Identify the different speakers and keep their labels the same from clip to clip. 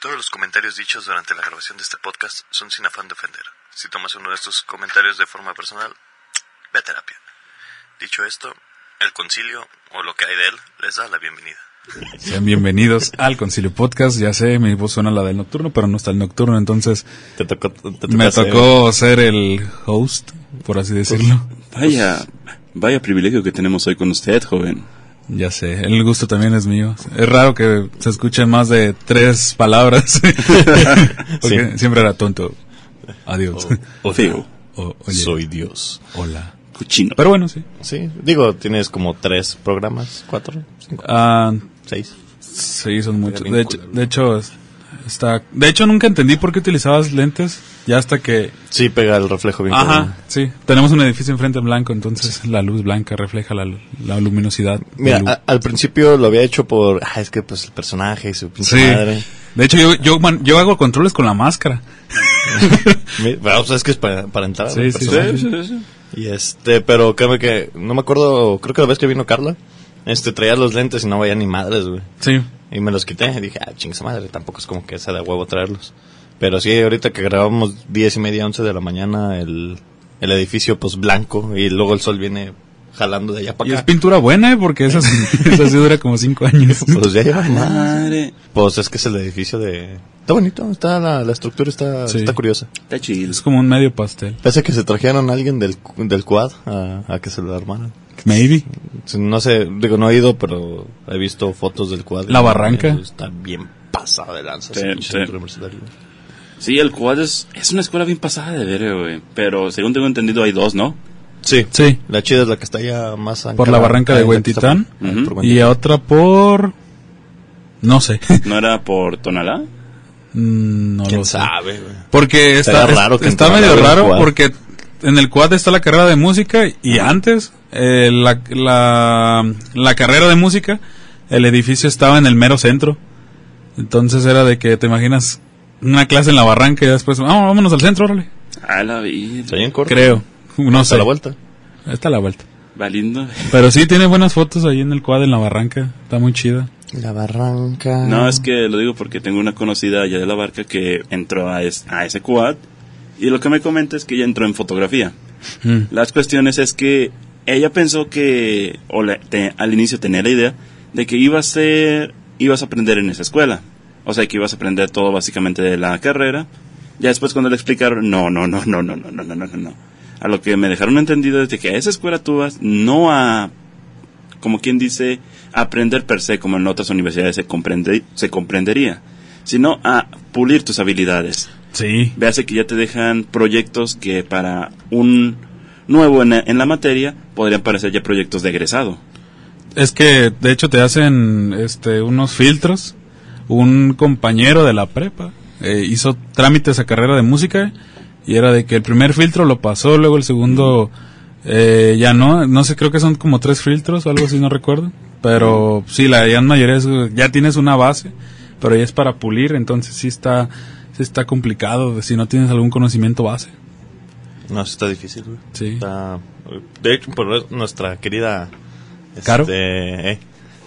Speaker 1: Todos los comentarios dichos durante la grabación de este podcast son sin afán de ofender. Si tomas uno de estos comentarios de forma personal, ve a terapia. Dicho esto, el concilio, o lo que hay de él, les da la bienvenida.
Speaker 2: Sean bienvenidos al Concilio Podcast. Ya sé, mi voz suena la del nocturno, pero no está el nocturno, entonces
Speaker 3: Te tocó, te tocó
Speaker 2: me
Speaker 3: hacer-
Speaker 2: tocó ser el host, por así decirlo.
Speaker 3: Vaya, vaya privilegio que tenemos hoy con usted, joven.
Speaker 2: Ya sé, el gusto también es mío. Es raro que se escuchen más de tres palabras. Porque Siempre era tonto. Adiós.
Speaker 3: Feo,
Speaker 2: O- oye,
Speaker 4: Soy Dios.
Speaker 2: hola.
Speaker 3: cochino.
Speaker 2: Pero bueno, sí.
Speaker 4: Sí, digo, tienes como tres programas, cuatro, cinco,
Speaker 2: Ah,
Speaker 4: seis.
Speaker 2: sí, son muchos.
Speaker 4: bien
Speaker 2: De hecho,
Speaker 4: culero.
Speaker 2: de hecho, es- está... De hecho, nunca entendí por qué utilizabas lentes. Ya hasta que
Speaker 4: Sí, pega el reflejo bien. cabrón.
Speaker 2: Ajá, sí. Tenemos un edificio enfrente blanco, entonces la luz blanca refleja la, la luminosidad. de
Speaker 4: Mira, ah,
Speaker 2: lu-
Speaker 4: a- al principio lo había hecho por, ah, es que pues el personaje y su pinche
Speaker 2: sí.
Speaker 4: madre.
Speaker 2: De hecho, yo, yo, man- yo hago controles con la máscara.
Speaker 4: Mi- Pero, o sea, es que es para, para entrar.
Speaker 2: Sí,
Speaker 4: al
Speaker 2: sí,
Speaker 3: ¿Eh?
Speaker 4: personaje.
Speaker 2: sí,
Speaker 4: Y este, pero créeme que, no me acuerdo, creo que la vez que vino Carla, este, traía los lentes y no veía ni madres, güey.
Speaker 2: Sí.
Speaker 4: Y me los quité. Y dije, ah, chingada madre, tampoco es como que sea de huevo traerlos. Pero sí, ahorita que grabamos 10 y media, 11 de la mañana, el, el edificio pues blanco y luego el sol viene jalando de allá
Speaker 2: Y
Speaker 4: para
Speaker 2: es
Speaker 4: acá.
Speaker 2: pintura buena, ¿eh? porque esa, sí- esa sí dura como cinco años.
Speaker 4: Pues ya lleva nada.
Speaker 3: Madre,
Speaker 4: Pues es que es el edificio de... Está bonito, está la, la estructura está,
Speaker 2: Sí.
Speaker 4: está curiosa.
Speaker 3: está chido.
Speaker 2: Es como un medio pastel.
Speaker 4: Parece que se trajeron a alguien del, cu- del quad a, a que se lo armaran.
Speaker 2: Maybe.
Speaker 4: Sí, No sé, digo, no he ido, pero he visto fotos del quad.
Speaker 2: La barranca.
Speaker 4: Está bien pasada de lanza.
Speaker 3: Sí,
Speaker 4: ese pinche
Speaker 3: sí.
Speaker 4: centro universitario.
Speaker 3: Sí, el Quad es, es una escuela bien pasada de ver, güey. Pero según tengo entendido, hay dos, ¿no?
Speaker 4: Sí.
Speaker 2: Sí.
Speaker 4: La chida es la que está allá más anclada.
Speaker 2: Por la barranca de
Speaker 4: Ah, la que está
Speaker 2: Huentitán.
Speaker 4: por- ah, por
Speaker 3: Ujú.
Speaker 2: Y
Speaker 4: Huentitán.
Speaker 2: a otra por... No sé.
Speaker 3: ¿No era por Tonalá?
Speaker 2: Mm, no lo
Speaker 4: ¿Quién
Speaker 2: sé.
Speaker 4: sabe, güey?
Speaker 2: Porque está,
Speaker 4: Estaría raro que
Speaker 2: está
Speaker 4: entrara
Speaker 2: medio
Speaker 4: en el
Speaker 2: raro
Speaker 4: quad.
Speaker 2: porque en el quad está la carrera de música y antes eh, la, la, la carrera de música, el edificio estaba en el mero centro. Entonces era de que te imaginas una clase en la barranca y después, "Ah, vámonos al centro, órale.
Speaker 3: A la vida.
Speaker 4: Está bien corto.
Speaker 2: Creo. No
Speaker 4: Hasta
Speaker 2: sé.
Speaker 4: la vuelta.
Speaker 2: Está a la vuelta.
Speaker 3: Valindo.
Speaker 2: Pero sí tiene buenas fotos ahí en el quad en la barranca. Está muy chida.
Speaker 4: La barranca.
Speaker 3: No, es que lo digo porque tengo una conocida allá de la barca que entró a, es- a ese Quad. Y lo que me comenta es que ella entró en fotografía.
Speaker 2: Mm.
Speaker 3: Las cuestiones es que ella pensó que, o la- te- al inicio tenía la idea, de que iba a ser, ibas a aprender en esa escuela. O sea, que ibas a aprender todo básicamente de la carrera. Ya después cuando le explicaron, no, no, no, no, no, no, no, no, no, no. A lo que me dejaron entendido es de que a esa escuela tú vas no a, como quien dice, a aprender per se, como en otras universidades se, comprende, se comprendería, sino a pulir tus habilidades.
Speaker 2: Sí.
Speaker 3: Véase que ya te dejan proyectos que para un nuevo en, en la materia podrían parecer ya proyectos de egresado.
Speaker 2: Es que de hecho te hacen este unos filtros. Un compañero de la prepa eh, hizo trámites a carrera de música y era de que el primer filtro lo pasó, luego el segundo eh, ya no, no sé, creo que son como tres filtros o algo así, no recuerdo. Pero sí, la gran mayoría es, eh, ya tienes una base, pero ya es para pulir, entonces sí está, sí está complicado si no tienes algún conocimiento base.
Speaker 4: No, sí está difícil, güey.
Speaker 2: Sí.
Speaker 4: Está- De hecho, por eso nuestra querida. este,
Speaker 2: Caro.
Speaker 4: eh,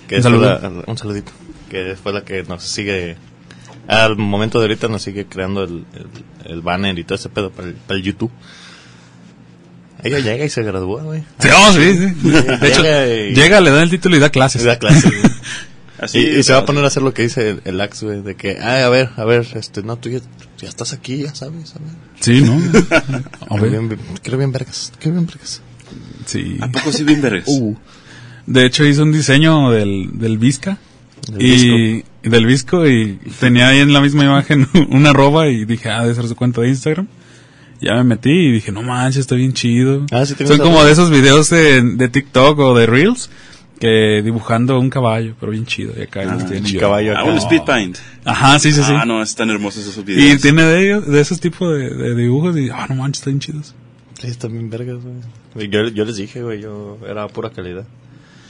Speaker 4: que
Speaker 2: Un
Speaker 4: es
Speaker 2: saludo.
Speaker 4: la- un saludito. Que fue la que nos sigue. Al momento de ahorita nos sigue creando el, el- el banner y todo ese pedo para el, para el YouTube. Ella llega y se gradúa, güey.
Speaker 2: Sí, oh, sí, sí. De hecho,
Speaker 4: Llega y-
Speaker 2: llega, le dan el título y da clases.
Speaker 4: Se da clases, güey.
Speaker 3: Así
Speaker 4: Y, y se va a
Speaker 3: pero-
Speaker 4: poner a hacer lo que dice el, el Axe, güey, de que, ay, a ver, a ver, este, no, tú ya, ya estás aquí, ya sabes, a ver.
Speaker 2: Sí, ¿no? A ver.
Speaker 4: Bien, bien, creo bien vergas, creo bien vergas.
Speaker 2: Sí. Uh.
Speaker 3: ¿A poco sí bien vergas?
Speaker 4: Uh,
Speaker 2: De hecho hizo un diseño del, del Vizca
Speaker 4: Del
Speaker 2: y del Visco y tenía ahí en la misma imagen una arroba y dije, ah, debe ser su cuenta de Instagram. Ya me metí y dije, no manches, está bien chido.
Speaker 4: Ah, sí, tengo
Speaker 2: Son
Speaker 4: esa
Speaker 2: como
Speaker 4: arroba.
Speaker 2: de esos videos de, de TikTok o de Reels que dibujando un caballo, pero bien chido. Y acá los tiene.
Speaker 4: Ah, un
Speaker 2: Yo, "Ah,
Speaker 4: caballo.
Speaker 3: A
Speaker 4: acá.
Speaker 3: un speed paint.
Speaker 2: Ajá, sí, sí, sí.
Speaker 3: Ah, no, están hermosos esos
Speaker 2: y
Speaker 3: videos.
Speaker 2: tiene de ellos, de esos tipos de, de dibujos y, ah, no manches, están chidos.
Speaker 4: Sí, están bien vergas, güey. Yo, yo les dije, güey, yo era pura calidad.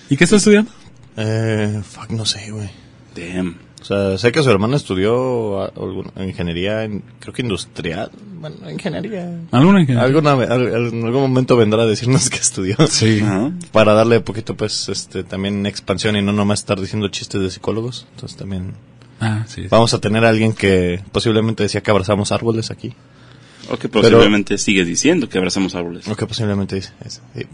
Speaker 2: ¿Y qué está estudiando?
Speaker 4: Eh, fuck, no sé, güey.
Speaker 3: Damn.
Speaker 4: O sea, sé que su hermana estudió a- alguna- ingeniería, en- creo que industrial, bueno, ingeniería.
Speaker 2: ¿Alguna ingeniería?
Speaker 4: Alguna, ve- al- en algún momento vendrá a decirnos que estudió.
Speaker 2: Sí.
Speaker 4: ah.
Speaker 3: Ajá.
Speaker 4: para darle poquito pues este también expansión y no nomás estar diciendo chistes de psicólogos entonces también
Speaker 2: Ah, sí.
Speaker 4: Vamos a tener a alguien que posiblemente decía que abrazamos árboles aquí.
Speaker 3: O que posiblemente sigues pues diciendo que abrazamos árboles.
Speaker 4: O que posiblemente dice. es- sí.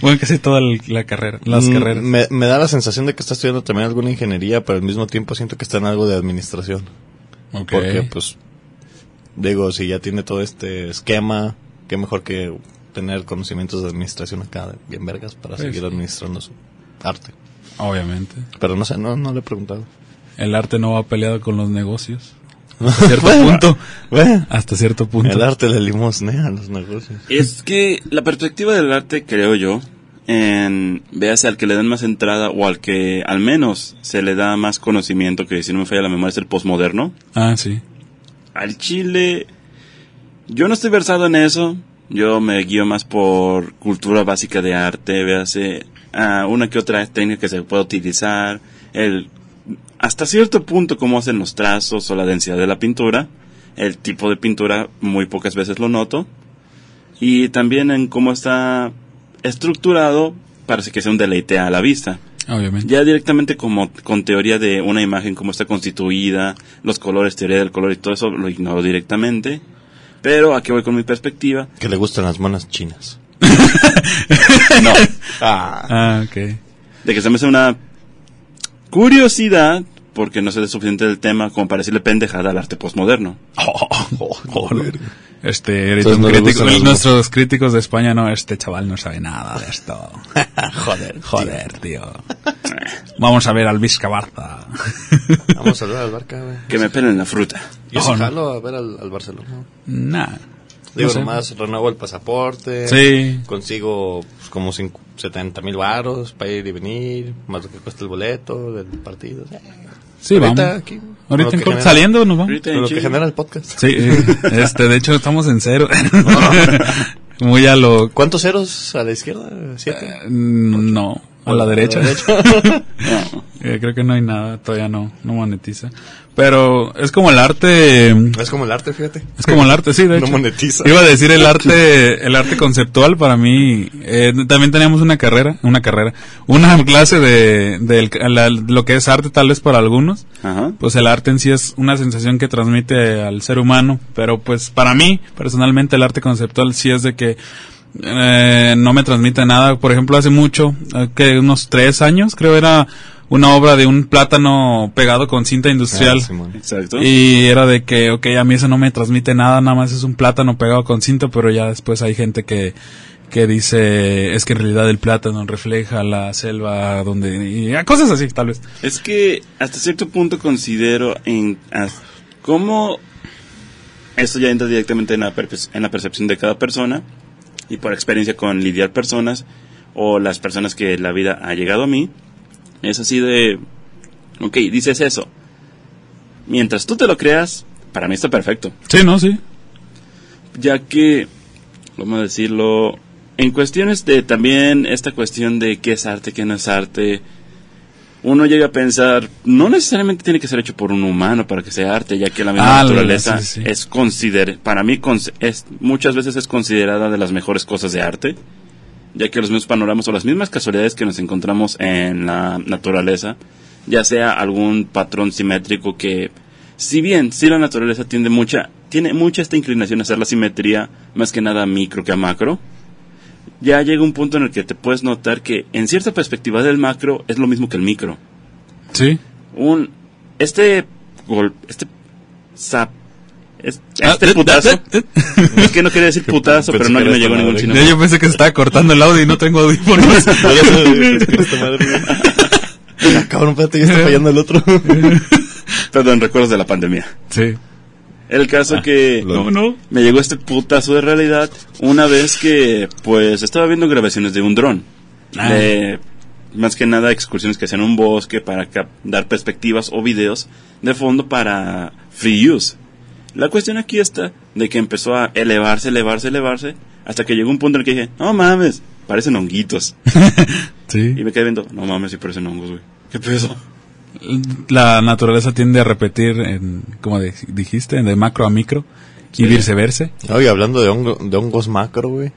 Speaker 2: Bueno, casi toda la, la carrera, las
Speaker 4: Mm,
Speaker 2: carreras.
Speaker 4: Me, me da la sensación de que está estudiando también alguna ingeniería, pero al mismo tiempo siento que está en algo de administración.
Speaker 2: Ok.
Speaker 4: Porque, pues, digo, si ya tiene todo este esquema, qué mejor que tener conocimientos de administración acá, de bien vergas, para
Speaker 2: Pues
Speaker 4: seguir
Speaker 2: sí.
Speaker 4: administrando su arte.
Speaker 2: pues, Obviamente.
Speaker 4: Pero no sé, no, no le he preguntado.
Speaker 2: El arte no va peleado con los negocios. Hasta cierto punto.
Speaker 4: Bueno,
Speaker 2: Hasta cierto punto.
Speaker 4: el arte le limosnea a los negocios.
Speaker 3: Es que la perspectiva del arte, creo yo, en véase al que le dan más entrada o al que al menos se le da más conocimiento, que si no me falla la memoria es el posmoderno.
Speaker 2: Ah, sí.
Speaker 3: Al Chile, yo no estoy versado en eso. Yo me guío más por cultura básica de arte, véase ah, una que otra técnica que se puede utilizar, el hasta cierto punto cómo hacen los trazos o la densidad de la pintura, el tipo de pintura muy pocas veces lo noto y también en cómo está estructurado parece que sea un deleite a la vista.
Speaker 2: Obviamente.
Speaker 3: Ya directamente como con teoría de una imagen, cómo está constituida, los colores, teoría del color y todo eso, lo ignoro directamente. Pero aquí voy con mi perspectiva.
Speaker 4: Que le gustan las monas chinas.
Speaker 3: No,
Speaker 4: Ah.
Speaker 2: Ah, ok.
Speaker 3: de que se me hace una curiosidad, porque no sé de suficiente del tema como para decirle pendejada al arte postmoderno.
Speaker 2: Este, ahorita
Speaker 4: Entonces
Speaker 2: un
Speaker 4: no le
Speaker 2: crítico-
Speaker 4: gustan las
Speaker 2: nuestros críticos de España, no, este chaval no sabe nada de esto. joder, joder, tío. Vamos a ver al Vizcabarza.
Speaker 4: Vamos a ver al Barca, güey.
Speaker 3: Que me pelen la fruta.
Speaker 4: Yo
Speaker 2: Ojo,
Speaker 4: sí
Speaker 2: ¿no?
Speaker 4: jalo a ver al, al Barcelona.
Speaker 2: nah.
Speaker 4: Digo,
Speaker 2: No sé.
Speaker 4: nomás renuevo el pasaporte.
Speaker 2: Sí.
Speaker 4: Consigo pues, como 70 mil varos para ir y venir, más lo que cuesta el boleto del partido.
Speaker 2: Sí,
Speaker 4: Ahorita
Speaker 2: vamos.
Speaker 4: aquí. Con lo
Speaker 2: Ahorita en
Speaker 4: que
Speaker 2: corto,
Speaker 4: genera-
Speaker 2: saliendo nos vamos.
Speaker 3: Ahorita
Speaker 4: Con
Speaker 3: en
Speaker 4: lo que
Speaker 3: Chile.
Speaker 4: genera el podcast.
Speaker 2: Sí, eh, este, de hecho estamos en cero. Muy a lo...
Speaker 4: ¿Cuántos ceros a la izquierda? ¿Siete?
Speaker 2: eh, No, a la derecha.
Speaker 3: No.
Speaker 2: Eh, creo que no hay nada, todavía no, no monetiza. Pero es como el arte...
Speaker 4: es como el arte, fíjate.
Speaker 2: Es como el arte, sí, de
Speaker 4: No
Speaker 2: hecho.
Speaker 4: monetiza.
Speaker 2: Iba a decir el arte, el arte conceptual para mí. eh, también teníamos una carrera, una carrera, una clase de, del- la- lo que es arte tal vez para algunos.
Speaker 3: Ajá.
Speaker 2: Pues el arte en sí es una sensación que transmite al ser humano, pero pues para mí personalmente el arte conceptual sí es de que eh, no me transmite nada. Por ejemplo, hace mucho, eh, que unos tres años creo era una obra de un plátano pegado con cinta industrial.
Speaker 4: Ah, Simón.
Speaker 3: Exacto.
Speaker 2: Y era de que, ok, a mí eso no me transmite nada, nada más es un plátano pegado con cinta, pero ya después hay gente que, que dice, es que en realidad el plátano refleja la selva donde... Y ah, cosas así, tal vez.
Speaker 3: Es que hasta cierto punto considero en as- cómo esto ya entra directamente en la, perpe- en la percepción de cada persona y por experiencia con lidiar personas o las personas que la vida ha llegado a mí, es así de, ok, dices eso. Mientras tú te lo creas, para mí está perfecto
Speaker 2: Sí, ¿no? Sí.
Speaker 3: ya que, vamos a decirlo, en cuestiones de también esta cuestión de qué es arte, qué no es arte, uno llega a pensar, no necesariamente tiene que ser hecho por un humano para que sea arte, ya que la misma
Speaker 2: Ah, la
Speaker 3: naturaleza
Speaker 2: verdad, sí, sí, sí.
Speaker 3: es consider para mí cons- es, muchas veces es considerada de las mejores cosas de arte, ya que los mismos panoramas o las mismas casualidades que nos encontramos en la naturaleza, ya sea algún patrón simétrico que si bien sí la naturaleza tiende mucha, tiene mucha esta inclinación a hacer la simetría más que nada micro que a macro, ya llega un punto en el que te puedes notar que en cierta perspectiva del macro es lo mismo que el micro.
Speaker 2: Sí.
Speaker 3: Un este gol, este zap, es-
Speaker 2: Ah,
Speaker 3: este
Speaker 2: eh,
Speaker 3: putazo,
Speaker 2: eh, eh.
Speaker 3: es que no quería decir putazo,
Speaker 4: Pensé
Speaker 3: pero no
Speaker 4: que
Speaker 3: yo
Speaker 4: era
Speaker 3: me llegó
Speaker 4: esta
Speaker 3: ningún
Speaker 4: madre.
Speaker 3: chino.
Speaker 2: Ya yo pensé que se estaba cortando el audio y no tengo audífonos.
Speaker 4: Ah, Cabrón, espérate, ya está fallando el otro.
Speaker 2: eh.
Speaker 3: Perdón, recuerdos de la pandemia.
Speaker 2: sí.
Speaker 3: El
Speaker 2: Ah,
Speaker 3: caso que
Speaker 4: lo-
Speaker 2: ¿Cómo no?
Speaker 3: me llegó este putazo de realidad una vez que pues estaba viendo grabaciones de un dron.
Speaker 2: Ah.
Speaker 3: De, más que nada excursiones que hacían en un bosque para cap- dar perspectivas o videos de fondo para free use. La cuestión aquí está de que empezó a elevarse, elevarse, elevarse, hasta que llegó un punto en el que dije, no mames, parecen honguitos. Y
Speaker 2: Sí.
Speaker 3: me quedé viendo, no mames, si parecen hongos, güey. ¿Qué peso?
Speaker 2: La naturaleza tiende a repetir, en, como de- dijiste, de macro a micro y viceversa.
Speaker 4: Oye, hablando de, hongo- de hongos macro, güey.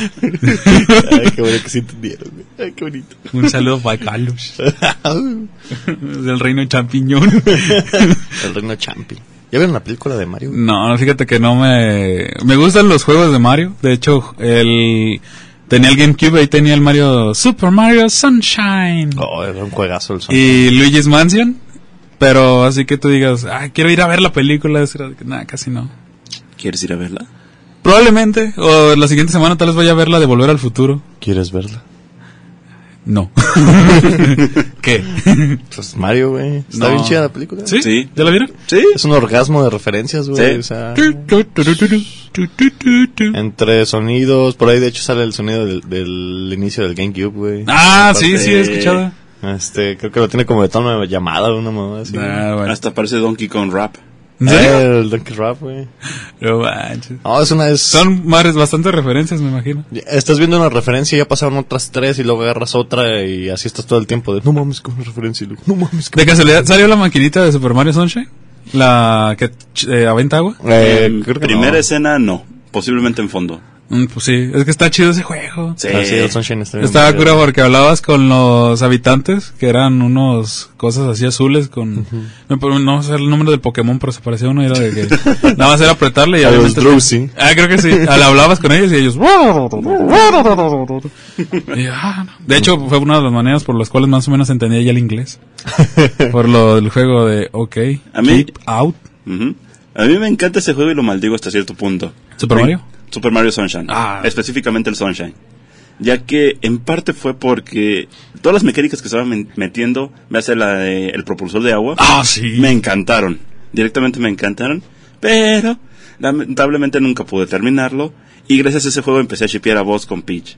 Speaker 4: Ay, qué bueno que se entendieron, güey. Ay, qué bonito.
Speaker 2: Un saludo para Carlos. Del reino champiñón.
Speaker 4: El reino champi. ¿Ya vieron la película de Mario? güey?
Speaker 2: No, fíjate que no me... Me gustan los juegos de Mario. De hecho, el... Tenía el GameCube, ahí tenía el Mario... Super Mario Sunshine.
Speaker 4: Oh, era un juegazo el son.
Speaker 2: Y Luigi's Mansion. Pero así que tú digas, ah, quiero ir a ver la película. es decir, Nah, casi no.
Speaker 3: ¿Quieres ir a verla?
Speaker 2: Probablemente. O la siguiente semana tal vez vaya a ver la de Volver al Futuro.
Speaker 4: ¿Quieres verla?
Speaker 2: No. ¿Qué?
Speaker 4: Pues Mario, güey. Está
Speaker 2: No.
Speaker 4: bien chida la película.
Speaker 2: ¿Sí?
Speaker 3: Sí.
Speaker 2: ¿Ya la vieron?
Speaker 3: Sí.
Speaker 4: Es un orgasmo de referencias, güey.
Speaker 3: Sí.
Speaker 4: O sea, entre sonidos. Por ahí, de hecho, sale el sonido del, del inicio del GameCube, güey.
Speaker 2: Ah, sí,
Speaker 3: Aparte-
Speaker 2: sí, he escuchado.
Speaker 4: Este, creo que lo tiene como de tono de llamada, una mamá así.
Speaker 2: Ah, bueno.
Speaker 3: Hasta parece Donkey Kong Rap.
Speaker 2: ¿En
Speaker 4: Ah,
Speaker 2: serio?
Speaker 4: El Donkey Rap, güey.
Speaker 2: No manches.
Speaker 4: No, es una. Es,
Speaker 2: Son varias- bastantes referencias, me imagino.
Speaker 4: Estás viendo una referencia y ya pasaron otras tres y luego agarras otra y así estás todo el tiempo de no mames con una referencia y luego no mames con
Speaker 2: De casualidad, ¿salió la maquinita de Super Mario Sunshine? La que ch- eh, aventa agua.
Speaker 4: Eh,
Speaker 3: En
Speaker 4: creo que
Speaker 3: primera
Speaker 4: no.
Speaker 3: escena, no. Posiblemente en fondo.
Speaker 2: Mm, pues sí, es que está chido ese juego.
Speaker 3: Sí.
Speaker 4: Ah, sí, el Sunshine está bien
Speaker 2: Estaba
Speaker 4: verga.
Speaker 2: cura porque hablabas con los habitantes, que eran unos cosas así azules con... no, pero No sé el nombre del Pokémon, pero se parecía uno y era de que... nada más era apretarle y
Speaker 4: A los
Speaker 2: obviamente-
Speaker 4: Drowsy.
Speaker 2: Ah, creo que sí. Ah, le hablabas con ellos y ellos... Y, ah, no. De hecho, fue una de las maneras por las cuales más o menos entendía ya el inglés. Por lo del juego de, ok,
Speaker 3: A mí-
Speaker 2: keep out,
Speaker 3: Ujú. A mí me encanta ese juego y lo maldigo hasta cierto punto.
Speaker 2: Super
Speaker 3: Sí.
Speaker 2: Mario.
Speaker 3: Super Mario Sunshine.
Speaker 2: Ah.
Speaker 3: Específicamente el Sunshine. Ya que en parte fue porque todas las mecánicas que estaban men- metiendo, me hace la de el propulsor de agua,
Speaker 2: Ah, sí.
Speaker 3: me encantaron. Directamente me encantaron. Pero lamentablemente nunca pude terminarlo. Y gracias a ese juego empecé a shipear a Boss con Peach.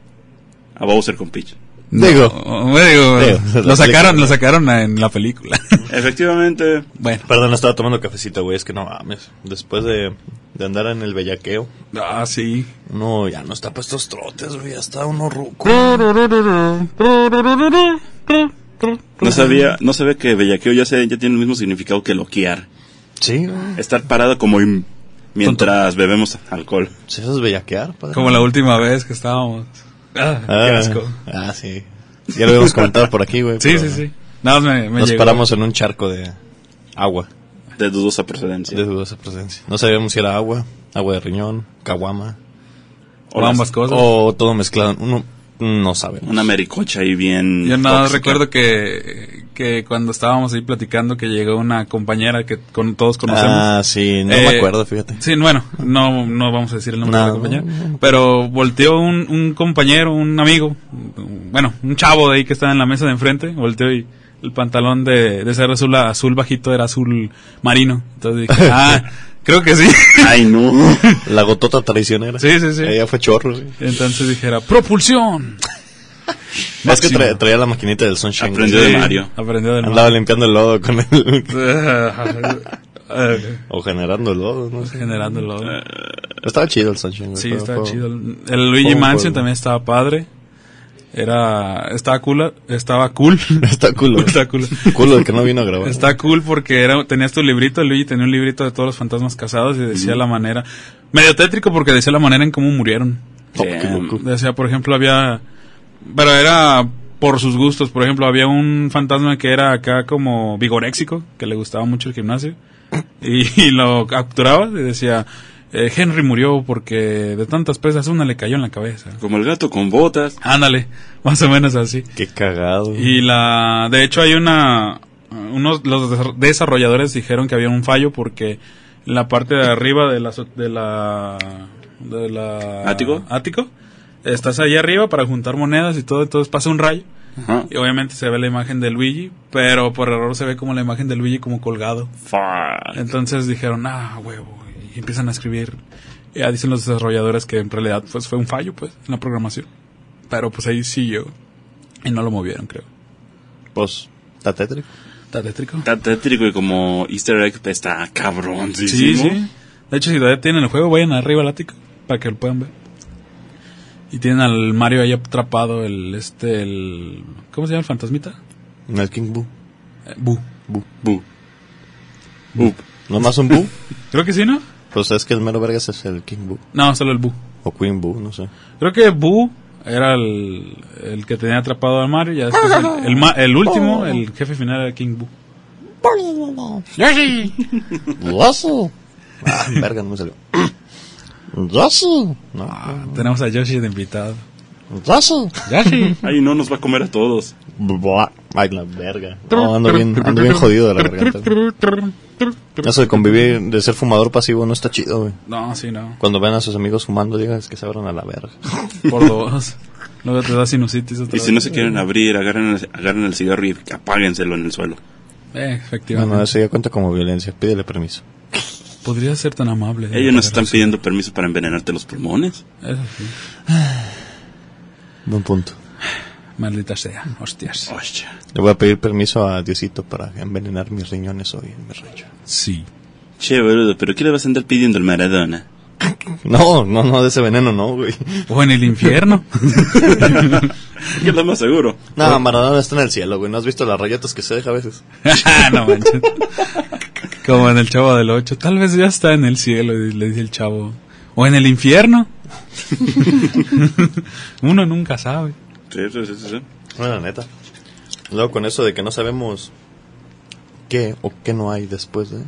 Speaker 3: A Bowser con Peach.
Speaker 2: No,
Speaker 4: Digo.
Speaker 2: digo,
Speaker 4: Digo,
Speaker 2: lo sacaron, lo sacaron en la película.
Speaker 3: Efectivamente,
Speaker 2: bueno.
Speaker 4: Perdón, estaba tomando cafecito, güey. Es que no mames. Después de, de andar en el bellaqueo,
Speaker 2: Ah, sí.
Speaker 4: uno ya no está para estos trotes, güey. Ya está uno ruco.
Speaker 3: no sabía, no sabía que bellaqueo ya, se, ya tiene el mismo significado que loquear.
Speaker 4: Sí, güey.
Speaker 3: Estar parado como im- mientras bebemos alcohol.
Speaker 4: Sí, eso es bellaquear, padre.
Speaker 2: Como la última vez que estábamos. Ah,
Speaker 4: Ah,
Speaker 2: qué asco.
Speaker 4: Ah, sí. Ya lo habíamos comentado por aquí, güey.
Speaker 2: Sí,
Speaker 4: pero
Speaker 2: sí, sí. Nada más me, me
Speaker 4: Nos
Speaker 2: llegó.
Speaker 4: paramos en un charco de agua.
Speaker 3: De dudosa procedencia.
Speaker 4: De dudosa presencia. No sabíamos si era agua, agua de riñón, caguama.
Speaker 3: O
Speaker 2: Ambas
Speaker 3: las-
Speaker 2: cosas.
Speaker 4: O todo mezclado. Uno no sabe.
Speaker 3: Una maricocha ahí bien.
Speaker 2: Yo nada
Speaker 4: Oh,
Speaker 2: más
Speaker 3: tóxica.
Speaker 2: recuerdo que, que cuando estábamos ahí platicando que llegó una compañera que con, todos conocemos.
Speaker 4: Ah, sí, no
Speaker 2: Eh,
Speaker 4: me acuerdo, fíjate.
Speaker 2: Sí, bueno, no, no vamos a decir el nombre
Speaker 4: No,
Speaker 2: de la compañera.
Speaker 4: no, no.
Speaker 2: Pero volteó un, un compañero, un amigo, bueno, un chavo de ahí que estaba en la mesa de enfrente, volteó y el pantalón de, de ser azul, a- azul bajito era azul marino. Entonces dije, ah, creo que sí.
Speaker 3: Ay, no.
Speaker 4: La gotota traicionera.
Speaker 2: Sí, sí, sí.
Speaker 4: Ella fue chorro, sí.
Speaker 2: Entonces dijera, propulsión.
Speaker 4: Es que
Speaker 2: Máximo.
Speaker 4: tra- traía la maquinita del Sunshine.
Speaker 3: Aprendió
Speaker 4: güey.
Speaker 3: de Mario.
Speaker 2: Aprendió del
Speaker 4: Andaba limpiando el lodo con el...
Speaker 2: mal. Eh,
Speaker 4: o generando lodo, no sé.
Speaker 2: Generándolo.
Speaker 4: Estaba chido el Sunshine. güey,
Speaker 2: Sí,
Speaker 4: pero
Speaker 2: estaba
Speaker 4: fue-
Speaker 2: chido. El Luigi
Speaker 4: juego.
Speaker 2: Mansion también estaba padre. Era, estaba cool, estaba cool.
Speaker 4: Está culo.
Speaker 2: Está cool.
Speaker 4: Culo el que no vino a grabar.
Speaker 2: Está cool porque era, tenías tu librito, Luigi tenía un librito de todos los fantasmas casados y decía la manera, medio tétrico porque decía la manera en cómo murieron.
Speaker 4: Oh, qué
Speaker 3: Damn.
Speaker 4: loco.
Speaker 2: Decía, por ejemplo, había, pero era por sus gustos, por ejemplo, había un fantasma que era acá como vigoréxico, que le gustaba mucho el gimnasio, y, y lo capturaba y decía, eh, Henry murió porque de tantas pesas una le cayó en la cabeza.
Speaker 3: Como el gato con botas.
Speaker 2: Ándale, más o menos así.
Speaker 4: Qué cagado.
Speaker 2: Y la, de hecho hay una, unos, los desa- desarrolladores dijeron que había un fallo porque la parte de arriba de la, so- de la, de la,
Speaker 3: ¿Ático?
Speaker 2: Ático, estás ahí arriba para juntar monedas y todo, entonces pasa un rayo
Speaker 3: Ajá.
Speaker 2: y obviamente se ve la imagen de Luigi, pero por error se ve como la imagen de Luigi como colgado.
Speaker 3: Fuck.
Speaker 2: Entonces dijeron, ah, huevo, y empiezan a escribir. Ya dicen los desarrolladores que en realidad pues fue un fallo pues en la programación. Pero pues ahí siguió y no lo movieron, creo.
Speaker 4: Pues, está tétrico.
Speaker 2: ¿Está tétrico?
Speaker 3: Está tétrico y como Easter egg está cabrón.
Speaker 2: Sí, sí, De hecho, si todavía tienen el juego, vayan arriba al ático para que lo puedan ver. Y tienen al Mario ahí atrapado, el este, el. ¿Cómo se llama el fantasmita?
Speaker 4: No es King Boo.
Speaker 2: Eh, Bu.
Speaker 4: Boo.
Speaker 3: Bu. Up.
Speaker 4: ¿No más un Boo?
Speaker 2: Creo que sí, ¿no?
Speaker 4: Pues es que el mero vergas es el King Boo.
Speaker 2: No, solo el Boo.
Speaker 4: O Queen Boo, no sé.
Speaker 2: Creo que Boo era el, el que tenía atrapado a Mario. Ya después el, el, ma- el último, el jefe final era King Boo.
Speaker 4: ¡Yoshi! ¡Yoshi! Ah, verga, no me salió. ¡Yoshi! No,
Speaker 2: Tenemos a Yoshi de invitado.
Speaker 4: ¡Yoshi!
Speaker 2: Yoshi.
Speaker 3: Ay, no, nos va a comer a todos.
Speaker 4: Buah, Ay, la verga. No, ando bien, ando bien jodido de la garganta. Eso de convivir, de ser fumador pasivo no está chido, güey.
Speaker 2: No, sí, no.
Speaker 4: Cuando ven a sus amigos fumando, digas que se abran a la verga.
Speaker 2: Por dos. Luego te da sinusitis otra
Speaker 3: Y si no
Speaker 2: vez.
Speaker 3: se quieren abrir, agarren, el- agarren el cigarro y apáguenselo en el suelo.
Speaker 2: Eh,
Speaker 4: No,
Speaker 2: efectivamente.
Speaker 4: no, eso ya cuenta como violencia. Pídele permiso.
Speaker 2: Podría ser tan amable. eh, de
Speaker 3: Ellos nos
Speaker 2: pagar
Speaker 3: están
Speaker 2: así.
Speaker 3: pidiendo permiso para envenenarte los pulmones.
Speaker 2: Eso sí.
Speaker 4: Buen punto.
Speaker 2: Maldita sea. Hostias.
Speaker 3: Hostia.
Speaker 4: Le voy a pedir permiso a Diosito para envenenar mis riñones hoy en mi rancho.
Speaker 2: Sí.
Speaker 3: Che, boludo, ¿pero qué le vas a andar pidiendo al Maradona?
Speaker 4: No, no, no, de ese veneno no, güey.
Speaker 2: O en el infierno.
Speaker 3: ¿Qué es lo más seguro?
Speaker 4: No, Maradona está en el cielo, güey. ¿No has visto las rayatas que se deja a veces?
Speaker 2: Ah, no manches. Como en el chavo del 8. Tal vez ya está en el cielo, y le dice el chavo. O en el infierno. Uno nunca sabe.
Speaker 3: Sí, sí, sí, sí, sí.
Speaker 4: No, la neta. Luego con eso de que no sabemos qué o qué no hay después de...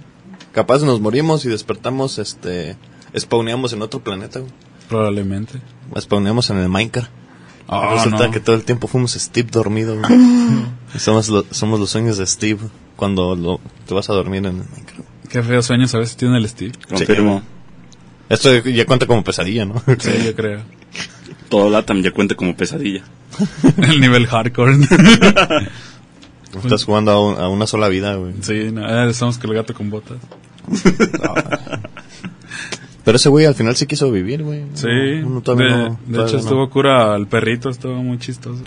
Speaker 4: Capaz nos morimos y despertamos, este... Spawneamos en otro planeta, güey.
Speaker 2: Probablemente.
Speaker 4: Spawneamos en el Minecraft.
Speaker 2: Ah,
Speaker 3: Pues
Speaker 4: Resulta
Speaker 2: no.
Speaker 4: que todo el tiempo fuimos Steve dormido, güey. Y somos, lo- somos los sueños de Steve cuando lo, te vas a dormir en el Minecraft.
Speaker 2: Qué feos sueños a veces tiene el Steve.
Speaker 3: Confirmo.
Speaker 4: Esto ya cuenta como pesadilla, ¿no?
Speaker 2: Sí, yo creo.
Speaker 3: Todo LATAM ya cuenta como pesadilla.
Speaker 2: El nivel hardcore. Pues
Speaker 4: Estás jugando a, un- a una sola vida, güey.
Speaker 2: sí, no, eh, estamos con el gato con botas.
Speaker 4: Pero ese güey al final sí quiso vivir, güey.
Speaker 2: Sí.
Speaker 4: No, uno
Speaker 2: de
Speaker 4: todavía no-
Speaker 2: de
Speaker 4: todavía
Speaker 2: hecho,
Speaker 4: no.
Speaker 2: estuvo cura al perrito, estuvo muy chistoso.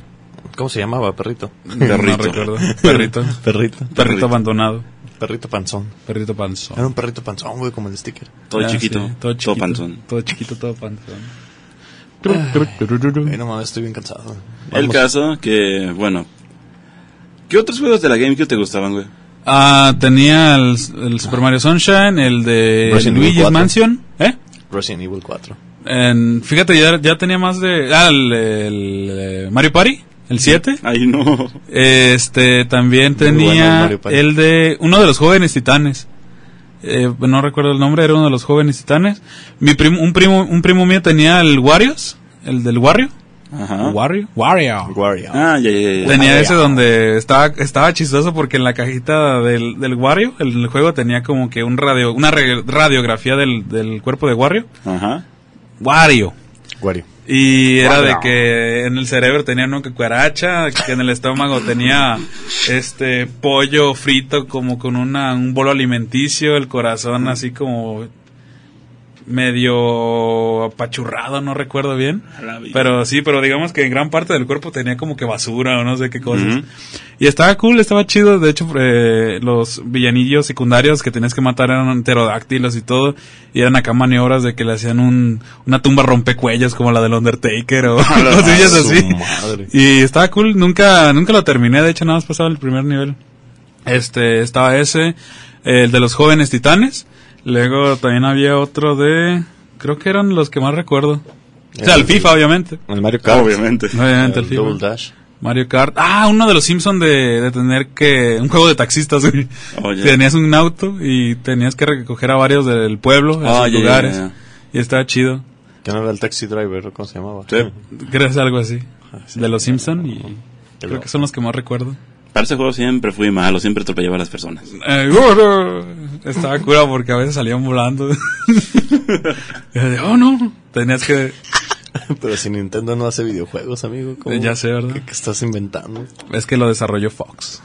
Speaker 4: ¿Cómo se llamaba, perrito?
Speaker 2: No
Speaker 3: Perrito.
Speaker 2: recuerdo. Perrito.
Speaker 4: Perrito.
Speaker 2: Perrito abandonado.
Speaker 4: Perrito panzón.
Speaker 2: Perrito panzón.
Speaker 4: Era un perrito panzón, güey, como el sticker.
Speaker 3: Todo
Speaker 2: Ah,
Speaker 3: chiquito,
Speaker 2: sí,
Speaker 3: todo,
Speaker 2: chiquito,
Speaker 3: panzón.
Speaker 2: Todo chiquito, todo panzón. Tru-tru-tru-tru-tru.
Speaker 4: Ay, no mames, estoy bien cansado. Vamos.
Speaker 3: El caso que, bueno. ¿Qué otros juegos de la GameCube te gustaban, güey?
Speaker 2: Ah, tenía el,
Speaker 3: Ah.
Speaker 2: el Super Mario Sunshine, el de
Speaker 4: Resident Evil
Speaker 2: Luigi's
Speaker 4: 4.
Speaker 2: Mansion, ¿eh?
Speaker 4: Resident Evil 4.
Speaker 2: En- fíjate, ya, ya tenía más de... Ah, el, el, eh, Mario Party, el 7.
Speaker 3: Ay, no.
Speaker 2: Este, también
Speaker 4: bueno el
Speaker 2: tenía
Speaker 4: Mario Party.
Speaker 2: el de uno de los jóvenes titanes. Eh, no recuerdo el nombre, era uno de los jóvenes titanes. Mi primo, un primo, un primo mío tenía el Warriors, el del Wario.
Speaker 4: Ah.
Speaker 3: Ajá.
Speaker 2: Wario. Wario.
Speaker 4: Wario.
Speaker 3: Ah, ya, ya, ya, ya.
Speaker 2: Tenía ese donde estaba, estaba chistoso porque en la cajita del, del Wario, el, el juego tenía como que un radio, una re- radiografía del, del cuerpo de Wario.
Speaker 3: Ajá.
Speaker 2: Wario.
Speaker 4: Wario.
Speaker 2: Y era de que en el cerebro tenía una cucaracha, que en el estómago tenía este pollo frito como con una, un bolo alimenticio, el corazón así como medio apachurrado, no recuerdo bien.
Speaker 3: A la vida.
Speaker 2: Pero sí, pero digamos que en gran parte del cuerpo tenía como que basura o no sé qué cosas.
Speaker 3: Ujú.
Speaker 2: Y estaba cool, estaba chido. De hecho, eh, los villanillos secundarios que tenías que matar eran pterodáctilos y todo. Y eran acá maniobras de que le hacían un, una tumba rompecuellas como la del Undertaker o cosillas
Speaker 4: su
Speaker 2: así.
Speaker 4: madre.
Speaker 2: Y estaba cool, nunca, nunca lo terminé. De hecho, nada más pasaba el primer nivel. Este, estaba ese, el de los jóvenes titanes. Luego también había otro de, creo que eran los que más recuerdo. O sea, el FIFA, obviamente.
Speaker 4: El Mario Kart.
Speaker 3: Obviamente.
Speaker 2: Obviamente el,
Speaker 4: El
Speaker 2: FIFA.
Speaker 4: Double Dash.
Speaker 2: Mario Kart. Ah, uno de los Simpsons de, de tener que... Un juego de taxistas, güey.
Speaker 3: Oye.
Speaker 2: Tenías un auto y tenías que recoger a varios del pueblo, a
Speaker 3: Ah,
Speaker 2: sus
Speaker 3: ya, ya,
Speaker 2: lugares.
Speaker 3: ya, ya.
Speaker 2: Y estaba chido.
Speaker 4: Que no era el Taxi Driver, ¿cómo se llamaba?
Speaker 3: Sí.
Speaker 2: Creo que es algo así.
Speaker 3: Ah,
Speaker 2: de los Simpsons y...
Speaker 4: Qué
Speaker 2: Creo que son los que más recuerdo.
Speaker 3: Para ese juego siempre fui malo, siempre atropellaba a las personas.
Speaker 2: Eh, uh. estaba cura porque a veces salían volando. Y yo de, oh, no. Tenías que...
Speaker 4: Pero si Nintendo no hace videojuegos, amigo. ¿cómo?
Speaker 2: Eh, Ya sé, ¿verdad?
Speaker 4: ¿Qué, qué estás inventando?
Speaker 2: Es que lo desarrolló Fox.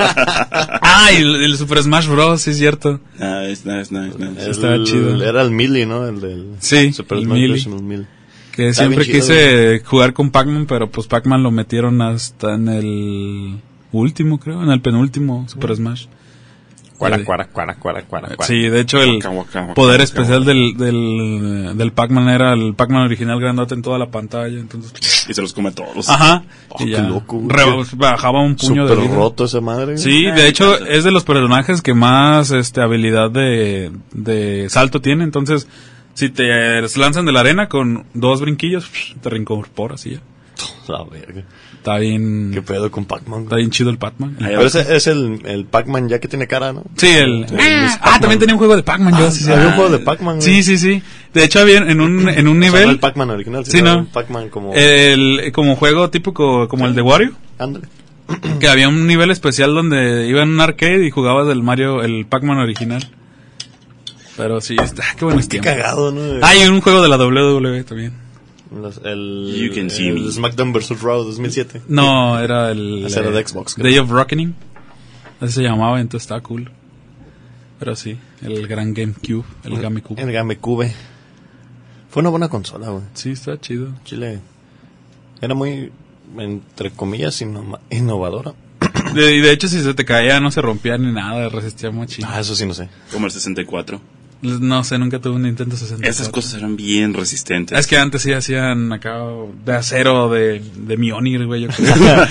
Speaker 2: ah, y el, el Super Smash Bros. Sí, es cierto.
Speaker 3: Nice, Ah, nice, nice, nice.
Speaker 2: estaba
Speaker 4: El-
Speaker 2: chido.
Speaker 4: Era el Mili, ¿no? El del
Speaker 2: Sí,
Speaker 4: Super
Speaker 2: el
Speaker 4: Smash
Speaker 2: Melee.
Speaker 4: Bros. en el Melee.
Speaker 2: Que
Speaker 4: Está
Speaker 2: siempre
Speaker 4: bien chido,
Speaker 2: quise jugar con Pac-Man, pero pues Pac-Man lo metieron hasta en el último, creo, en el penúltimo Super Smash.
Speaker 4: Cuara, cuara, cuara, cuara, cuara, cuara.
Speaker 2: Sí, de hecho el
Speaker 3: Waka, waka, waka,
Speaker 2: poder
Speaker 3: waka,
Speaker 2: especial del, del, del Pac-Man era el Pac-Man original grandote en toda la pantalla, entonces... pues,
Speaker 3: Y se los come a todos.
Speaker 2: Ajá.
Speaker 4: Oh,
Speaker 2: y
Speaker 4: qué
Speaker 2: ya
Speaker 4: loco, güey.
Speaker 2: re- bajaba un puño
Speaker 4: Súper
Speaker 2: de vida.
Speaker 4: roto esa madre.
Speaker 2: Sí, de hecho es de los personajes que más este, habilidad de, de salto tiene, entonces si te lanzan de la arena con dos brinquillos, te reincorporas y ya.
Speaker 4: La verga.
Speaker 2: Está bien,
Speaker 4: Qué pedo con Pac-Man.
Speaker 2: está
Speaker 4: güey.
Speaker 2: bien chido el Pac-Man.
Speaker 3: Ahí va.
Speaker 4: Pero ese es el, el Pac-Man ya que tiene cara, ¿no?
Speaker 2: Sí, el... Ah,
Speaker 4: Pac-Man. Ah,
Speaker 2: también tenía un juego de Pac-Man, yo sí, sí,
Speaker 4: había
Speaker 2: había
Speaker 4: un
Speaker 2: un-
Speaker 4: juego de Pac-Man. güey.
Speaker 2: Sí, sí, sí. De hecho había en un, en un
Speaker 4: O sea, no
Speaker 2: nivel...
Speaker 4: el Pac-Man original,
Speaker 2: Sí,
Speaker 4: sino
Speaker 2: no. Eh,
Speaker 4: el Pac-Man como...
Speaker 2: El, como juego típico, como el de Wario,
Speaker 4: Ándale.
Speaker 2: que había un nivel especial donde iba en un arcade y jugabas el Mario, el Pac-Man original. Pero sí, está, qué buenos
Speaker 4: Qué
Speaker 2: tiempos.
Speaker 4: cagado, ¿no?
Speaker 2: Ah, y un juego de la WWE también.
Speaker 4: Los- el,
Speaker 3: You can see
Speaker 4: el
Speaker 3: me.
Speaker 4: SmackDown vs. Raw 2007.
Speaker 2: No, era el...
Speaker 4: Ah, Ese era de
Speaker 2: eh,
Speaker 4: Xbox, creo.
Speaker 2: Day of Reckoning. Así se llamaba, entonces estaba cool. Pero sí, el gran GameCube, el GameCube.
Speaker 4: El GameCube. Fue una buena consola, güey.
Speaker 2: Sí, está chido.
Speaker 4: Chile era muy, entre comillas, innova- innovadora.
Speaker 2: De- Y de, hecho, si se te caía, no se rompía ni nada, resistía muy chido.
Speaker 4: Ah, eso sí no sé.
Speaker 3: Como el 64.
Speaker 2: No sé, nunca tuve un Nintendo 64.
Speaker 3: Esas cosas eran bien resistentes.
Speaker 2: Es que antes sí hacían acá de acero de, de Mionir, güey, yo creo.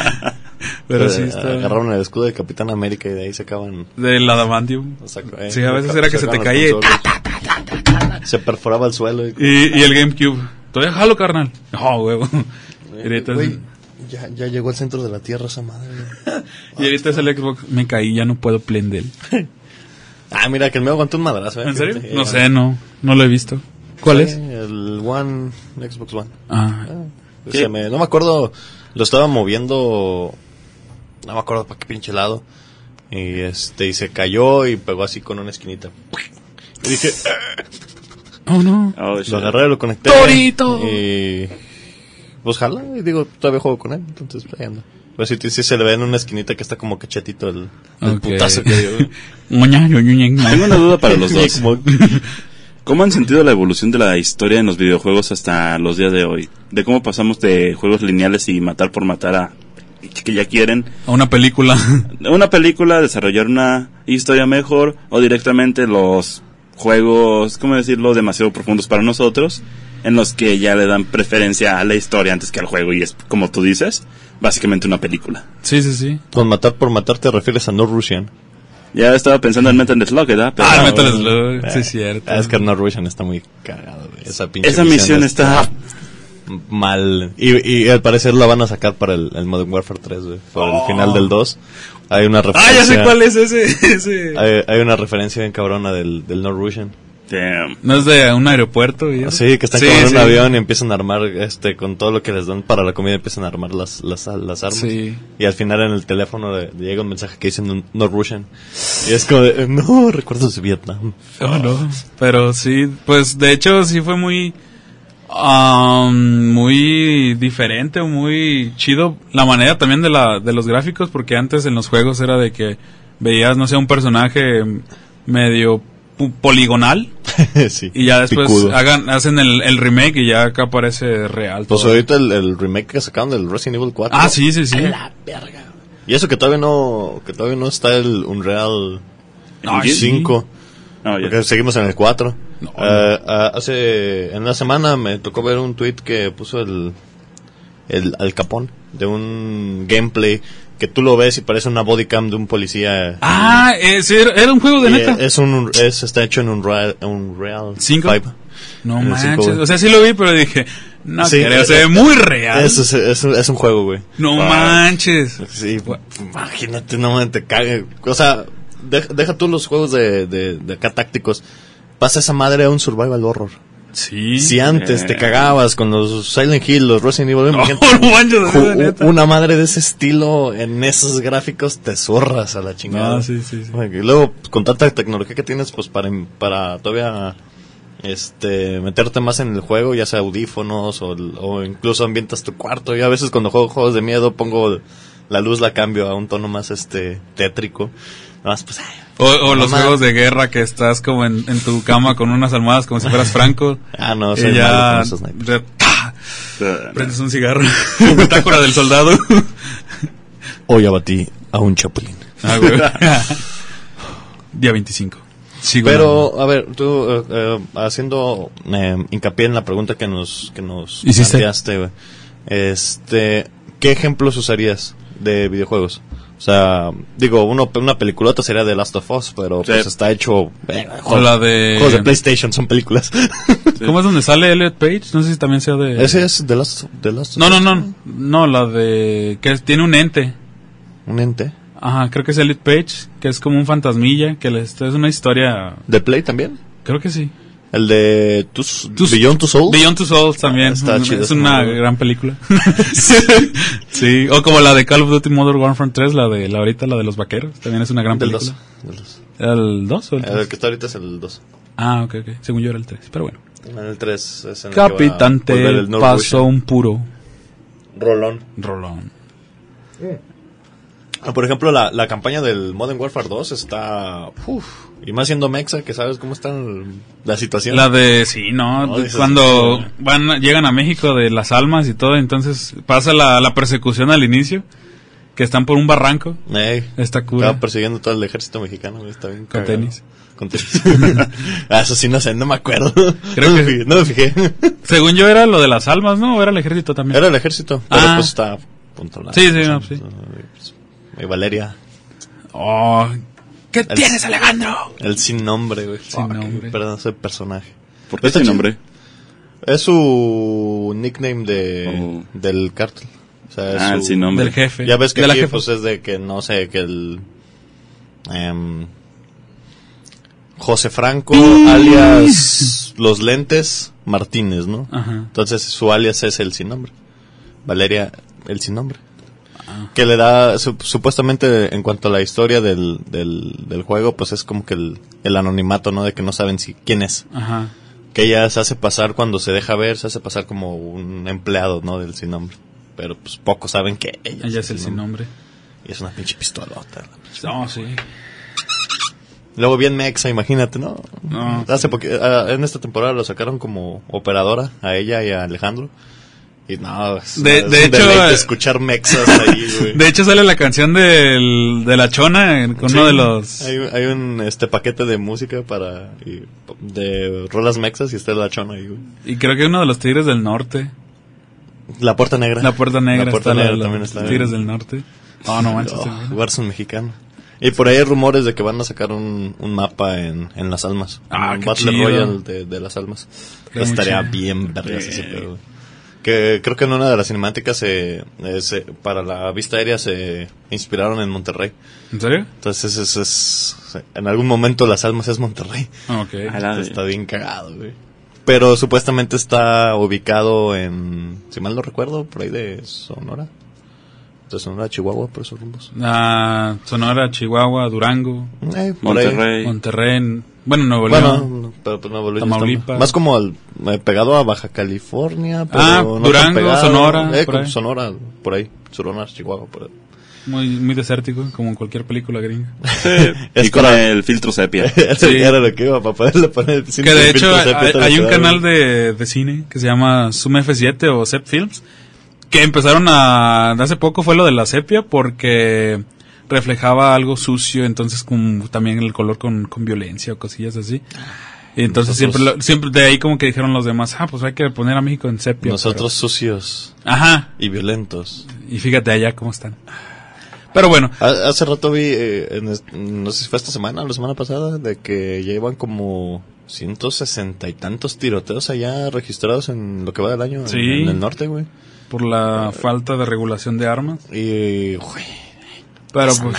Speaker 2: Pero sí
Speaker 4: Eh,
Speaker 2: está.
Speaker 4: Agarraron el escudo de Capitán América y de ahí sacaban...
Speaker 2: Del adamantium.
Speaker 4: o sea, eh,
Speaker 2: Sí, a veces era que se te
Speaker 4: sacaban las
Speaker 2: caía y-
Speaker 4: consolas. Se perforaba el suelo. y-
Speaker 2: Y, y el GameCube. Todavía jalo, carnal. No, huevo. Y ahorita, es,
Speaker 4: Eh, Güey, ya, ya llegó al centro de la Tierra esa madre. güey.
Speaker 2: y ahorita es el Xbox. Me caí, ya no puedo plender.
Speaker 4: Ah, mira, que el mío aguantó un madrazo. eh,
Speaker 2: ¿En serio?
Speaker 4: fíjate.
Speaker 2: No sé, no. No lo he visto. ¿Cuál
Speaker 4: Sí,
Speaker 2: es?
Speaker 4: El One, Xbox One.
Speaker 2: Ah,
Speaker 3: Sí.
Speaker 4: Se me- no me acuerdo, lo estaba moviendo, no me acuerdo para qué pinche lado. Y, este, y se cayó y pegó así con una esquinita. Y dije,
Speaker 2: oh no.
Speaker 3: Oh, shit.
Speaker 4: lo agarré, lo conecté.
Speaker 2: ¡Torito!
Speaker 4: Y pues jala, y digo, todavía juego con él, entonces pues, ahí anda. Pero sí, sí se le ve en una esquinita que está como cachetito el, el
Speaker 2: Ok.
Speaker 4: putazo que dio. güey.
Speaker 2: Ñoña, ñoña, ñoña.
Speaker 3: Tengo una duda para los dos.
Speaker 4: Como-
Speaker 3: ¿Cómo han sentido la evolución de la historia en los videojuegos hasta los días de hoy? De cómo pasamos de juegos lineales y matar por matar a que ya quieren
Speaker 2: A una película.
Speaker 3: una película, desarrollar una historia mejor o directamente los juegos, ¿cómo decirlo?, demasiado profundos para nosotros, en los que ya le dan preferencia a la historia antes que al juego y es, como tú dices, básicamente una película.
Speaker 2: Sí, sí, sí.
Speaker 4: Con matar por matar te refieres a No Russian.
Speaker 3: Ya estaba pensando en Metal Slug, ¿verdad? Pero
Speaker 2: Ah, Metal
Speaker 4: bueno.
Speaker 2: Slug, sí,
Speaker 4: Eh,
Speaker 2: cierto.
Speaker 4: Es que No Russian está muy cagado, güey. Esa pinche
Speaker 3: esa misión
Speaker 4: es-
Speaker 2: Ah.
Speaker 3: está...
Speaker 4: mal. Y, y al parecer la van a sacar para el, el Modern Warfare 3, güey. Por el final del 2. Hay una
Speaker 2: Ah,
Speaker 4: referencia.
Speaker 2: ya sé cuál es ese. ese.
Speaker 4: Hay, hay una referencia bien cabrona del, del No Russian. Ah,
Speaker 3: Damn.
Speaker 2: No es de un aeropuerto. ¿y eso?
Speaker 4: Sí, que están
Speaker 2: Sí,
Speaker 4: con un
Speaker 2: sí.
Speaker 4: avión y empiezan a armar, este, con todo lo que les dan para la comida, empiezan a armar las, las, las armas.
Speaker 2: Sí.
Speaker 4: Y al final en el teléfono le- le llega un mensaje que dice No, no Russian. Y es como de, eh, no, recuerdos de Vietnam.
Speaker 2: Oh, no. Pero sí, pues de hecho sí fue muy. am, muy diferente, muy chido. La manera también de, la, de los gráficos, porque antes en los juegos era de que veías, no sé, un personaje medio pu- poligonal
Speaker 4: sí.
Speaker 2: y ya después ah,
Speaker 4: Picudo.
Speaker 2: hagan, hacen el, el remake y ya acá aparece real.
Speaker 4: Pues
Speaker 2: todo.
Speaker 4: ahorita el, el remake que sacaron del Resident Evil 4.
Speaker 2: Ah, sí, sí, sí.
Speaker 4: Y eso que todavía no, que todavía no está el Unreal
Speaker 2: Ay, sí. Ah,
Speaker 4: 5.
Speaker 3: No, ya.
Speaker 4: Porque seguimos en el 4.
Speaker 2: No.
Speaker 4: Eh, ah, hace, en una semana me tocó ver un tweet que puso el, el Al Capón de un gameplay que tú lo ves y parece una bodycam de un policía.
Speaker 2: Ah, eh, sí, era era un juego de
Speaker 4: Y,
Speaker 2: neta.
Speaker 4: eh, es un, es, está hecho en un Real, un real
Speaker 2: ¿Cinco?
Speaker 4: Five.
Speaker 2: No
Speaker 4: En el cinco,
Speaker 2: manches.
Speaker 4: güey.
Speaker 2: O sea, sí lo vi, pero dije, no
Speaker 4: Sí,
Speaker 2: creo,
Speaker 4: eh,
Speaker 2: se ve muy real.
Speaker 4: Es, es, es un- es un juego, güey.
Speaker 2: no
Speaker 4: Ah,
Speaker 2: manches.
Speaker 4: Sí, imagínate, no mames, te cague. O sea, de- deja tú los juegos de, de, de acá tácticos. Pasa esa madre a un survival horror.
Speaker 2: Sí. Eh.
Speaker 4: Si antes te cagabas con los Silent Hill, los Resident Evil,
Speaker 2: No,
Speaker 4: imagínate,
Speaker 2: Oh, no manches,
Speaker 4: ju-
Speaker 2: sí, la neta.
Speaker 4: una madre de ese estilo en esos gráficos te zorras a la chingada.
Speaker 2: No, sí, sí, sí.
Speaker 4: Y luego, pues, con tanta tecnología que tienes, pues para, para todavía este meterte más en el juego, ya sea audífonos o, o incluso ambientas tu cuarto. Yo a veces cuando juego juegos de miedo pongo la luz, la cambio a un tono más este tétrico. Nada más, pues, ay,
Speaker 2: O, o los
Speaker 4: Mamá.
Speaker 2: juegos de guerra que estás como en, en tu cama con unas almohadas como si fueras Franco.
Speaker 4: ah, no, soy
Speaker 2: y
Speaker 4: malo con
Speaker 2: ya
Speaker 4: esos snipers.
Speaker 2: de- ¡Ah!
Speaker 3: Eh,
Speaker 2: prendes un cigarro. Bitácora del soldado.
Speaker 4: Hoy abatí a un chapulín.
Speaker 2: ah, güey. día 25. Sigo en
Speaker 4: Pero, a ver, tú eh, eh, haciendo eh, hincapié en la pregunta que nos, que nos
Speaker 2: Hiciste.
Speaker 4: planteaste, güey. Este, ¿qué ejemplos usarías de videojuegos? O sea, digo, uno, una peliculota sería The Last of Us, pero
Speaker 3: Sí.
Speaker 4: pues está hecho... eh,
Speaker 2: O la de-
Speaker 4: Juegos de PlayStation son películas.
Speaker 2: la- ¿Cómo es donde sale Elliot Page? No sé si también sea de...
Speaker 4: Ese es The Last, The Last of
Speaker 2: No,
Speaker 4: Us.
Speaker 2: no, no. No, la de... que es- tiene un ente.
Speaker 4: Un ente.
Speaker 2: Ajá, creo que es Elliot Page, que es como un fantasmilla, que le- es una historia...
Speaker 4: ¿De Play también?
Speaker 2: Creo que sí.
Speaker 4: El de Tus,
Speaker 2: Tus-
Speaker 4: Beyond Two Souls.
Speaker 2: Beyond Two Souls también.
Speaker 4: Ah, está
Speaker 2: es
Speaker 4: chido,
Speaker 2: es
Speaker 4: es
Speaker 2: una
Speaker 4: muy bueno.
Speaker 2: gran película. sí, o como la de Call of Duty Modern Warfare 3, la de la ahorita, la de los vaqueros. También es una gran
Speaker 4: Del
Speaker 2: película.
Speaker 4: 2.
Speaker 2: ¿Era ¿El 2 o el 3?
Speaker 4: El que está ahorita es el 2.
Speaker 2: Ah, ok, ok. Según yo era el 3, pero bueno.
Speaker 4: En el 3 es en el que va a
Speaker 2: Capitán
Speaker 4: volver
Speaker 2: Tel
Speaker 4: North
Speaker 2: pasó un puro
Speaker 4: Ocean. Rolón.
Speaker 2: rolón.
Speaker 4: Ah, Por ejemplo, la, la campaña del Modern Warfare 2 está... uf, y más siendo Mexa, que sabes cómo está el- la situación.
Speaker 2: La de, sí, no,
Speaker 4: No,
Speaker 2: de-
Speaker 4: dices,
Speaker 2: cuando
Speaker 4: Oh, sí,
Speaker 2: van, llegan a México de las almas y todo, entonces pasa la, la persecución al inicio, que están por un barranco,
Speaker 4: Ey,
Speaker 2: está cura.
Speaker 4: estaba persiguiendo todo el ejército mexicano. güey, Está bien
Speaker 2: Con
Speaker 4: cagado.
Speaker 2: tenis.
Speaker 4: Con tenis. ah, eso sí, no sé, no me acuerdo.
Speaker 2: Creo
Speaker 4: no,
Speaker 2: que-
Speaker 4: me fijé, no me fijé.
Speaker 2: Según yo era lo de las almas, ¿no? ¿O era el ejército también?
Speaker 4: Era el ejército, pero
Speaker 2: Ah.
Speaker 4: pues está controlado.
Speaker 2: Sí, sí, no, sí.
Speaker 4: Y Valeria,
Speaker 2: Oh, ¿Qué
Speaker 4: El-
Speaker 2: tienes, Alejandro?
Speaker 4: el sin nombre, güey.
Speaker 2: Sin
Speaker 4: Fuck,
Speaker 2: nombre.
Speaker 4: Perdón, ese personaje.
Speaker 3: ¿Por qué ese
Speaker 4: Está
Speaker 3: nombre?
Speaker 4: Es su nickname de,
Speaker 3: Oh.
Speaker 4: del cártel. O sea, es
Speaker 3: Ah, el
Speaker 4: su-
Speaker 3: sin nombre.
Speaker 2: Del jefe.
Speaker 4: Ya ves que
Speaker 2: de la
Speaker 4: aquí,
Speaker 2: jefa.
Speaker 4: pues, es de que, no sé, que el... em, José Franco, alias Los Lentes Martínez, ¿no?
Speaker 2: Ajá.
Speaker 4: Entonces su alias es el sin nombre. Valeria, el sin nombre.
Speaker 2: Ah.
Speaker 4: Que le da, su- supuestamente, en cuanto a la historia del, del, del juego, pues es como que el, el anonimato, ¿no? De que no saben si quién es.
Speaker 2: Ajá.
Speaker 4: Que ella se hace pasar cuando se deja ver, se hace pasar como un empleado, ¿no? Del sin nombre. Pero pues pocos saben que ella,
Speaker 2: Ella es el sin nombre.
Speaker 4: Y es una pinche pistolota.
Speaker 2: No, sí.
Speaker 4: Luego bien Mexa, imagínate, ¿no?
Speaker 2: No.
Speaker 4: Hace poqui- ah, en esta temporada lo sacaron como operadora a ella y a Alejandro. Y no, es,
Speaker 2: De-
Speaker 4: es
Speaker 2: de
Speaker 4: un
Speaker 2: hecho,
Speaker 4: deleite
Speaker 2: eh,
Speaker 4: escuchar Mexas ahí, güey.
Speaker 2: De hecho sale la canción del, de la chona eh, con uno
Speaker 4: Sí,
Speaker 2: de los...
Speaker 4: Hay, hay un este paquete de música para. y- de rolas Mexas y está la chona ahí, güey.
Speaker 2: Y creo que uno de los Tigres del Norte.
Speaker 4: La Puerta Negra.
Speaker 2: La Puerta Negra.
Speaker 4: La Puerta
Speaker 2: está la de
Speaker 4: Negra
Speaker 2: los
Speaker 4: también está.
Speaker 2: Tigres del Norte. Oh, no manches.
Speaker 4: Oh,
Speaker 2: también.
Speaker 4: Warzone mexicano. Y por ahí hay rumores de que van a sacar un, un mapa en, en Las Almas.
Speaker 2: Ah,
Speaker 4: un
Speaker 2: qué
Speaker 4: Battle
Speaker 2: chido.
Speaker 4: Royale de, de Las Almas.
Speaker 2: Qué muy
Speaker 4: Estaría
Speaker 2: chido.
Speaker 4: bien vergas ese pedo, güey. Que creo que en una de las cinemáticas se, eh, se- para la vista aérea se inspiraron en Monterrey.
Speaker 2: ¿En serio?
Speaker 4: Entonces es, es- en algún momento Las Almas es Monterrey.
Speaker 2: Ah, Ok.
Speaker 3: A la de-
Speaker 4: Está bien cagado, güey. Pero supuestamente está ubicado en, si mal no recuerdo, por ahí de Sonora. De Sonora, Chihuahua, por esos rumbos.
Speaker 2: Ah, Sonora, Chihuahua, Durango,
Speaker 4: Eh, por ahí.
Speaker 3: Monterrey.
Speaker 2: Monterrey, bueno, Nuevo León.
Speaker 4: Bueno, no, pero, pues, Nuevo León ya está
Speaker 2: Tamaulipas.
Speaker 4: Más como al, eh, pegado a Baja California. Pero
Speaker 2: Ah,
Speaker 4: no tan
Speaker 2: Durango,
Speaker 4: pegado.
Speaker 2: Sonora,
Speaker 4: Eh,
Speaker 2: por
Speaker 4: como
Speaker 2: ahí.
Speaker 4: Sonora, por ahí. Sonora, Chihuahua, por ahí.
Speaker 2: Muy, muy desértico, como en cualquier película gringa.
Speaker 4: Es
Speaker 3: y con
Speaker 4: para-
Speaker 3: el filtro sepia.
Speaker 2: Sí.
Speaker 4: Era lo que iba para poderle poner.
Speaker 2: que de hecho hay, hay un canal de, de cine que se llama Zoom F7 o Zep Films, que empezaron a... Hace poco fue lo de la sepia porque reflejaba algo sucio, entonces con, también el color con, con violencia o cosillas así. Y
Speaker 4: Nosotros-
Speaker 2: entonces siempre, lo- siempre de ahí como que dijeron los demás, ah, pues hay que poner a México en sepia.
Speaker 4: Nosotros sucios
Speaker 2: pero- Ajá,
Speaker 4: y violentos.
Speaker 2: y fíjate allá cómo están. Pero bueno,
Speaker 4: Ha- Hace rato vi, eh, en es- no sé si fue esta semana o la semana pasada, de que ya iban como 160 y tantos tiroteos allá registrados en lo que va del año en-
Speaker 2: Sí.
Speaker 4: en el norte, güey.
Speaker 2: por la falta de regulación de armas.
Speaker 4: Y, güey,
Speaker 2: Pero pues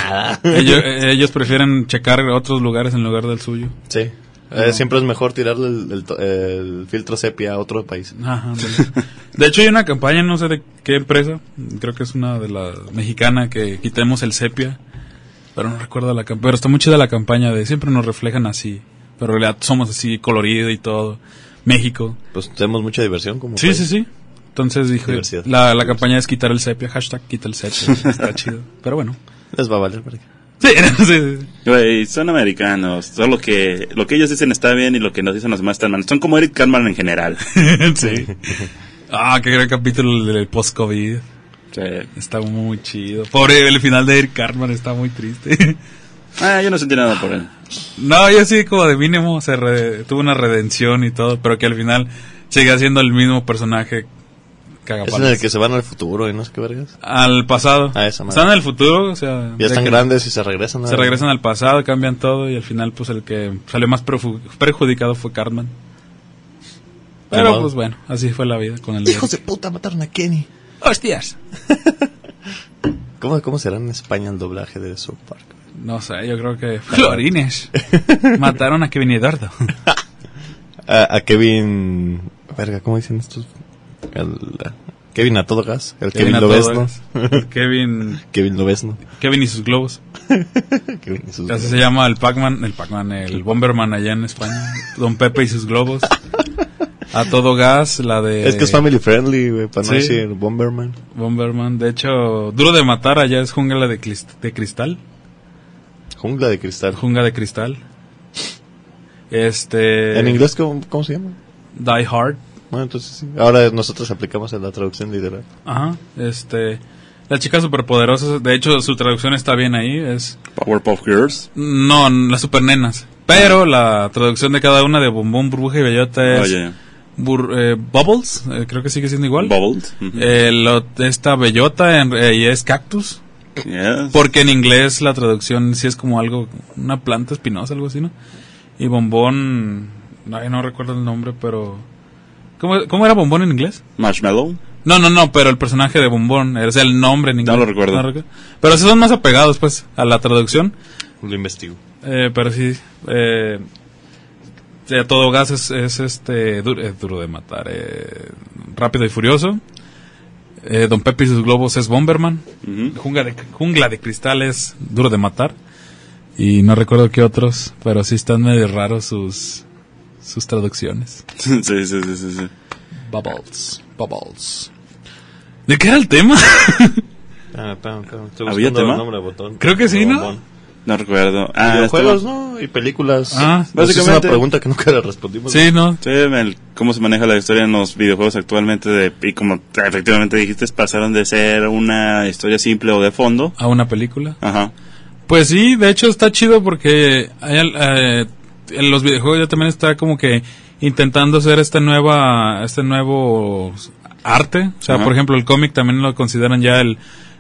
Speaker 2: ellos, ellos prefieren checar otros lugares en lugar del suyo.
Speaker 4: Sí. Eh, Siempre es mejor tirarle el, el to- el filtro sepia a otro país.
Speaker 2: Ajá, ándale. de hecho hay una campaña, no sé de qué empresa, creo que es una de la mexicana que quitemos el sepia, pero no recuerdo la campaña, pero está muy chida la campaña de siempre nos reflejan así, pero en realidad somos así colorido y todo, México.
Speaker 4: Pues tenemos mucha diversión como
Speaker 2: Sí,
Speaker 4: país.
Speaker 2: sí, sí. Entonces dije,
Speaker 4: Diversidad.
Speaker 2: la, la campaña es quitar el sepia, hashtag quita el sepia, está chido, pero bueno.
Speaker 4: Les va a valer. verga.
Speaker 2: Sí, sí, sí, sí.
Speaker 3: Güey, son americanos. Solo que lo que ellos dicen está bien y lo que nos dicen los demás está mal. Son como Eric Cartman en general.
Speaker 2: sí. Ah, qué gran capítulo el del post-COVID.
Speaker 3: Sí.
Speaker 2: Está muy chido. Pobre, el final de Eric Cartman está muy triste.
Speaker 3: Ah, yo no sentí nada por él.
Speaker 2: No, yo sí, como de mínimo, se re- tuvo una redención y todo, pero que al final sigue siendo el mismo personaje
Speaker 4: Es en el
Speaker 2: cagapalos.
Speaker 4: que se van al futuro y no sé qué vergas.
Speaker 2: Al pasado.
Speaker 4: Ah, esa madre.
Speaker 2: Están en el futuro, o sea...
Speaker 4: Ya
Speaker 2: de
Speaker 4: están
Speaker 2: que
Speaker 4: grandes y se regresan. a-
Speaker 2: Se regresan al pasado, cambian todo y al final, pues, el que salió más perju- perjudicado fue Cartman.
Speaker 4: Ni
Speaker 2: Pero,
Speaker 4: modo.
Speaker 2: pues, bueno, así fue la vida con el...
Speaker 4: Hijos de puta, mataron a Kenny.
Speaker 2: ¡Hostias!
Speaker 4: ¿Cómo, cómo será en España el doblaje de South Park?
Speaker 2: No sé, yo creo que... ¡Florines! Mataron a Kevin Eduardo.
Speaker 4: A, a Kevin. Verga, ¿cómo dicen estos? Al- a Kevin a todo gas. El Kevin,
Speaker 2: a
Speaker 4: Lobesno.
Speaker 2: todos. Kevin...
Speaker 4: Kevin Lobesno.
Speaker 2: Kevin y sus globos.
Speaker 4: Kevin y sus-
Speaker 2: Así se llama el Pac-Man, el Pac-Man, el Bomberman allá en España. Don Pepe y sus globos. A todo gas, la de...
Speaker 4: Es que es family friendly, güey, para no
Speaker 2: Sí.
Speaker 4: decir Bomberman.
Speaker 2: Bomberman. De hecho, Duro de Matar allá es jungla de, clis- de cristal.
Speaker 4: Jungla de cristal.
Speaker 2: Jungla de cristal. Este...
Speaker 4: ¿En inglés cómo, cómo se llama?
Speaker 2: Die Hard.
Speaker 4: Bueno, entonces sí. Ahora nosotros aplicamos en la traducción literal.
Speaker 2: Ajá. Este... Las chicas superpoderosas, de hecho su traducción está bien ahí, es...
Speaker 3: Powerpuff Girls.
Speaker 2: No, las supernenas. Pero la traducción de cada una de Bombón, Burbuja y Bellota es...
Speaker 3: Oye,
Speaker 2: Bur- eh, Bubbles, eh, creo que sigue siendo igual.
Speaker 3: Bubbled. Ujú.
Speaker 2: Eh, lo- esta bellota en, eh, y es cactus.
Speaker 3: Yes.
Speaker 2: Porque en inglés la traducción sí es como algo, una planta espinosa, algo así, ¿no? Y bombón, ay, no recuerdo el nombre, pero... ¿Cómo, cómo era bombón en inglés?
Speaker 3: Marshmallow.
Speaker 2: No, no, no, pero el personaje de bombón, o sea, el nombre en inglés.
Speaker 3: lo recuerdo.
Speaker 2: Pero sí son más apegados, pues, a la traducción.
Speaker 4: Lo investigo.
Speaker 2: Eh, pero sí, eh, de a todo gas es, es este du- es duro de matar. eh, rápido y furioso. Eh, Don Pepe y sus globos es Bomberman.
Speaker 3: Ujú.
Speaker 2: Jungla de, jungla de cristal es duro de matar. Y no recuerdo qué otros, pero sí están medio raros sus, sus traducciones.
Speaker 3: sí, sí, sí, sí, sí.
Speaker 2: Bubbles, bubbles. ¿De qué era el tema?
Speaker 4: Ah, espera, espera, estoy
Speaker 3: ¿Había
Speaker 4: buscando el
Speaker 3: tema?
Speaker 4: nombre del botón.
Speaker 2: Creo que sí, ¿no?
Speaker 4: Bombón.
Speaker 3: No recuerdo. Ah,
Speaker 4: Videojuegos, ¿no? Y películas.
Speaker 2: Ah,
Speaker 4: Pues Es
Speaker 3: básicamente-
Speaker 4: una pregunta que nunca le respondimos.
Speaker 2: sí, no.
Speaker 3: Sí, el- cómo se maneja la historia en los videojuegos actualmente de- y como efectivamente dijiste, pasaron de ser una historia simple o de fondo.
Speaker 2: A una película.
Speaker 3: Ajá.
Speaker 2: Pues sí, de hecho está chido porque hay al- eh, en los videojuegos ya también está como que intentando hacer esta nueva, este nuevo arte. O sea,
Speaker 3: Ajá.
Speaker 2: por ejemplo, el cómic también lo consideran ya el,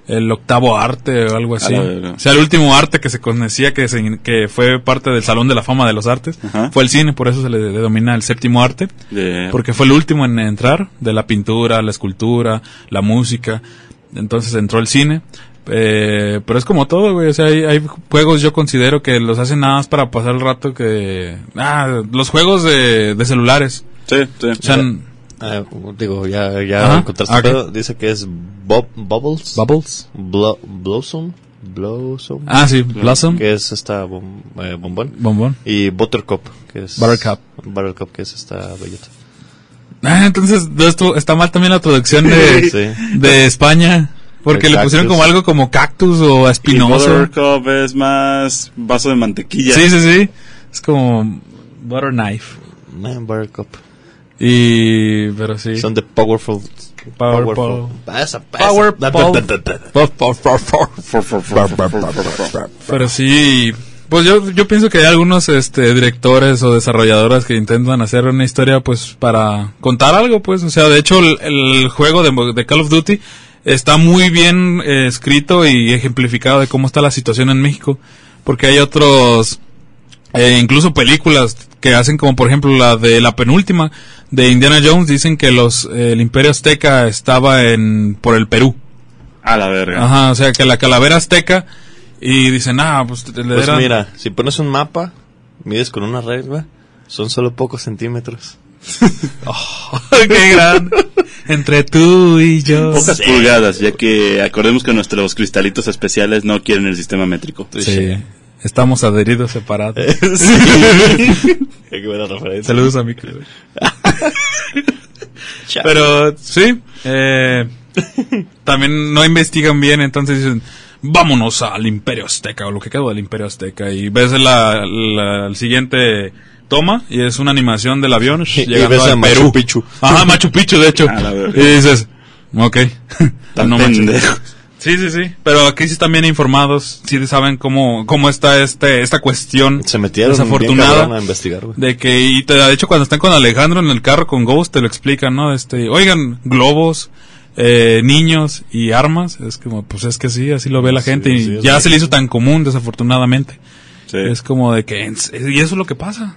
Speaker 2: el octavo arte o algo así.
Speaker 3: la verga.
Speaker 2: O sea, el último arte que se conocía que, se- que fue parte del Salón de la Fama de los Artes
Speaker 3: Ajá.
Speaker 2: fue el cine, por eso se le denomina el séptimo arte.
Speaker 3: De,
Speaker 2: Porque fue el último en entrar, de la pintura, la escultura, la música. Entonces entró el cine. Eh, pero es como todo, güey. O sea, hay, hay juegos yo considero que los hacen nada más para pasar el rato que... Ah, los juegos de, de celulares.
Speaker 3: sí, sí.
Speaker 2: O sea,
Speaker 4: Mira. Ah, digo, ya, ya
Speaker 2: Ajá,
Speaker 4: encontraste
Speaker 2: ok.
Speaker 4: pedo. Dice que es Bob, Bubbles.
Speaker 2: Bubbles.
Speaker 4: Blo- Blossom. Blossom.
Speaker 2: Ah, sí, Blossom.
Speaker 4: Que es esta bom- eh, bombón.
Speaker 2: Bombón.
Speaker 4: Y Buttercup. Que es,
Speaker 2: Buttercup.
Speaker 4: Buttercup, que es esta bellota.
Speaker 2: Ah, entonces no estuvo- está mal también la traducción de,
Speaker 4: Sí.
Speaker 2: de España. Porque
Speaker 4: El
Speaker 2: le pusieron
Speaker 4: cactus.
Speaker 2: como algo como cactus o
Speaker 3: Y
Speaker 2: espinoso.
Speaker 3: Buttercup es más vaso de mantequilla.
Speaker 2: Sí, sí, sí. Es como butter knife.
Speaker 4: Man, Buttercup.
Speaker 2: Y... Pero sí.
Speaker 4: Son de Powerful.
Speaker 2: Powerful.
Speaker 4: Pasa, pasa.
Speaker 2: Powerpuff. Pero sí, pues yo, yo pienso que hay algunos este, directores o desarrolladoras que intentan hacer una historia pues para contar algo, pues. O sea, de hecho el, el juego de, de Call of Duty está muy bien eh, escrito y ejemplificado de cómo está la situación en México. Porque hay otros, eh, incluso películas que hacen como por ejemplo la de la penúltima de Indiana Jones, dicen que los, eh, el imperio azteca estaba en, por el Perú.
Speaker 3: A la verga.
Speaker 2: Ajá, o sea, que la calavera azteca y dicen, ah, pues le
Speaker 4: Pues
Speaker 2: eran-
Speaker 4: mira, si pones un mapa, mides con una regla, son solo pocos centímetros.
Speaker 2: Qué gran. Entre tú y yo.
Speaker 3: Pocas pulgadas, ya que acordemos que nuestros cristalitos especiales no quieren el sistema métrico.
Speaker 2: Sí. Estamos adheridos separados.
Speaker 4: Eh. Sí. Qué buena referencia.
Speaker 2: Saludos a mi crew. Pero sí, eh, también no investigan bien, entonces dicen, vámonos al Imperio Azteca o lo que quedó del Imperio Azteca. Y ves la, la- el siguiente toma y es una animación del avión
Speaker 4: Y- y
Speaker 2: llegando
Speaker 4: ves a
Speaker 2: al
Speaker 4: Machu
Speaker 2: Perú.
Speaker 4: Picchu.
Speaker 2: Ajá, Machu Picchu, de hecho.
Speaker 3: A la verga.
Speaker 2: y dices, ok.
Speaker 3: Tan
Speaker 2: Machu-
Speaker 3: pendejo.
Speaker 2: Sí, sí, sí. Pero aquí sí están bien informados. Sí saben cómo, cómo está este, esta cuestión.
Speaker 4: Se metieron
Speaker 2: Desafortunada.
Speaker 4: bien cabrón a investigar, güey.
Speaker 2: De que, y te- de hecho, cuando están con Alejandro en el carro con Ghost, te lo explican, ¿no? Este, oigan, globos, eh, niños y armas. Es como, pues es que sí, así lo ve la
Speaker 4: Sí,
Speaker 2: gente.
Speaker 4: sí,
Speaker 2: Y
Speaker 4: es
Speaker 2: ya
Speaker 4: verdad.
Speaker 2: se le hizo tan común, desafortunadamente.
Speaker 3: Sí.
Speaker 2: Es como de que, en se- y eso es lo que pasa.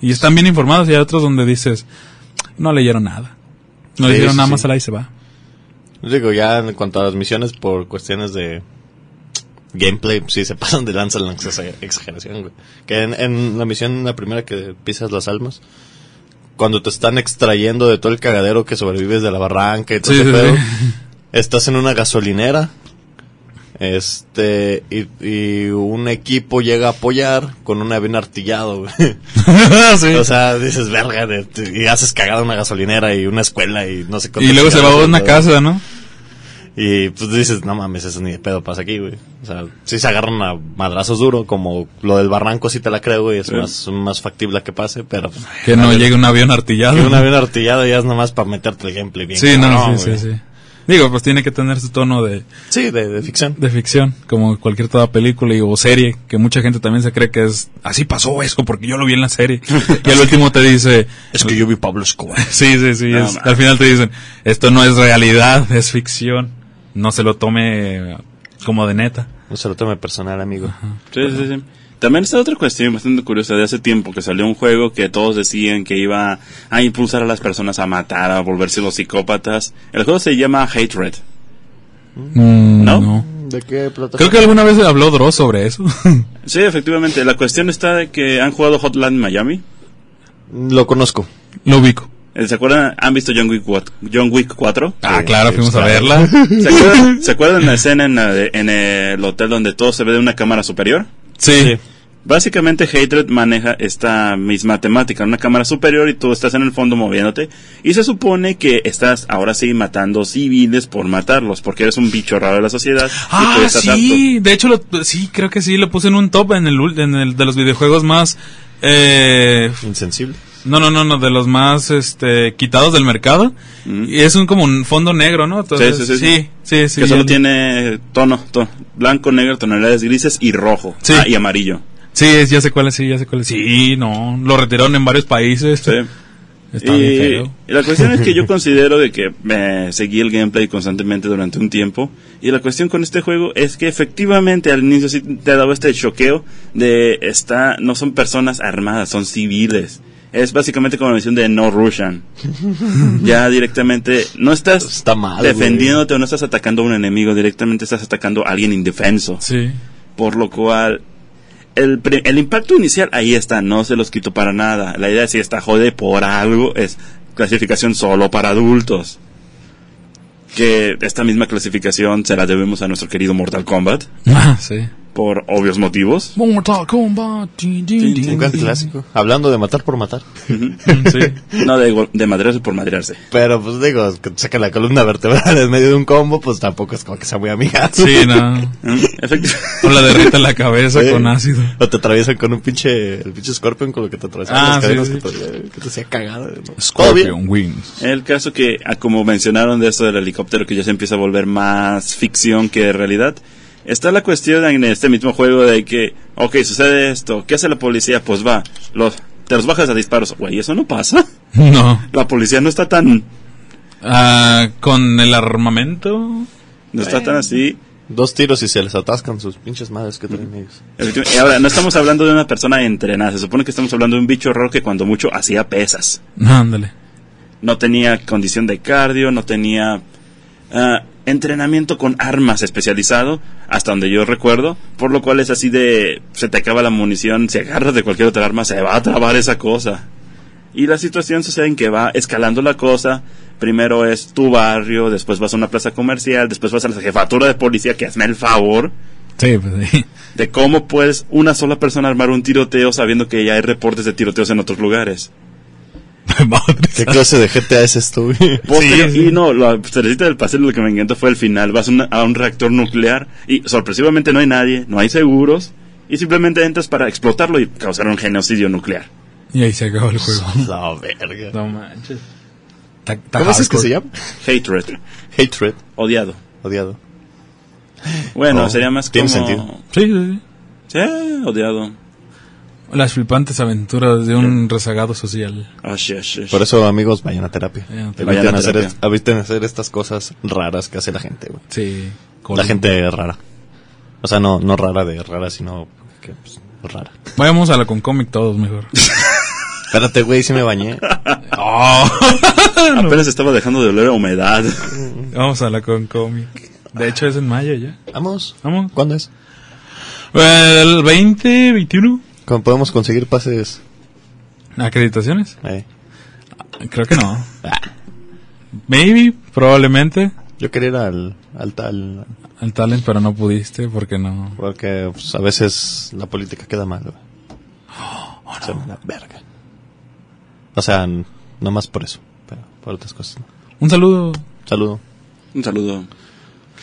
Speaker 2: Y están bien informados. Y hay otros donde dices, no leyeron nada. No
Speaker 4: Sí,
Speaker 2: leyeron
Speaker 4: sí,
Speaker 2: nada
Speaker 4: sí.
Speaker 2: más a la y se va.
Speaker 4: Digo, ya en cuanto a las misiones por cuestiones de gameplay, pues sí se pasan de lanza en la exa- exageración, güey. Que en, en la misión, en la primera que pisas las almas, cuando te están extrayendo de todo el cagadero que sobrevives de la barranca y todo
Speaker 2: Sí,
Speaker 4: ese
Speaker 2: sí,
Speaker 4: pedo,
Speaker 2: sí.
Speaker 4: estás en una gasolinera. Este, y, y un equipo llega a apoyar con un avión artillado, güey.
Speaker 2: Sí.
Speaker 4: O sea, dices, verga, de- te- y haces cagada una gasolinera y una escuela y no sé
Speaker 2: y luego se va a una
Speaker 4: casa
Speaker 2: casa, ¿no?
Speaker 4: y pues dices, no mames, eso ni de pedo pasa aquí, güey. O sea, sí se agarran a madrazos duro, como lo del barranco sí te la creo, güey, es
Speaker 3: Sí.
Speaker 4: más, más factible que pase, pero pues,
Speaker 2: Que no llegue un avión artillado.
Speaker 4: que una bien artillada ya es nomás para meterte el gameplay bien.
Speaker 2: Sí, no,
Speaker 4: cabrón,
Speaker 2: sí,
Speaker 4: güey.
Speaker 2: sí, sí. Digo, pues tiene que tener su tono de,
Speaker 4: Sí, de, de ficción.
Speaker 2: de ficción, como cualquier toda película y- o serie, que mucha gente también se cree que es, así pasó eso, porque yo lo vi en la serie. y al último te dice,
Speaker 4: Es que yo vi Pablo Escobar.
Speaker 2: sí, sí, sí,
Speaker 3: No,
Speaker 2: es-
Speaker 3: man.
Speaker 2: al final te dicen, esto no es realidad, es ficción. No se lo tome como de neta.
Speaker 4: No se lo tome personal, amigo.
Speaker 3: Sí, sí, sí. También está otra cuestión bastante curiosa de hace tiempo que salió un juego que todos decían que iba a impulsar a las personas a matar, a volverse los psicópatas. El juego se llama Hatred.
Speaker 2: Mm,
Speaker 3: ¿No?
Speaker 4: ¿De qué plataforma?
Speaker 2: Creo que alguna vez habló Dross sobre eso.
Speaker 3: Sí, efectivamente. La cuestión está de que han jugado Hotline Miami.
Speaker 4: Lo conozco.
Speaker 2: lo ubico.
Speaker 3: Eh, ¿Se acuerdan? ¿Han visto John Wick, cuat- John Wick 4?
Speaker 2: Ah,
Speaker 4: Sí,
Speaker 2: claro,
Speaker 4: sí,
Speaker 2: fuimos a
Speaker 4: claro.
Speaker 2: verla.
Speaker 3: ¿Se acuerdan, ¿se acuerdan la escena en, la de- en el hotel donde todo se ve de una cámara superior?
Speaker 2: Sí.
Speaker 3: Básicamente Hatred maneja esta misma temática, una cámara superior y tú estás en el fondo moviéndote y se supone que estás ahora sí matando civiles por matarlos porque eres un bicho raro de la sociedad y
Speaker 2: Ah,
Speaker 3: tú estás
Speaker 2: sí, de hecho, lo- sí, creo que sí, lo puse en un top en el, ul- en el de los videojuegos más, eh,
Speaker 4: Insensible.
Speaker 2: no, no, no, no, de los más, este, quitados del mercado.
Speaker 3: Mm.
Speaker 2: Y es un como un fondo negro, ¿no?
Speaker 3: Sí, sí, sí, sí.
Speaker 2: sí, sí,
Speaker 3: que
Speaker 2: ya
Speaker 3: solo
Speaker 2: lo-
Speaker 3: tiene tono, to- blanco, negro, tonalidades grises y rojo
Speaker 2: Sí.
Speaker 3: Ah, y amarillo.
Speaker 2: Sí, es- ya sé cuál es, sí, ya sé cuál es. Sí, no, lo retiraron en varios países.
Speaker 3: Sí.
Speaker 2: Está bien
Speaker 3: Y,
Speaker 2: feo.
Speaker 3: y la cuestión es que yo considero de que eh, seguí el gameplay constantemente durante un tiempo. Y la cuestión con este juego es que efectivamente al inicio sí te daba este choqueo de está, no son personas armadas, son civiles. Es básicamente como la misión de No Russian. ya directamente no estás
Speaker 4: Está mal, güey.
Speaker 3: defendiéndote o no estás atacando a un enemigo, directamente estás atacando a alguien indefenso.
Speaker 2: Sí.
Speaker 3: Por lo cual, el, pri- el impacto inicial ahí está, no se los quito para nada. La idea es si está jode por algo, es clasificación solo para adultos. Que esta misma clasificación se la debemos a nuestro querido Mortal Kombat,
Speaker 2: Ah, sí.
Speaker 3: por obvios motivos.
Speaker 2: Mortal Kombat. tin, tin,
Speaker 3: Tin,
Speaker 2: tin,
Speaker 4: Un gran
Speaker 2: tin.
Speaker 4: clásico. Hablando de matar por matar.
Speaker 2: Sí.
Speaker 3: No de, gol- de madrearse por madrearse.
Speaker 4: Pero pues digo, que te saca la columna vertebral en medio de un combo, pues tampoco es como que sea muy amiga.
Speaker 2: Sí, no.
Speaker 3: ¿Mm? Efecti-
Speaker 2: O la derrita en la cabeza
Speaker 4: Sí.
Speaker 2: con ácido.
Speaker 4: O te atraviesan con un pinche, el pinche Scorpion con lo que te atravesaban
Speaker 2: Ah,
Speaker 4: las
Speaker 2: sí,
Speaker 4: cadenas
Speaker 2: sí.
Speaker 4: Que, te, que te hacía cagada. ¿no? Todo bien.
Speaker 2: Scorpion Wings.
Speaker 3: El caso que, ah, como mencionaron de esto del helicóptero, que ya se empieza a volver más ficción que realidad, está la cuestión en este mismo juego de que, ok, sucede esto, ¿qué hace la policía? Pues va, los, te los bajas a disparos. Güey, eso no pasa.
Speaker 2: No.
Speaker 3: La policía no está tan,
Speaker 2: Ah, con el armamento.
Speaker 3: no está tan así.
Speaker 4: Dos tiros y se les atascan sus pinches madres que traen ellos.
Speaker 3: Y ahora, no estamos hablando de una persona entrenada, se supone que estamos hablando de un bicho raro que cuando mucho hacía pesas.
Speaker 2: Ándale.
Speaker 3: No tenía condición de cardio, no tenía ah, entrenamiento con armas especializado, hasta donde yo recuerdo, por lo cual es así de, se te acaba la munición, si agarras de cualquier otra arma, se va a trabar esa cosa. Y la situación sucede en que va escalando la cosa, primero es tu barrio, después vas a una plaza comercial, después vas a la jefatura de policía que hazme el favor
Speaker 2: Sí, pues sí.
Speaker 3: de cómo puedes una sola persona armar un tiroteo sabiendo que ya hay reportes de tiroteos en otros lugares.
Speaker 2: Madre.
Speaker 4: ¿Qué clase de GTA es esto, güey?
Speaker 3: Posterior-
Speaker 2: sí.
Speaker 3: Y no, la cerecita del pastel lo que me encantó fue el final. Vas a una- a un reactor nuclear y sorpresivamente no hay nadie, no hay seguros y simplemente entras para explotarlo y causar un genocidio nuclear.
Speaker 2: Y ahí se acabó el juego.
Speaker 4: La verga.
Speaker 2: No manches.
Speaker 4: ¿Cómo es que se llama?
Speaker 3: Hatred,
Speaker 4: Hatred.
Speaker 3: odiado.
Speaker 4: Odiado.
Speaker 3: Bueno,
Speaker 4: No,
Speaker 3: sería más como...
Speaker 4: Oh, tiene sentido.
Speaker 2: Sí, sí, sí.
Speaker 3: Sí, odiado.
Speaker 2: Las flipantes aventuras de un rezagado social.
Speaker 3: Ash, ash, ash.
Speaker 4: Por eso, amigos, vayan a terapia.
Speaker 2: Vayan a terapia.
Speaker 4: Eviten
Speaker 3: Vayan a
Speaker 4: hacer,
Speaker 3: terapia.
Speaker 4: est- eviten hacer estas cosas raras que hace la gente, güey.
Speaker 2: Sí.
Speaker 4: La gente rara. O sea, no, no rara de rara, sino que, pues, rara.
Speaker 2: Vayamos a la con cómic todos mejor.
Speaker 4: Espérate, güey, si me bañé.
Speaker 3: Apenas estaba dejando de oler a humedad.
Speaker 2: Vamos a la con cómic. De hecho es en mayo ya.
Speaker 4: Vamos.
Speaker 2: Vamos.
Speaker 4: ¿Cuándo es?
Speaker 2: El 20, 21.
Speaker 4: ¿Cómo podemos conseguir pases?
Speaker 2: ¿Acreditaciones?
Speaker 4: Eh,
Speaker 2: Creo que no. Maybe, probablemente.
Speaker 4: yo quería ir al, al tal,
Speaker 2: Al talent, pero no pudiste porque no.
Speaker 4: porque pues, a veces la política queda mal, güey. Se me la verga. O sea, n- no más por eso, pero por otras cosas. ¿no?
Speaker 2: Un saludo.
Speaker 4: Saludo.
Speaker 3: Un saludo.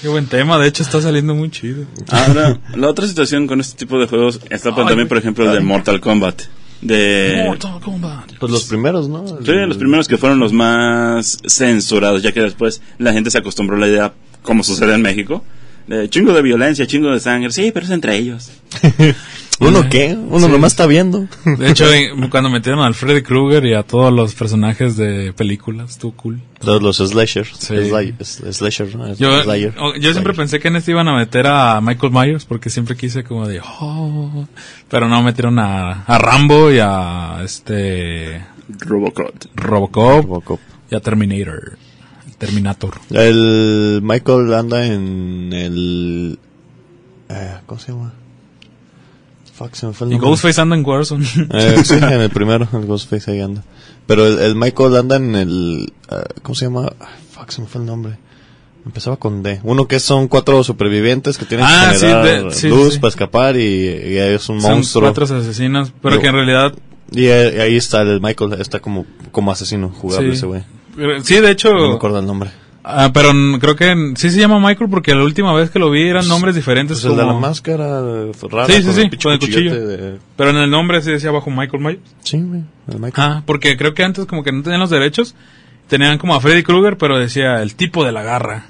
Speaker 2: Qué buen tema, de hecho está saliendo muy chido.
Speaker 3: Ahora, la otra situación con este tipo de juegos está pues,
Speaker 2: Ay,
Speaker 3: también,
Speaker 2: güey.
Speaker 3: por ejemplo, el de Mortal Kombat. De...
Speaker 2: Mortal Kombat.
Speaker 4: Pues los primeros, ¿no?
Speaker 3: Sí, los primeros que fueron los más censurados, ya que después la gente se acostumbró a la idea, como sucede en México, de chingo de violencia, chingo de sangre. Sí, pero es entre ellos.
Speaker 4: ¿Uno qué? Uno
Speaker 2: Sí.
Speaker 4: nomás está viendo.
Speaker 2: De hecho, en- cuando metieron al Freddy Krueger y a todos los personajes de películas, estuvo cool.
Speaker 4: Todos los slashers.
Speaker 2: Sí.
Speaker 4: Sli- s- slasher, ¿no?
Speaker 2: Yo,
Speaker 4: Slayer.
Speaker 2: o- yo siempre
Speaker 4: Slayer.
Speaker 2: pensé que en este iban a meter a Michael Myers porque siempre quise como de, "Oh", pero no metieron a, a Rambo y a este
Speaker 3: Robocop.
Speaker 2: Robocop,
Speaker 4: Robocop.
Speaker 2: y a Terminator. Terminator.
Speaker 4: El Michael anda en el... eh, ¿Cómo se llama? Fuck, se me fue el
Speaker 2: Y
Speaker 4: nombre.
Speaker 2: Ghostface anda en Warzone.
Speaker 4: Eh, sí, en el primero, el Ghostface ahí anda. Pero el, el Michael anda en el... eh, ¿Cómo se llama? Ah, fuck, se me fue el nombre. Empezaba con D. Uno que son cuatro supervivientes que tienen
Speaker 2: Ah,
Speaker 4: que
Speaker 2: sí,
Speaker 4: generar
Speaker 2: de- sí,
Speaker 4: luz
Speaker 2: sí.
Speaker 4: para escapar y, y es un
Speaker 2: Son
Speaker 4: monstruo.
Speaker 2: cuatro asesinos, pero
Speaker 4: Yo-
Speaker 2: que en realidad...
Speaker 4: Y eh, ahí está el Michael, está como, como asesino jugable
Speaker 2: Sí.
Speaker 4: ese güey.
Speaker 2: Pero- Sí, de hecho...
Speaker 4: No me acuerdo el nombre.
Speaker 2: ah, pero n- creo que n- sí se llama Michael porque la última vez que lo vi eran nombres diferentes.
Speaker 4: Pues el de la
Speaker 2: como-
Speaker 4: máscara eh, rara.
Speaker 2: Sí, sí, sí,
Speaker 4: el pinche
Speaker 2: con el
Speaker 4: cuchillote
Speaker 2: cuchillo.
Speaker 4: de-
Speaker 2: Pero en el nombre sí decía abajo Michael Myers.
Speaker 4: Sí, güey, el Michael.
Speaker 2: Ah, porque creo que antes como que no tenían los derechos. Tenían como a Freddy Krueger, pero decía el tipo de la garra.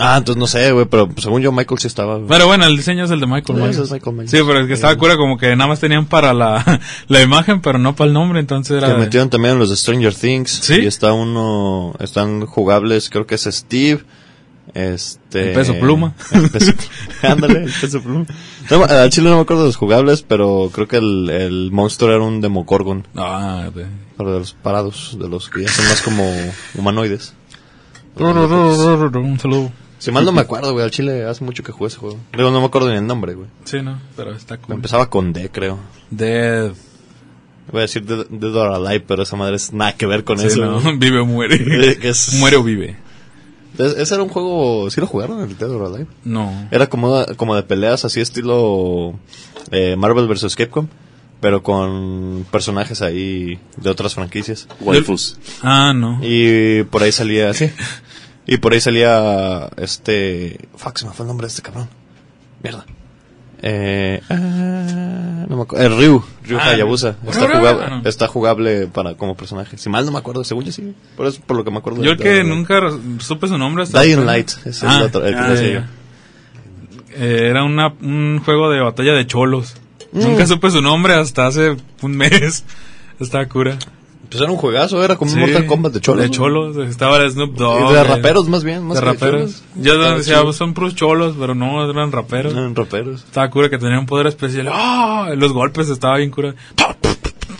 Speaker 4: Ah, entonces no sé, güey, pero según yo Michael sí estaba. güey.
Speaker 2: Pero bueno, el diseño es el de Michael
Speaker 4: Sí,
Speaker 2: Myers.
Speaker 4: ese es Michael Myers.
Speaker 2: Sí, pero es que estaba cura como que nada más tenían para la, la imagen, pero no para el nombre, entonces era...
Speaker 4: Que
Speaker 2: de-
Speaker 4: metieron también los de Stranger Things.
Speaker 2: ¿Sí?
Speaker 4: Y está uno, están jugables, creo que es Steve. Este.
Speaker 2: El peso pluma.
Speaker 4: el peso- ándale, el peso pluma. No, al chile no me acuerdo de los jugables, pero creo que el, el monstruo era un Demogorgon.
Speaker 2: Ah, de-
Speaker 4: Pero de los parados, de los que ya son más como humanoides.
Speaker 2: Un saludo.
Speaker 4: Si mal no me acuerdo, güey, al chile hace mucho que jugué ese juego. Digo, no me acuerdo ni el nombre, güey.
Speaker 2: Sí, no, pero está cool.
Speaker 4: Empezaba con D, creo.
Speaker 2: Dead.
Speaker 4: Voy a decir Dead Dead or Alive, pero esa madre es nada que ver con
Speaker 2: Sí,
Speaker 4: eso.
Speaker 2: no,
Speaker 4: güey.
Speaker 2: Vive o muere.
Speaker 4: Eh, que es-
Speaker 2: Muere o vive.
Speaker 4: Es- ese era un juego... ¿Sí lo jugaron, el Dead or Alive?
Speaker 2: No.
Speaker 4: Era como, como de peleas, así estilo eh, Marvel vs. Capcom, pero con personajes ahí de otras franquicias.
Speaker 3: Waifus.
Speaker 2: Ah, no.
Speaker 4: Y por ahí salía, sí. Y por ahí salía este. Fuck, se me fue el nombre de este cabrón. Mierda. Eh, ah, no me acuerdo. Eh, Ryu, Ryu
Speaker 2: Ah,
Speaker 4: Hayabusa.
Speaker 2: Ryu.
Speaker 4: Está
Speaker 2: Ah,
Speaker 4: jugable,
Speaker 2: no.
Speaker 4: está jugable para, como personaje. Si mal no me acuerdo, según yo sí. Por eso, por lo que me acuerdo.
Speaker 2: Yo el
Speaker 4: de-
Speaker 2: que
Speaker 4: de-
Speaker 2: nunca re- supe su nombre hasta...
Speaker 4: Dying Light. Es el
Speaker 2: Ah,
Speaker 4: otro, el que
Speaker 3: ah,
Speaker 4: decía
Speaker 3: ya,
Speaker 4: yo.
Speaker 2: ya. Eh, era una, un juego de batalla de cholos.
Speaker 4: Mm.
Speaker 2: Nunca supe su nombre hasta hace un mes. Estaba cura.
Speaker 4: Pues era un juegazo, era como un
Speaker 2: Sí,
Speaker 4: Mortal Kombat de cholos.
Speaker 2: De cholos. Estaba el Snoop Dogg.
Speaker 4: Y de
Speaker 2: el-
Speaker 4: raperos, más bien. Más
Speaker 2: De
Speaker 4: que
Speaker 2: raperos.
Speaker 4: cholos.
Speaker 2: Yo
Speaker 4: Ah,
Speaker 2: decía,
Speaker 4: sí. Ah.
Speaker 2: son puros cholos, pero no, eran raperos.
Speaker 4: Eran raperos.
Speaker 2: Estaba cura que tenía un poder especial. ¡Ah! Los golpes estaba bien cura.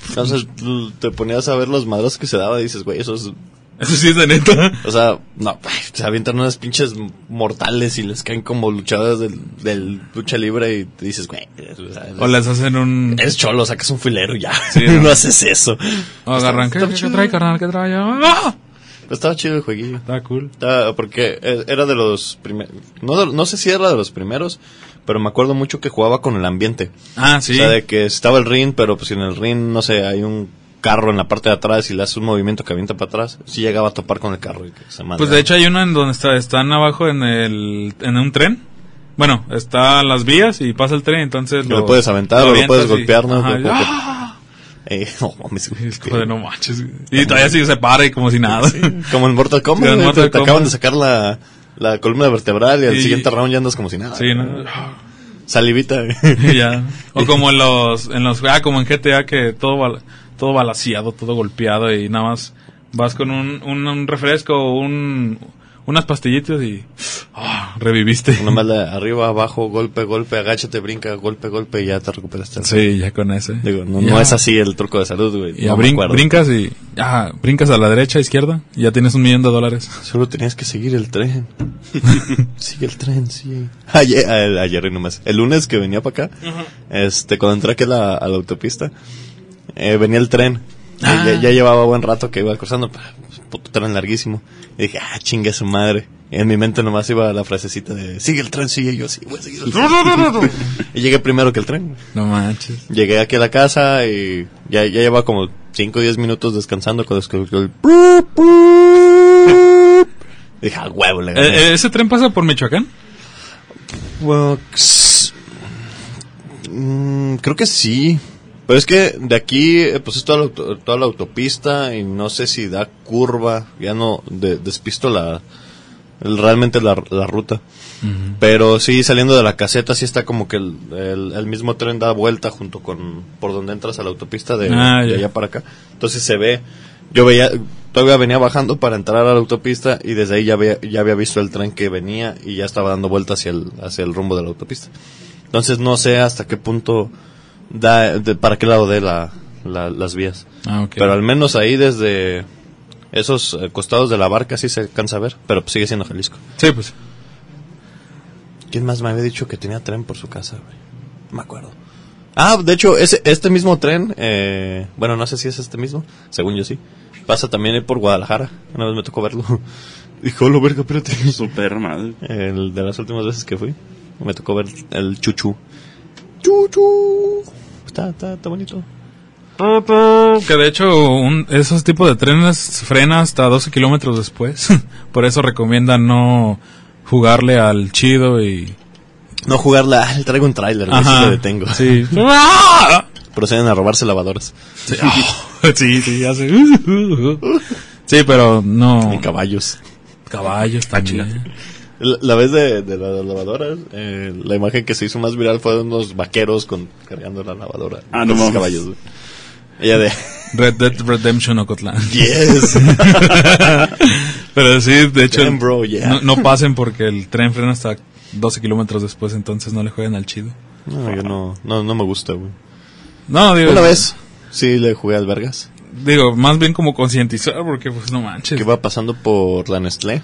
Speaker 4: Entonces tú te ponías a ver los madros que se daba y dices, güey, eso es
Speaker 2: Eso sí es de neta.
Speaker 4: O sea, no, se avientan unas pinches mortales y les caen como luchadas del, del lucha libre y te dices, güey, es- o sea,
Speaker 2: O les hacen un...
Speaker 4: eres cholo, sacas un filero y ya.
Speaker 2: Sí,
Speaker 4: no.
Speaker 2: ¿no?
Speaker 4: haces eso.
Speaker 2: O agarran. ¿Qué,
Speaker 4: Está
Speaker 2: qué- qué
Speaker 4: chido.
Speaker 2: trae, carnal? ¿Qué trae? ¡Ah!
Speaker 4: Pero estaba chido el jueguillo.
Speaker 2: Está cool.
Speaker 4: Estaba- porque eh, era de los primeros, no, de- no sé si era de los primeros, pero me acuerdo mucho que jugaba con el ambiente.
Speaker 2: Ah, sí.
Speaker 4: O sea, de que estaba el ring, pero pues en el ring, no sé, hay un carro en la parte de atrás y le haces un movimiento que avienta para atrás, sí llegaba a topar con el carro y que se
Speaker 2: Pues de hecho hay una en donde está- están abajo en el en un tren. Bueno, está las vías y pasa el tren, entonces
Speaker 4: Que lo puedes aventar o lo
Speaker 2: avientas
Speaker 4: puedes golpear, ¿no?
Speaker 2: ajá,
Speaker 4: Como que-
Speaker 2: ¡ah!
Speaker 4: Eh, no mames, güey,
Speaker 2: Es
Speaker 4: que-
Speaker 2: como de, no manches. Y todavía sí se para y como si nada.
Speaker 4: Como en Mortal Kombat,
Speaker 2: Como en
Speaker 4: güey,
Speaker 2: Mortal
Speaker 4: te, te
Speaker 2: Kombat.
Speaker 4: acaban de sacar la, la columna vertebral y al
Speaker 2: Y-
Speaker 4: siguiente round ya andas como si nada.
Speaker 2: Sí, ¿no?
Speaker 4: Salivita. güey.
Speaker 2: Y ya. O como en los, en los, ah, como en GTA que todo, bal- todo balaseado, todo golpeado y nada más vas con un, un, un refresco o un, unas pastillitas y ah, reviviste.
Speaker 4: Nomás la arriba, abajo, golpe, golpe, agáchate, brinca, golpe, golpe y ya te recuperas.
Speaker 2: Sí, ya con ese.
Speaker 4: Digo, no,
Speaker 2: Ya.
Speaker 4: no es así el truco de salud, güey.
Speaker 2: Ya
Speaker 4: no me
Speaker 2: brin-
Speaker 4: acuerdo.
Speaker 2: brincas y ah, brincas a la derecha, izquierda, y ya tienes un millón de dólares.
Speaker 4: Solo tenías que seguir el tren. Sigue el tren, sí. Ayer, el- ayer y nomás. El lunes que venía para acá, este, cuando entré aquí a la, a la autopista, eh, venía el tren.
Speaker 2: Ah.
Speaker 4: Ya, ya llevaba buen rato que iba cruzando, pa, puto tren larguísimo. Y dije, ah, chinga su madre. Y en mi mente nomás iba la frasecita de, sigue el tren, sigue Y yo, sí, voy a seguir el tren. y llegué primero que el tren.
Speaker 2: No manches.
Speaker 4: Llegué aquí a la casa y ya, ya llevaba como 5 o 10 minutos descansando cuando escuché el... prup, prup. Dije, "Ah, huevo, le
Speaker 2: Eh,
Speaker 4: gané".
Speaker 2: eh, ¿Ese tren pasa por Michoacán?
Speaker 4: Bueno, x- mm, creo que sí. Pero es que de aquí, eh, pues es toda la, auto- toda la autopista y no sé si da curva. Ya no de- despisto la el- realmente la, la ruta. Pero sí, saliendo de la caseta, sí está como que el, el- el mismo tren da vuelta junto con por donde entras a la autopista de,
Speaker 2: Ah,
Speaker 4: de
Speaker 2: ya.
Speaker 4: allá para acá. Entonces se ve, yo veía, todavía venía bajando para entrar a la autopista y desde ahí ya había, ya había visto el tren que venía y ya estaba dando vuelta hacia el, hacia el rumbo de la autopista. Entonces no sé hasta qué punto da, de- para qué lado de la, la- las vías.
Speaker 2: Ah, ok.
Speaker 4: Pero al menos ahí desde esos eh, costados de la barca sí se alcanza a ver, pero pues, sigue siendo Jalisco.
Speaker 2: Sí, pues.
Speaker 4: ¿Quién más me había dicho que tenía tren por su casa, güey? No Me acuerdo. Ah, de hecho, ese, este mismo tren, eh, bueno, no sé si es este mismo, según yo sí, pasa también ahí por Guadalajara. Una vez me tocó verlo. Dijo, lo verga, espérate.
Speaker 3: Super madre.
Speaker 4: El de las últimas veces que fui, me tocó ver el chuchu. Chuchu. Está, está, está bonito.
Speaker 2: Que de hecho, un- esos tipos de trenes frena hasta 12 kilómetros después. por eso recomiendan no jugarle al chido y.
Speaker 4: No jugarla, ah, le traigo un tráiler, güey, sí
Speaker 2: Ajá,
Speaker 4: le detengo.
Speaker 2: Sí.
Speaker 4: Proceden a robarse lavadoras.
Speaker 2: Sí, ah, sí, sí, ya sé. Sí, pero
Speaker 4: Y
Speaker 2: no.
Speaker 4: caballos.
Speaker 2: Caballos también.
Speaker 4: La, la vez de, de las lavadoras, eh, la imagen que se hizo más viral fue de unos vaqueros con, cargando la lavadora.
Speaker 3: Ah, no
Speaker 4: Esos
Speaker 3: mames.
Speaker 4: caballos. güey. Ella de
Speaker 2: Red Dead Redemption Ocotlán.
Speaker 4: 10.
Speaker 2: Pero sí, de hecho,
Speaker 4: Damn, bro, yeah.
Speaker 2: no, no pasen porque el tren frena hasta 12 kilómetros después, entonces no le jueguen al chido.
Speaker 4: no, yo no, no, no me gusta, güey.
Speaker 2: No, digo,
Speaker 4: Una vez, sí le jugué al Vergas,
Speaker 2: digo, más bien como concientizar porque pues no manches.
Speaker 4: que iba pasando por la Nestlé.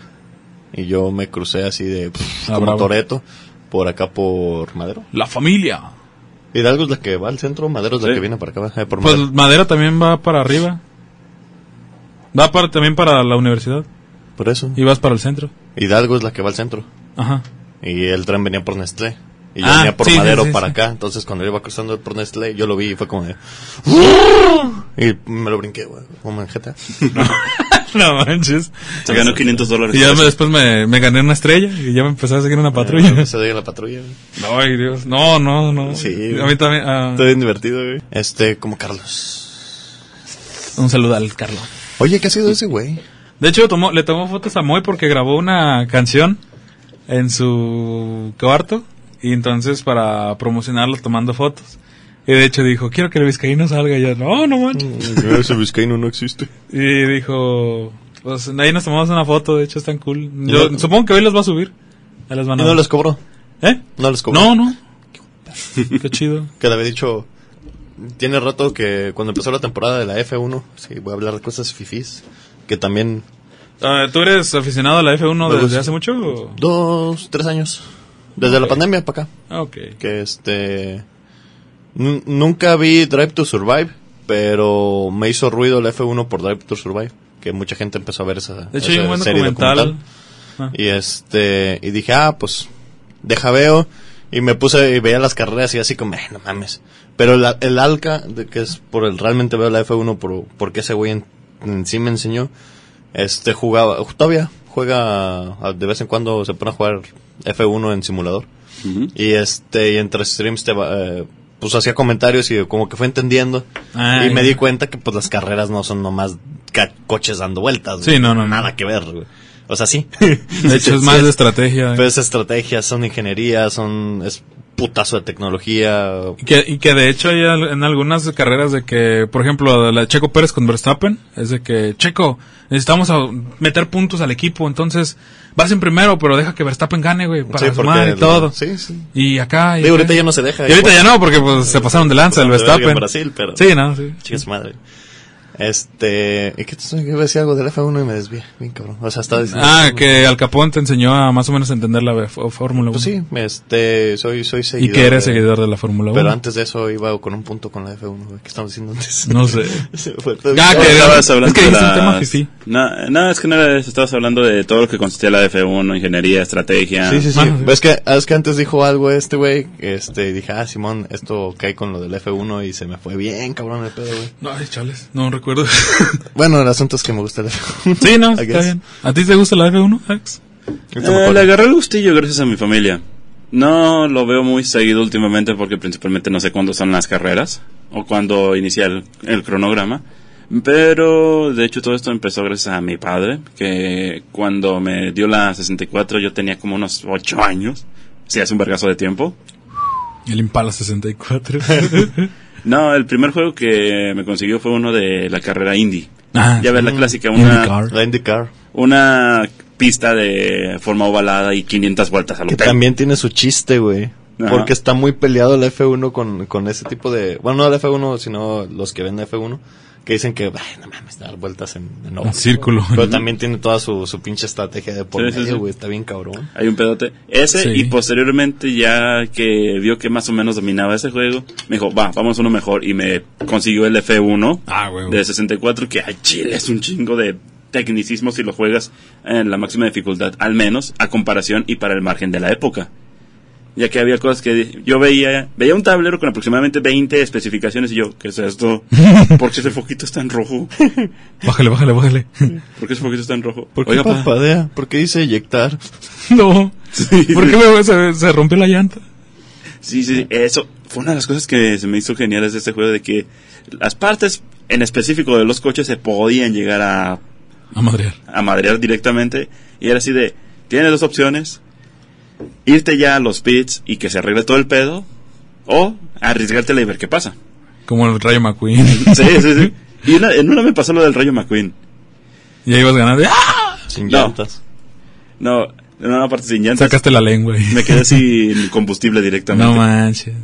Speaker 4: Y yo me crucé así de, pff,
Speaker 2: Ah,
Speaker 4: como
Speaker 2: bravo.
Speaker 4: Toreto, por acá por Madero.
Speaker 2: La familia.
Speaker 4: Hidalgo es la que va al centro, Madero es la
Speaker 3: Sí.
Speaker 4: que viene para acá, va, eh, por
Speaker 2: Pues
Speaker 4: Madero.
Speaker 2: Madera también va para arriba. Va para, también para la universidad
Speaker 4: Por eso.
Speaker 2: y vas para el centro.
Speaker 4: Hidalgo es la que va al centro.
Speaker 2: Ajá.
Speaker 4: Y el tren venía por Nestlé. Y yo
Speaker 2: Ah,
Speaker 4: venía por
Speaker 2: sí, sí,
Speaker 4: Madero
Speaker 2: sí,
Speaker 4: para
Speaker 2: sí.
Speaker 4: acá. Entonces, cuando iba cruzando por Nestlé, yo lo vi y fue como de. Y me lo brinqué, güey. Como en GTA.
Speaker 2: no manches.
Speaker 3: Se ganó 500 dólares.
Speaker 2: Y ya
Speaker 3: por
Speaker 2: me-
Speaker 3: eso.
Speaker 2: después me, me gané una estrella y ya me empecé a seguir una patrulla.
Speaker 4: Eh, Se dio la patrulla, güey.
Speaker 2: No, ay, Dios. No, no, no.
Speaker 4: Sí.
Speaker 2: A mí también. ah,
Speaker 4: Está bien divertido, güey. Este, como Carlos.
Speaker 2: un saludo al Carlos.
Speaker 4: Oye, ¿qué ha sido ese güey?
Speaker 2: De hecho, tomó, le tomó fotos a Moy porque grabó una canción en su cuarto. Y entonces, para promocionarlo, tomando fotos. Y de hecho dijo, quiero que el vizcaíno salga. Y yo, no, no manches.
Speaker 4: ese vizcaíno no existe.
Speaker 2: Y dijo, pues ahí nos tomamos una foto. De hecho, están cool.
Speaker 4: Y
Speaker 2: Yo
Speaker 4: no-
Speaker 2: supongo que hoy los va a subir. Ahí las
Speaker 4: Y
Speaker 2: van a
Speaker 4: no
Speaker 2: ver.
Speaker 4: les cobró.
Speaker 2: ¿Eh?
Speaker 4: No les cobró.
Speaker 2: No, no. Qué chido.
Speaker 4: Que le había dicho. Tiene rato que cuando empezó la temporada de la F1. Sí, voy a hablar de cosas fifís. Que también.
Speaker 2: Ah, ¿Tú eres aficionado a la F1
Speaker 4: Me
Speaker 2: desde
Speaker 4: gusta.
Speaker 2: hace mucho? o?
Speaker 4: Dos, tres años. Desde la pandemia para acá.
Speaker 2: Ah, ok.
Speaker 4: que este nu- nunca vi Drive to Survive, pero me hizo ruido el F1 por Drive to Survive, que mucha gente empezó a ver esa,
Speaker 2: De
Speaker 4: esa
Speaker 2: hecho, hay un buen
Speaker 4: serie
Speaker 2: documental. Ah.
Speaker 4: Y este y dije, "Ah, pues deja veo" y me puse y veía las carreras y así como, "Ay, "No mames." Pero la- el Alca de- que es por el realmente veo la F1 por porque ese güey en, en sí me enseñó este jugaba todavía juega a- de vez en cuando se pone a jugar F1 en simulador.
Speaker 3: Ujú.
Speaker 4: Y este, y entre streams te va- eh, pues hacía comentarios y como que fue entendiendo.
Speaker 2: Ah,
Speaker 4: y me
Speaker 2: ya.
Speaker 4: di cuenta que pues las carreras no son nomás ca- coches dando vueltas.
Speaker 2: Sí,
Speaker 4: güey.
Speaker 2: no, no, no.
Speaker 4: Nada que ver, güey. O sea, sí.
Speaker 2: De hecho, es más de estrategia.
Speaker 4: Pero es estrategia, son ingeniería, son. Es putazo de tecnología.
Speaker 2: Y que, y que de hecho hay al- en algunas carreras de que, por ejemplo, la de Checo Pérez con Verstappen, es de que, Checo, necesitamos a- meter puntos al equipo, entonces vas en primero, pero deja que Verstappen gane, güey, para
Speaker 4: Sí, porque
Speaker 2: sumar y
Speaker 4: el-
Speaker 2: todo.
Speaker 4: Sí, sí.
Speaker 2: Y acá... Y,
Speaker 4: Digo, ahorita
Speaker 2: acá.
Speaker 4: ya no se deja.
Speaker 2: Y ahorita ya no, porque pues se pasaron de lanza el
Speaker 4: Pasaron de verga
Speaker 2: Verstappen.
Speaker 4: en Brasil, pero-
Speaker 2: Sí, no, sí.
Speaker 4: Chica su madre. Este. ¿Y qué te iba a decir algo del F1 y me desvié? Bien cabrón. O sea, estaba diciendo.
Speaker 2: Ah,
Speaker 4: F1.
Speaker 2: que Al Capón te enseñó a más o menos entender la F- Fórmula 1.
Speaker 4: Pues sí, este. Soy, soy seguidor.
Speaker 2: Y que eres
Speaker 4: de-
Speaker 2: seguidor de la Fórmula 1.
Speaker 4: Pero antes de eso iba con un punto con la F1, güey. ¿Qué estamos diciendo antes?
Speaker 2: No sé.
Speaker 4: Se fue todo
Speaker 2: Ya,
Speaker 4: bien.
Speaker 2: que-
Speaker 3: Estabas hablando
Speaker 2: es que dijiste
Speaker 3: de
Speaker 2: un tema
Speaker 3: las-
Speaker 2: fifí.
Speaker 3: Na- no, es que no era de eso. Estabas hablando de todo lo que consistía la F1, ingeniería, estrategia.
Speaker 4: Sí, sí, sí.
Speaker 2: Mano, sí.
Speaker 4: Es que, es que antes dijo algo este güey. Este, y dije, ah, Simón, esto cae con lo del F1 y se me fue bien, cabrón, el pedo, güey.
Speaker 2: Ay, chales, no recuerdo.
Speaker 4: Bueno, el asunto es que me gusta el F1.
Speaker 2: sí, no,
Speaker 4: I
Speaker 2: está
Speaker 4: guess.
Speaker 2: bien. ¿A ti te gusta la F1, Alex?
Speaker 4: Ahorita me
Speaker 3: Eh,
Speaker 4: acuerdo.
Speaker 3: le agarré el gustillo gracias a mi familia. No lo veo muy seguido últimamente porque principalmente no sé cuándo son las carreras o cuándo inicia el, el cronograma. Pero de hecho todo esto empezó gracias a mi padre, que cuando me dio la 64 yo tenía como unos 8 años. Sí, hace un vergazo de tiempo.
Speaker 2: El Impala 64.
Speaker 3: No, el primer juego que me consiguió fue uno de la carrera Indy.
Speaker 2: Ah,
Speaker 3: ya ves la clásica, una,
Speaker 2: IndyCar.
Speaker 4: La IndyCar.
Speaker 3: una pista de forma ovalada y 500 vueltas al
Speaker 4: Que
Speaker 3: hotel.
Speaker 4: también tiene su chiste, güey.
Speaker 3: Ajá.
Speaker 4: Porque está muy peleado el F1 con, con ese tipo de... Bueno, no el F1, sino los que ven F1. Que dicen que, "Ay, no mames, dar vueltas en, en oval".
Speaker 2: círculo.
Speaker 4: Pero también tiene toda su, su pinche estrategia de por
Speaker 3: Sí, sí,
Speaker 4: medio,
Speaker 3: sí.
Speaker 4: güey. Está bien cabrón.
Speaker 3: Hay un pedote. Ese,
Speaker 2: Sí.
Speaker 3: y posteriormente, ya que vio que más o menos dominaba ese juego, me dijo, va, vamos a uno mejor. Y me consiguió el F1
Speaker 2: Ah, güey.
Speaker 3: de 64, que al chile es un chingo de tecnicismo si lo juegas en la máxima dificultad, al menos a comparación y para el margen de la época. Ya que había cosas que yo veía, veía un tablero con aproximadamente 20 especificaciones y yo, ¿qué es esto? ¿Por qué ese foquito está en rojo?
Speaker 2: Bájale, bájale, bájale.
Speaker 3: ¿Por qué ese foquito está en rojo?
Speaker 4: ¿Por qué
Speaker 3: Oiga, pa.
Speaker 4: parpadea? ¿Por qué dice eyectar?
Speaker 2: no. ¿Por qué me- se, se rompió la llanta?
Speaker 3: Sí, sí, sí, eso fue una de las cosas que se me hizo geniales de este juego, de que las partes en específico de los coches se podían llegar a,
Speaker 2: A madrear.
Speaker 3: a madrear directamente. Y era así de, tienes dos opciones, irte ya a los pits y que se arregle todo el pedo, o arriesgártela y ver qué pasa.
Speaker 2: Como el Rayo McQueen.
Speaker 3: Sí, sí, sí. Y una- en una me pasó lo del Rayo McQueen.
Speaker 2: Y ahí vas ganando. ¡Ah!
Speaker 4: Sin
Speaker 3: No.
Speaker 4: llantas.
Speaker 3: No, en una parte sin llantas.
Speaker 2: Sacaste la lengua. güey.
Speaker 3: Me quedé sin combustible directamente.
Speaker 2: No manches.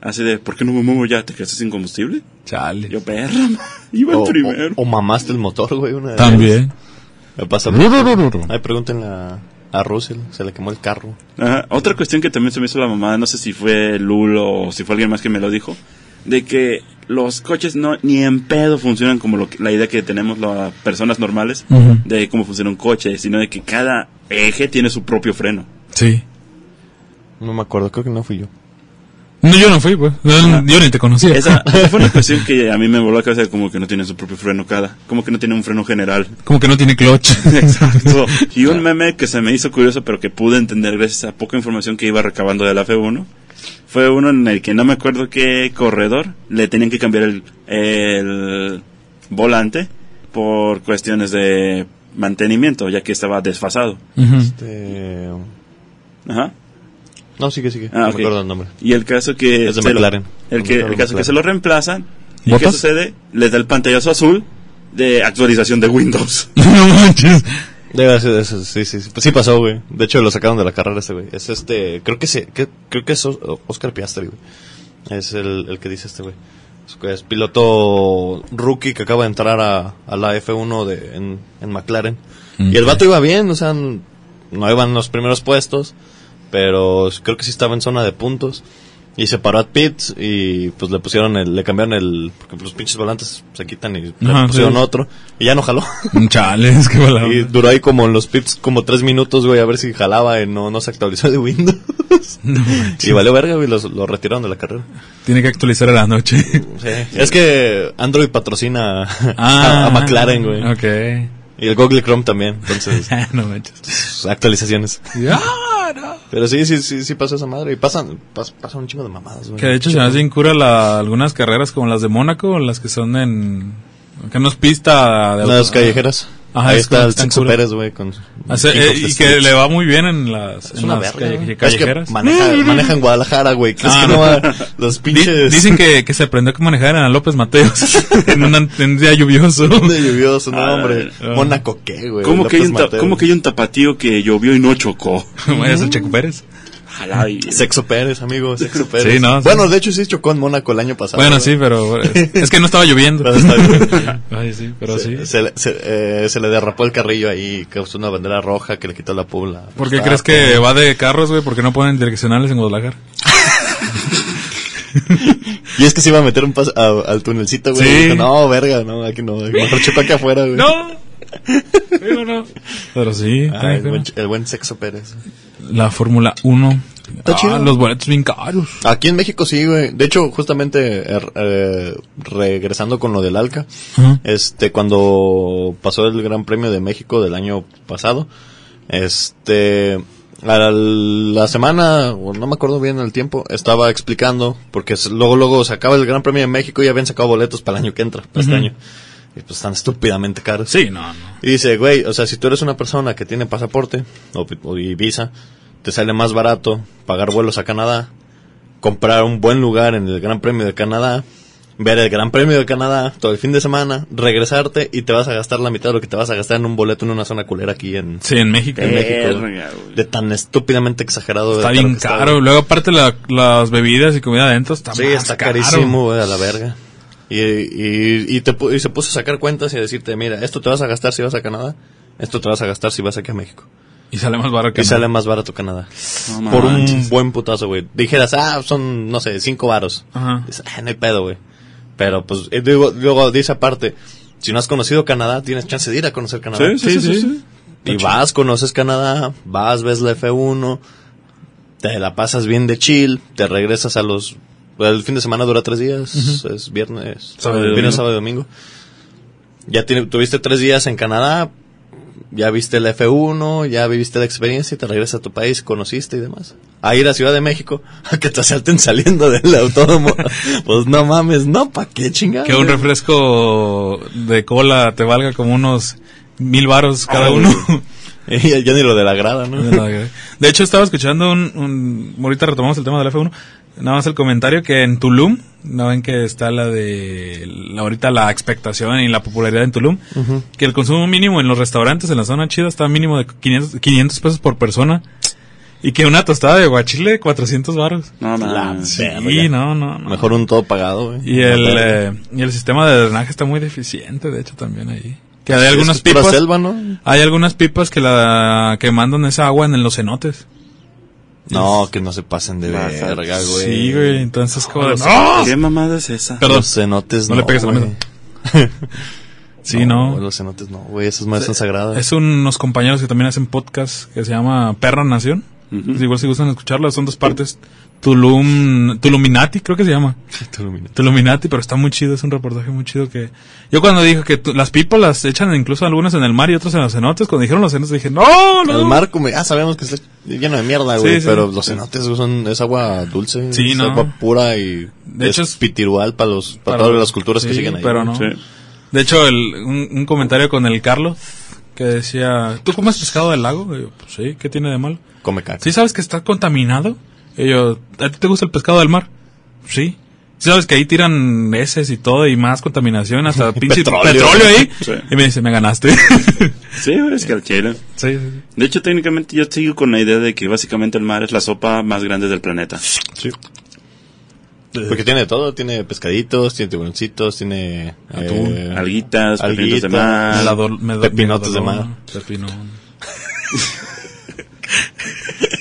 Speaker 3: así de, ¿por qué no me muevo ya? ¿Te quedaste sin combustible?
Speaker 2: Chale.
Speaker 3: Yo, perra, iba el
Speaker 4: O,
Speaker 3: primero.
Speaker 4: o- o mamaste el motor, güey. Una de
Speaker 2: También.
Speaker 4: esas. Me pasa. Ay, pregúntenle a, a Russell. Se le quemó el carro.
Speaker 3: Ajá. Otra cuestión que también se me hizo la mamada, no sé si fue Lulo o si fue alguien más que me lo dijo, de que los coches no ni en pedo funcionan como lo que- la idea que tenemos las personas normales
Speaker 2: Ujú.
Speaker 3: de cómo funciona un coche, sino de que cada eje tiene su propio freno.
Speaker 2: Sí.
Speaker 4: No me acuerdo. Creo que no fui yo.
Speaker 2: No, yo no fui, pues. No, yo ni te conocía.
Speaker 3: Esa, esa fue una cuestión que a mí me voló la cabeza como que no tiene su propio freno cada, como que no tiene un freno general.
Speaker 2: Como que no tiene clutch.
Speaker 3: Exacto. Y un meme que se me hizo curioso, pero que pude entender gracias a poca información que iba recabando de la F1, fue uno en el que no me acuerdo qué corredor le tenían que cambiar el, el volante por cuestiones de mantenimiento, ya que estaba desfasado.
Speaker 2: Ujú.
Speaker 4: Este...
Speaker 3: Ajá.
Speaker 4: No, sigue, sigue.
Speaker 3: Ah,
Speaker 4: no
Speaker 3: ok.
Speaker 4: me acuerdo el nombre.
Speaker 3: Y el caso que...
Speaker 4: Es de
Speaker 3: se lo-
Speaker 4: McLaren.
Speaker 3: el que, el caso que se lo reemplazan, ¿y qué
Speaker 2: ¿Botas?
Speaker 3: sucede? Les da el pantallazo azul de actualización de Windows.
Speaker 2: no manches.
Speaker 4: Debe ser eso, sí, sí, sí. Pues sí pasó, güey. De hecho, lo sacaron de la carrera este, güey. Es este, creo que sí, que- creo que es O- Oscar Piastri, güey. Es el, el que dice este, güey. Es, es piloto rookie que acaba de entrar a, a la F1 de, en, en McLaren. Y el vato iba bien, o sea, n- no iban los primeros puestos, pero creo que sí estaba en zona de puntos. Y se paró a Pitts y pues le pusieron el, le cambiaron el, porque los pinches volantes se quitan y le
Speaker 2: Ajá,
Speaker 4: pusieron
Speaker 2: sí.
Speaker 4: otro. Y ya no jaló.
Speaker 2: Chale, es que balada.
Speaker 4: Y duró ahí como en los pits como tres minutos, güey, a ver si jalaba y no, no se actualizó de Windows.
Speaker 2: No manches.
Speaker 4: Y valió verga, güey, los- lo retiraron de la carrera.
Speaker 2: Tiene que actualizar a la noche.
Speaker 4: Es que Android patrocina a- a, McLaren, güey.
Speaker 2: Ah, Ok. Ah,
Speaker 4: Y el Google Chrome también, entonces, pues,
Speaker 2: no manches.
Speaker 4: actualizaciones.
Speaker 2: Ah, no.
Speaker 4: Pero sí, sí, sí, sí pasó esa madre. Y pasan, pas- pasan un chingo de mamadas, güey.
Speaker 2: Que de hecho se me hace bien cura la- algunas carreras como las de Mónaco, las que son en... Que no es pista de...
Speaker 4: Unas callejeras.
Speaker 2: Ajá,
Speaker 4: Ahí
Speaker 2: es
Speaker 4: está
Speaker 2: como
Speaker 4: el
Speaker 2: que están
Speaker 4: Sixo
Speaker 2: cura.
Speaker 4: Pérez, güey, con su-
Speaker 2: O sea,
Speaker 4: King
Speaker 2: eh,
Speaker 4: of the
Speaker 2: y que
Speaker 4: Streets.
Speaker 2: le va muy bien en las,
Speaker 4: Es
Speaker 2: en
Speaker 4: una
Speaker 2: las
Speaker 4: verga,
Speaker 2: calle-
Speaker 4: güey. Es que
Speaker 2: callejeras.
Speaker 4: maneja, maneja en Guadalajara, güey. ¿Crees
Speaker 2: Ah,
Speaker 4: que no va los
Speaker 2: Di-
Speaker 4: pinches...
Speaker 2: dicen que, que se aprendió a manejar en la López Mateos en un, an- en un día lluvioso.
Speaker 4: de lluvioso, no,
Speaker 3: Ah,
Speaker 4: hombre.
Speaker 2: ah.
Speaker 4: Mónaco, ¿qué, güey?
Speaker 3: ¿Cómo que, hay
Speaker 4: López
Speaker 3: un ta-
Speaker 4: Mateos.
Speaker 3: cómo que hay un tapatío que llovió y no chocó?
Speaker 2: Vaya, el Checo Pérez.
Speaker 3: Ojalá y-
Speaker 4: Sexo Pérez, amigo, Sexo Pérez.
Speaker 2: Sí, no, sí.
Speaker 4: Bueno, de hecho sí chocó en Mónaco el año pasado.
Speaker 2: Bueno,
Speaker 4: güey.
Speaker 2: sí, pero eh, es que no estaba lloviendo.
Speaker 4: Pero está bien.
Speaker 2: Ay, sí, pero sí.
Speaker 4: Se, se le- se, eh, se le derrapó el carrillo ahí, causó una bandera roja que le quitó la pula. Ah,
Speaker 2: ¿Por qué
Speaker 4: Está-
Speaker 2: crees que va de carros, güey? Porque no ponen direccionales en Guadalajara.
Speaker 4: Y es que se iba a meter un paso a- al tunelcito, güey.
Speaker 2: Sí.
Speaker 4: y dijo, no, verga, no, aquí no. Mejor choca aquí afuera, güey.
Speaker 2: ¡No! Digo, no. Pero sí.
Speaker 4: Ah,
Speaker 2: está
Speaker 4: el, buen,
Speaker 2: bien.
Speaker 4: el buen Sexo Pérez.
Speaker 2: La Fórmula 1.
Speaker 4: Está
Speaker 2: Ah,
Speaker 4: chido.
Speaker 2: Los boletos bien caros.
Speaker 4: Aquí en México sí, güey. De hecho, justamente eh, eh, regresando con lo del Alca,
Speaker 2: Ajá.
Speaker 4: este, cuando pasó el Gran Premio de México del año pasado, este, a la semana, o no me acuerdo bien el tiempo, estaba explicando, porque es- luego, luego se acaba el Gran Premio de México y ya habían sacado boletos para el año que entra, para este
Speaker 2: Ujú.
Speaker 4: año. Y pues están estúpidamente caros.
Speaker 2: Sí, no, no.
Speaker 4: Y dice, güey, o sea, si tú eres una persona que tiene pasaporte o, o- y visa, te sale más barato pagar vuelos a Canadá, comprar un buen lugar en el Gran Premio de Canadá, ver el Gran Premio de Canadá todo el fin de semana, regresarte y te vas a gastar la mitad de lo que te vas a gastar en un boleto en una zona culera aquí en,
Speaker 2: Sí, en México.
Speaker 4: en México.
Speaker 3: Verga, güey.
Speaker 4: De tan estúpidamente exagerado. de
Speaker 2: Está bien
Speaker 4: que
Speaker 2: caro.
Speaker 4: güey.
Speaker 2: Luego, aparte, la- las bebidas y comida adentro está
Speaker 4: Sí,
Speaker 2: más
Speaker 4: está
Speaker 2: caro.
Speaker 4: carísimo, güey, a la verga. Y, y, y te, pu- y se puso a sacar cuentas y a decirte, mira, esto te vas a gastar si vas a Canadá, esto te vas a gastar si vas aquí a México.
Speaker 2: Y sale más barato que
Speaker 4: Y
Speaker 2: nada.
Speaker 4: sale más barato Canadá.
Speaker 3: No
Speaker 4: Por
Speaker 3: manches.
Speaker 4: un buen putazo, güey. Dijeras, ah, son, no sé, cinco varos.
Speaker 2: Ajá.
Speaker 4: Dices, ah, no hay pedo, güey. Pero pues, eh, digo- luego dice aparte, si no has conocido Canadá, tienes chance de ir a conocer Canadá.
Speaker 3: Sí, sí, sí, sí, sí.
Speaker 4: Y vas, conoces Canadá, vas, ves la F1, te la pasas bien de chill, te regresas a los... El fin de semana dura tres días, es viernes,
Speaker 2: Sábado y
Speaker 4: viernes,
Speaker 2: domingo.
Speaker 4: sábado y domingo. Ya tiene- tuviste tres días en Canadá, ya viste la F1, ya viviste la experiencia y te regresas a tu país, conociste y demás. A ir a Ciudad de México, a que te asalten saliendo del autódromo. pues no mames, no, pa' qué chingada.
Speaker 2: Que un refresco de cola te valga como unos mil varos cada uno.
Speaker 4: ya, ya ni lo de la grada, ¿no?
Speaker 2: De hecho, estaba escuchando un, un- Ahorita retomamos el tema del F1. Nada más el comentario que en Tulum, ¿no ven que está la de. la- ahorita la expectación y la popularidad en Tulum? Que el consumo mínimo en los restaurantes en la zona chida está mínimo de 500, 500 pesos por persona. Y que una tostada de guachile, 400 varos.
Speaker 3: No, no,
Speaker 4: La
Speaker 3: no.
Speaker 4: Sí,
Speaker 2: Sí, no, no, no.
Speaker 4: Mejor un todo pagado, güey.
Speaker 2: Y
Speaker 4: Una
Speaker 2: el,
Speaker 4: verga.
Speaker 2: eh, y el sistema de drenaje está muy deficiente, de hecho, también ahí.
Speaker 4: Sí,
Speaker 2: Que hay
Speaker 4: es
Speaker 2: algunas
Speaker 4: pura
Speaker 2: pipas.
Speaker 4: selva, ¿no?
Speaker 2: Hay algunas pipas que la que mandan esa agua en los cenotes.
Speaker 4: No, que no se pasen de
Speaker 3: Vas a-
Speaker 4: verga, güey. Ah,
Speaker 2: Sí, güey, entonces como de- ¡No!
Speaker 3: ¿Qué mamada es esa?
Speaker 2: Perdón.
Speaker 4: Los cenotes
Speaker 2: No
Speaker 4: no.
Speaker 2: le pegues a la
Speaker 4: güey.
Speaker 2: mesa. Sí, no.
Speaker 4: güey, Los cenotes no, güey. Esas madres son sagradas.
Speaker 2: Es unos compañeros que también hacen podcast que se llama Perra Nación. Entonces, Igual si gustan escucharlo, son dos partes. Tulum, Tuluminati, creo que se llama.
Speaker 4: Te ilumina.
Speaker 2: Tuluminati, pero está muy chido, es un reportaje muy chido que... Yo cuando dijo que tu- las pipas las echan incluso algunas en el mar y otras en los cenotes, cuando dijeron los cenotes dije, no, no.
Speaker 4: El mar, como, ah, sabemos que está lleno de mierda,
Speaker 2: Sí,
Speaker 4: güey.
Speaker 2: sí.
Speaker 4: Pero los cenotes güey, son, es agua dulce.
Speaker 2: Sí,
Speaker 4: es
Speaker 2: no.
Speaker 4: agua pura y.
Speaker 2: De hecho, es-
Speaker 4: pitirual para los, para,
Speaker 2: Para-
Speaker 4: todas las culturas que
Speaker 2: sí,
Speaker 4: siguen ahí.
Speaker 2: pero
Speaker 4: güey.
Speaker 2: no.
Speaker 3: Sí.
Speaker 2: De hecho, el, un, un comentario con el Carlos que decía, ¿tú comes pescado del lago? Y yo, pues sí, ¿qué tiene de malo?
Speaker 4: Come caca.
Speaker 2: ¿Sí sabes que está contaminado? Y yo, ¿a ti te gusta el pescado del mar? Sí. ¿Sí sabes que ahí tiran heces y todo y más contaminación hasta pinche petróleo,
Speaker 4: Petróleo.
Speaker 2: ahí?
Speaker 3: Sí.
Speaker 2: Y me dice, me ganaste. sí,
Speaker 3: Sí, güey, es que al chile.
Speaker 2: sí, sí.
Speaker 3: De hecho, técnicamente yo sigo con la idea de que básicamente el mar es la sopa más grande del planeta.
Speaker 4: Porque tiene de todo. Tiene pescaditos, tiene tiburoncitos, tiene. eh,
Speaker 2: Atún,
Speaker 3: Alguitas, pepinitos de
Speaker 4: Alguita.
Speaker 3: mar.
Speaker 2: La dol- me do-
Speaker 4: Pepinotes
Speaker 2: me
Speaker 4: Ah, de
Speaker 2: dolor,
Speaker 4: mar.
Speaker 2: Pepinón.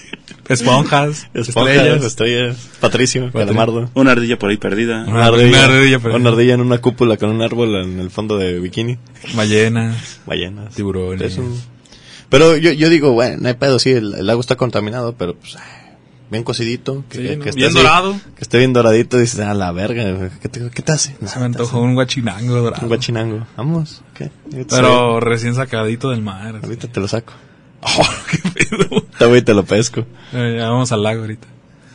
Speaker 2: Esponjas,
Speaker 4: Esponjas,
Speaker 2: estrellas.
Speaker 4: estrellas. Patricio, Calamardo.
Speaker 3: Una ardilla por ahí perdida.
Speaker 4: Una
Speaker 2: Una
Speaker 4: ardilla,
Speaker 2: ardilla, pero-
Speaker 4: una ardilla en una cúpula con un árbol en el fondo de bikini.
Speaker 2: Ballenas.
Speaker 4: Ballenas.
Speaker 2: Tiburones.
Speaker 4: Es un- Pero yo, yo digo, bueno, no hay pedo, sí, el, el lago está contaminado, pero pues, ay, bien cocidito. Que,
Speaker 2: Sí,
Speaker 4: que-
Speaker 2: ¿no?
Speaker 4: que esté
Speaker 2: Bien dorado.
Speaker 4: Que esté bien doradito, dices, a la verga, ¿qué te, qué te hace?
Speaker 2: Se me antojó un guachinango dorado.
Speaker 4: Un guachinango. Vamos, ¿qué? Yo te
Speaker 2: pero recién sacadito del mar.
Speaker 4: sé, ahorita te lo saco.
Speaker 2: Oh, qué pedo.
Speaker 4: Te voy y te lo pesco.
Speaker 2: Eh, ya vamos al lago ahorita.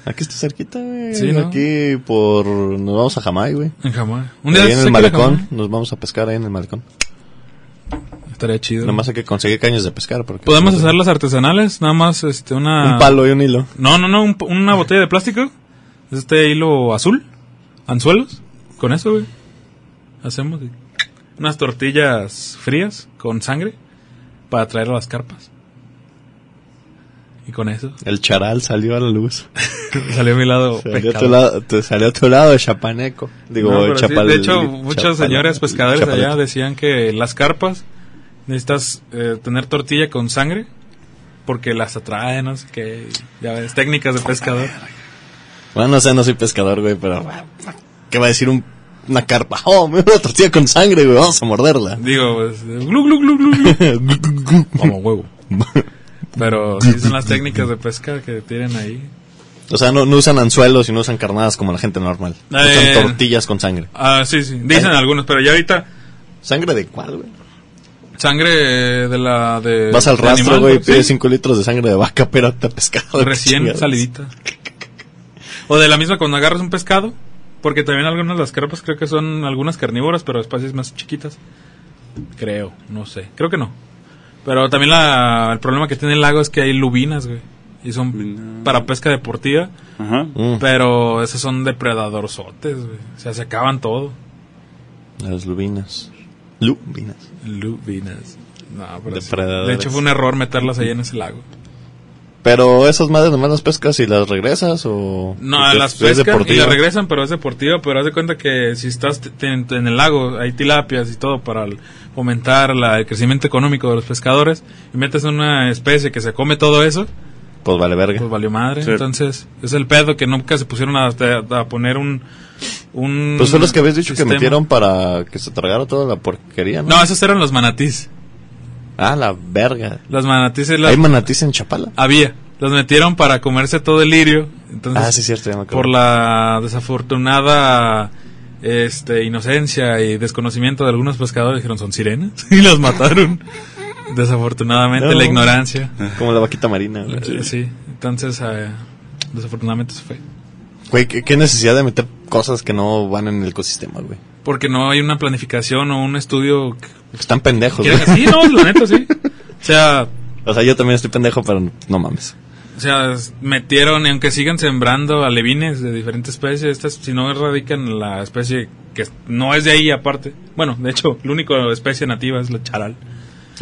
Speaker 4: Aquí está cerquita, güey.
Speaker 2: Sí, ¿no?
Speaker 4: Aquí por... Nos vamos a Jamaica, güey.
Speaker 2: En Jamaica.
Speaker 4: Ahí en
Speaker 2: sé
Speaker 4: el
Speaker 2: que era
Speaker 4: malecón,
Speaker 2: Jamaica.
Speaker 4: nos vamos a pescar ahí en el malecón.
Speaker 2: Estaría chido.
Speaker 4: Nomás hay que conseguir cañas de pescar. Porque pues,
Speaker 2: Podemos hacer las artesanales, nada más este, una...
Speaker 4: Un palo y un hilo.
Speaker 2: No, no, no, un- una botella de plástico. Este hilo azul. Anzuelos. Con eso, güey. Hacemos güey. unas tortillas frías con sangre para traer a las carpas. Y con eso
Speaker 4: El charal salió a la luz.
Speaker 2: salió a mi lado
Speaker 4: Salió a
Speaker 2: pescado.
Speaker 4: tu lado, te salió a tu lado de chapaneco. Digo,
Speaker 2: Oh, No, pero sí,
Speaker 4: chapal-
Speaker 2: de hecho,
Speaker 4: chapal-
Speaker 2: muchos señores pescadores
Speaker 4: chapaleto.
Speaker 2: allá decían que las carpas necesitas eh, tener tortilla con sangre porque las atraen, no sé qué. Ya ves, técnicas de pescador.
Speaker 4: Bueno, no sé, no soy pescador, güey, pero... ¿Qué va a decir un- una carpa? ¡Oh, mira una tortilla con sangre, güey! Vamos a morderla.
Speaker 2: Digo, pues, glu, glu, glu, glu, glu. Como huevo. Pero sí son las técnicas de pesca que tienen ahí.
Speaker 4: o sea, no, no usan anzuelos y no usan carnadas como la gente normal.
Speaker 2: Eh.
Speaker 4: Usan tortillas con sangre.
Speaker 2: Ah, sí, sí. Dicen
Speaker 4: Ay.
Speaker 2: algunos, pero ya ahorita
Speaker 4: ¿Sangre de cuál, güey?
Speaker 2: sangre eh, de la de
Speaker 4: Vas al
Speaker 2: de
Speaker 4: rastro,
Speaker 2: animal,
Speaker 4: güey, y
Speaker 2: ¿no? Sí,
Speaker 4: pides 5 litros de sangre de vaca, pero te pescado.
Speaker 2: recién
Speaker 4: chingados.
Speaker 2: salidita. O de la misma cuando agarras un pescado, porque también algunas de las carpas creo que son algunas carnívoras, pero especies más chiquitas. Creo, no sé. Creo que no. Pero también la, el problema que tiene el lago es que hay lubinas, güey. Y son
Speaker 3: Lubinas.
Speaker 2: para pesca deportiva.
Speaker 3: Ajá.
Speaker 4: Mm,
Speaker 2: Pero esos son depredadorzotes, güey. O sea, se acaban todo.
Speaker 4: las lubinas. Lubinas.
Speaker 2: Lubinas. No, pero sí.
Speaker 4: Depredadores.
Speaker 2: De hecho, fue un error meterlas ahí en ese lago.
Speaker 4: Pero esas madres nomás las pescas y las regresas o...
Speaker 2: No,
Speaker 4: porque
Speaker 2: las
Speaker 4: es
Speaker 2: pescan y
Speaker 4: deportiva.
Speaker 2: las regresan, pero es deportiva. Pero haz de cuenta que si estás t- t- en, en el lago, hay tilapias y todo para el- fomentar la- el crecimiento económico de los pescadores. Y metes una especie que se come todo eso,
Speaker 4: Pues vale verga.
Speaker 2: pues valió madre.
Speaker 3: Sí.
Speaker 2: Entonces, es el pedo que nunca se pusieron a, a poner un. un
Speaker 4: Pues son los que habías dicho
Speaker 2: sistema.
Speaker 4: que metieron para que se tragara toda la porquería, ¿no?
Speaker 2: No, esos eran los manatís.
Speaker 4: Ah, la verga.
Speaker 2: Las manatís es la-
Speaker 4: ¿Hay manatís en Chapala?
Speaker 2: Había. Los metieron para comerse todo el lirio. Entonces,
Speaker 4: Ah, sí, cierto, ya me acuerdo.
Speaker 2: por la desafortunada este, inocencia y desconocimiento de algunos pescadores, dijeron son sirenas y los mataron. Desafortunadamente,
Speaker 4: No.
Speaker 2: la ignorancia. Eh,
Speaker 4: Como la vaquita marina, güey.
Speaker 2: Sí, entonces, eh, desafortunadamente eso fue.
Speaker 4: Güey, ¿qué, qué necesidad de meter cosas que no van en el ecosistema, güey.
Speaker 2: Porque no hay una planificación o un estudio. que-
Speaker 4: Están pendejos,
Speaker 2: que-
Speaker 4: güey.
Speaker 2: Sí, no, la neta, sí. O sea,
Speaker 4: O sea, yo también estoy pendejo, pero no, no mames.
Speaker 2: O sea, s- metieron, y aunque sigan sembrando alevines de diferentes especies, estas, si no erradican la especie que es- no es de ahí aparte. Bueno, de hecho, la única especie nativa es la charal.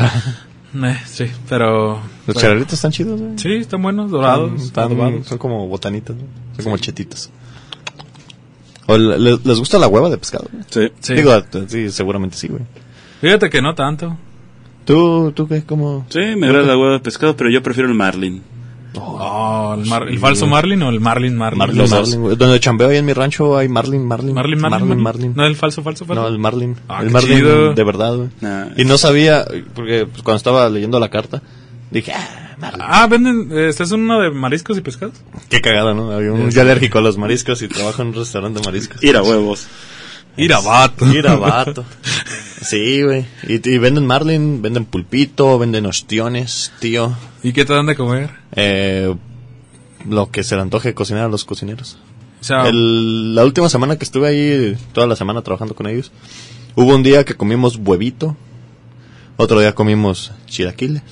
Speaker 2: Eh, sí, pero.
Speaker 4: Los
Speaker 2: pero-
Speaker 4: charalitos están chidos, güey.
Speaker 2: Sí, están buenos, dorados.
Speaker 4: Están-
Speaker 2: adobados.
Speaker 4: son como botanitas, ¿no? Son como chetitas. ¿O le- le- les gusta la hueva de pescado? güey?
Speaker 3: Sí.
Speaker 2: Sí.
Speaker 4: Digo, a- sí, seguramente sí, güey.
Speaker 2: Fíjate que no tanto.
Speaker 4: ¿Tú, tú qué? ¿Cómo?
Speaker 3: Sí, me agrada la hueva de pescado, pero yo prefiero el marlin.
Speaker 2: Oh, el, mar- el falso Marlin o el Marlin Marlin.
Speaker 4: Marlin,
Speaker 2: Los dos.
Speaker 4: Marlin, güey. Donde chambeo ahí en mi rancho hay Marlin, Marlin.
Speaker 2: Marlin, Marlin,
Speaker 4: Marlin,
Speaker 2: Marlin.
Speaker 4: Marlin.
Speaker 2: No, el falso, falso, falso.
Speaker 4: No, el Marlin.
Speaker 2: Ah,
Speaker 4: el
Speaker 2: qué
Speaker 4: Marlin
Speaker 2: chido.
Speaker 4: de verdad, güey.
Speaker 3: Nah.
Speaker 4: Y no sabía, porque pues, cuando estaba leyendo la carta, dije, ah, Marlin.
Speaker 2: Ah, venden. eh, ¿Este es uno de mariscos y pescados?
Speaker 4: Qué cagada, ¿no? Había un- Yo alérgico a los mariscos y trabajo en un restaurante de mariscos.
Speaker 3: Ir a huevos.
Speaker 2: Irabato.
Speaker 4: Mira, vato. Sí, güey. Y, y venden marlin, venden pulpito, venden ostiones, tío.
Speaker 2: ¿Y qué te dan de comer?
Speaker 4: Eh, lo que se le antoje cocinar a los cocineros.
Speaker 2: O sea,
Speaker 4: El- la última semana que estuve ahí, toda la semana trabajando con ellos, hubo un día que comimos huevito, otro día comimos chilaquiles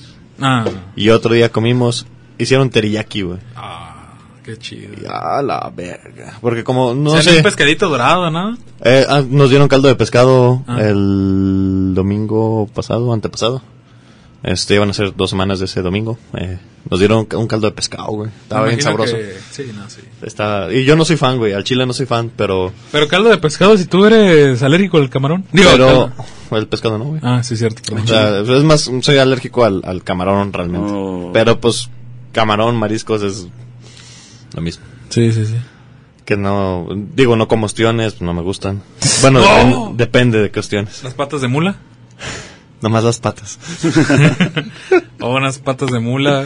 Speaker 2: ah,
Speaker 4: y otro día comimos, hicieron teriyaki, güey.
Speaker 2: ah, qué chido.
Speaker 4: Y A la verga. Porque como, no
Speaker 2: O sea, pues,
Speaker 4: sé,
Speaker 2: un pescadito dorado, ¿no?
Speaker 4: eh, ah, nos dieron caldo de pescado
Speaker 2: Ah.
Speaker 4: el domingo pasado, antepasado. Este, iban a ser dos semanas de ese domingo. eh, nos dieron ca- un caldo de pescado, güey. Estaba
Speaker 2: Me
Speaker 4: bien
Speaker 2: imagino
Speaker 4: sabroso.
Speaker 2: que- Sí, no, sí.
Speaker 4: Está, y yo no soy fan, güey. Al chile no soy fan, pero...
Speaker 2: Pero caldo de pescado, si tú eres alérgico al camarón. Digo,
Speaker 4: pero
Speaker 2: caldo.
Speaker 4: el pescado no, güey.
Speaker 2: Ah, sí, cierto.
Speaker 4: O
Speaker 2: perdón.
Speaker 4: sea, es más, soy alérgico al, al camarón realmente.
Speaker 3: Oh.
Speaker 4: Pero pues, camarón, mariscos es lo mismo.
Speaker 2: Sí, sí, sí.
Speaker 4: Que no, digo, no como ostiones, no me gustan. Bueno,
Speaker 2: ¡No!
Speaker 4: depende, depende de qué ostiones.
Speaker 2: ¿Las patas de mula?
Speaker 4: Nomás las patas.
Speaker 2: O unas patas de mula.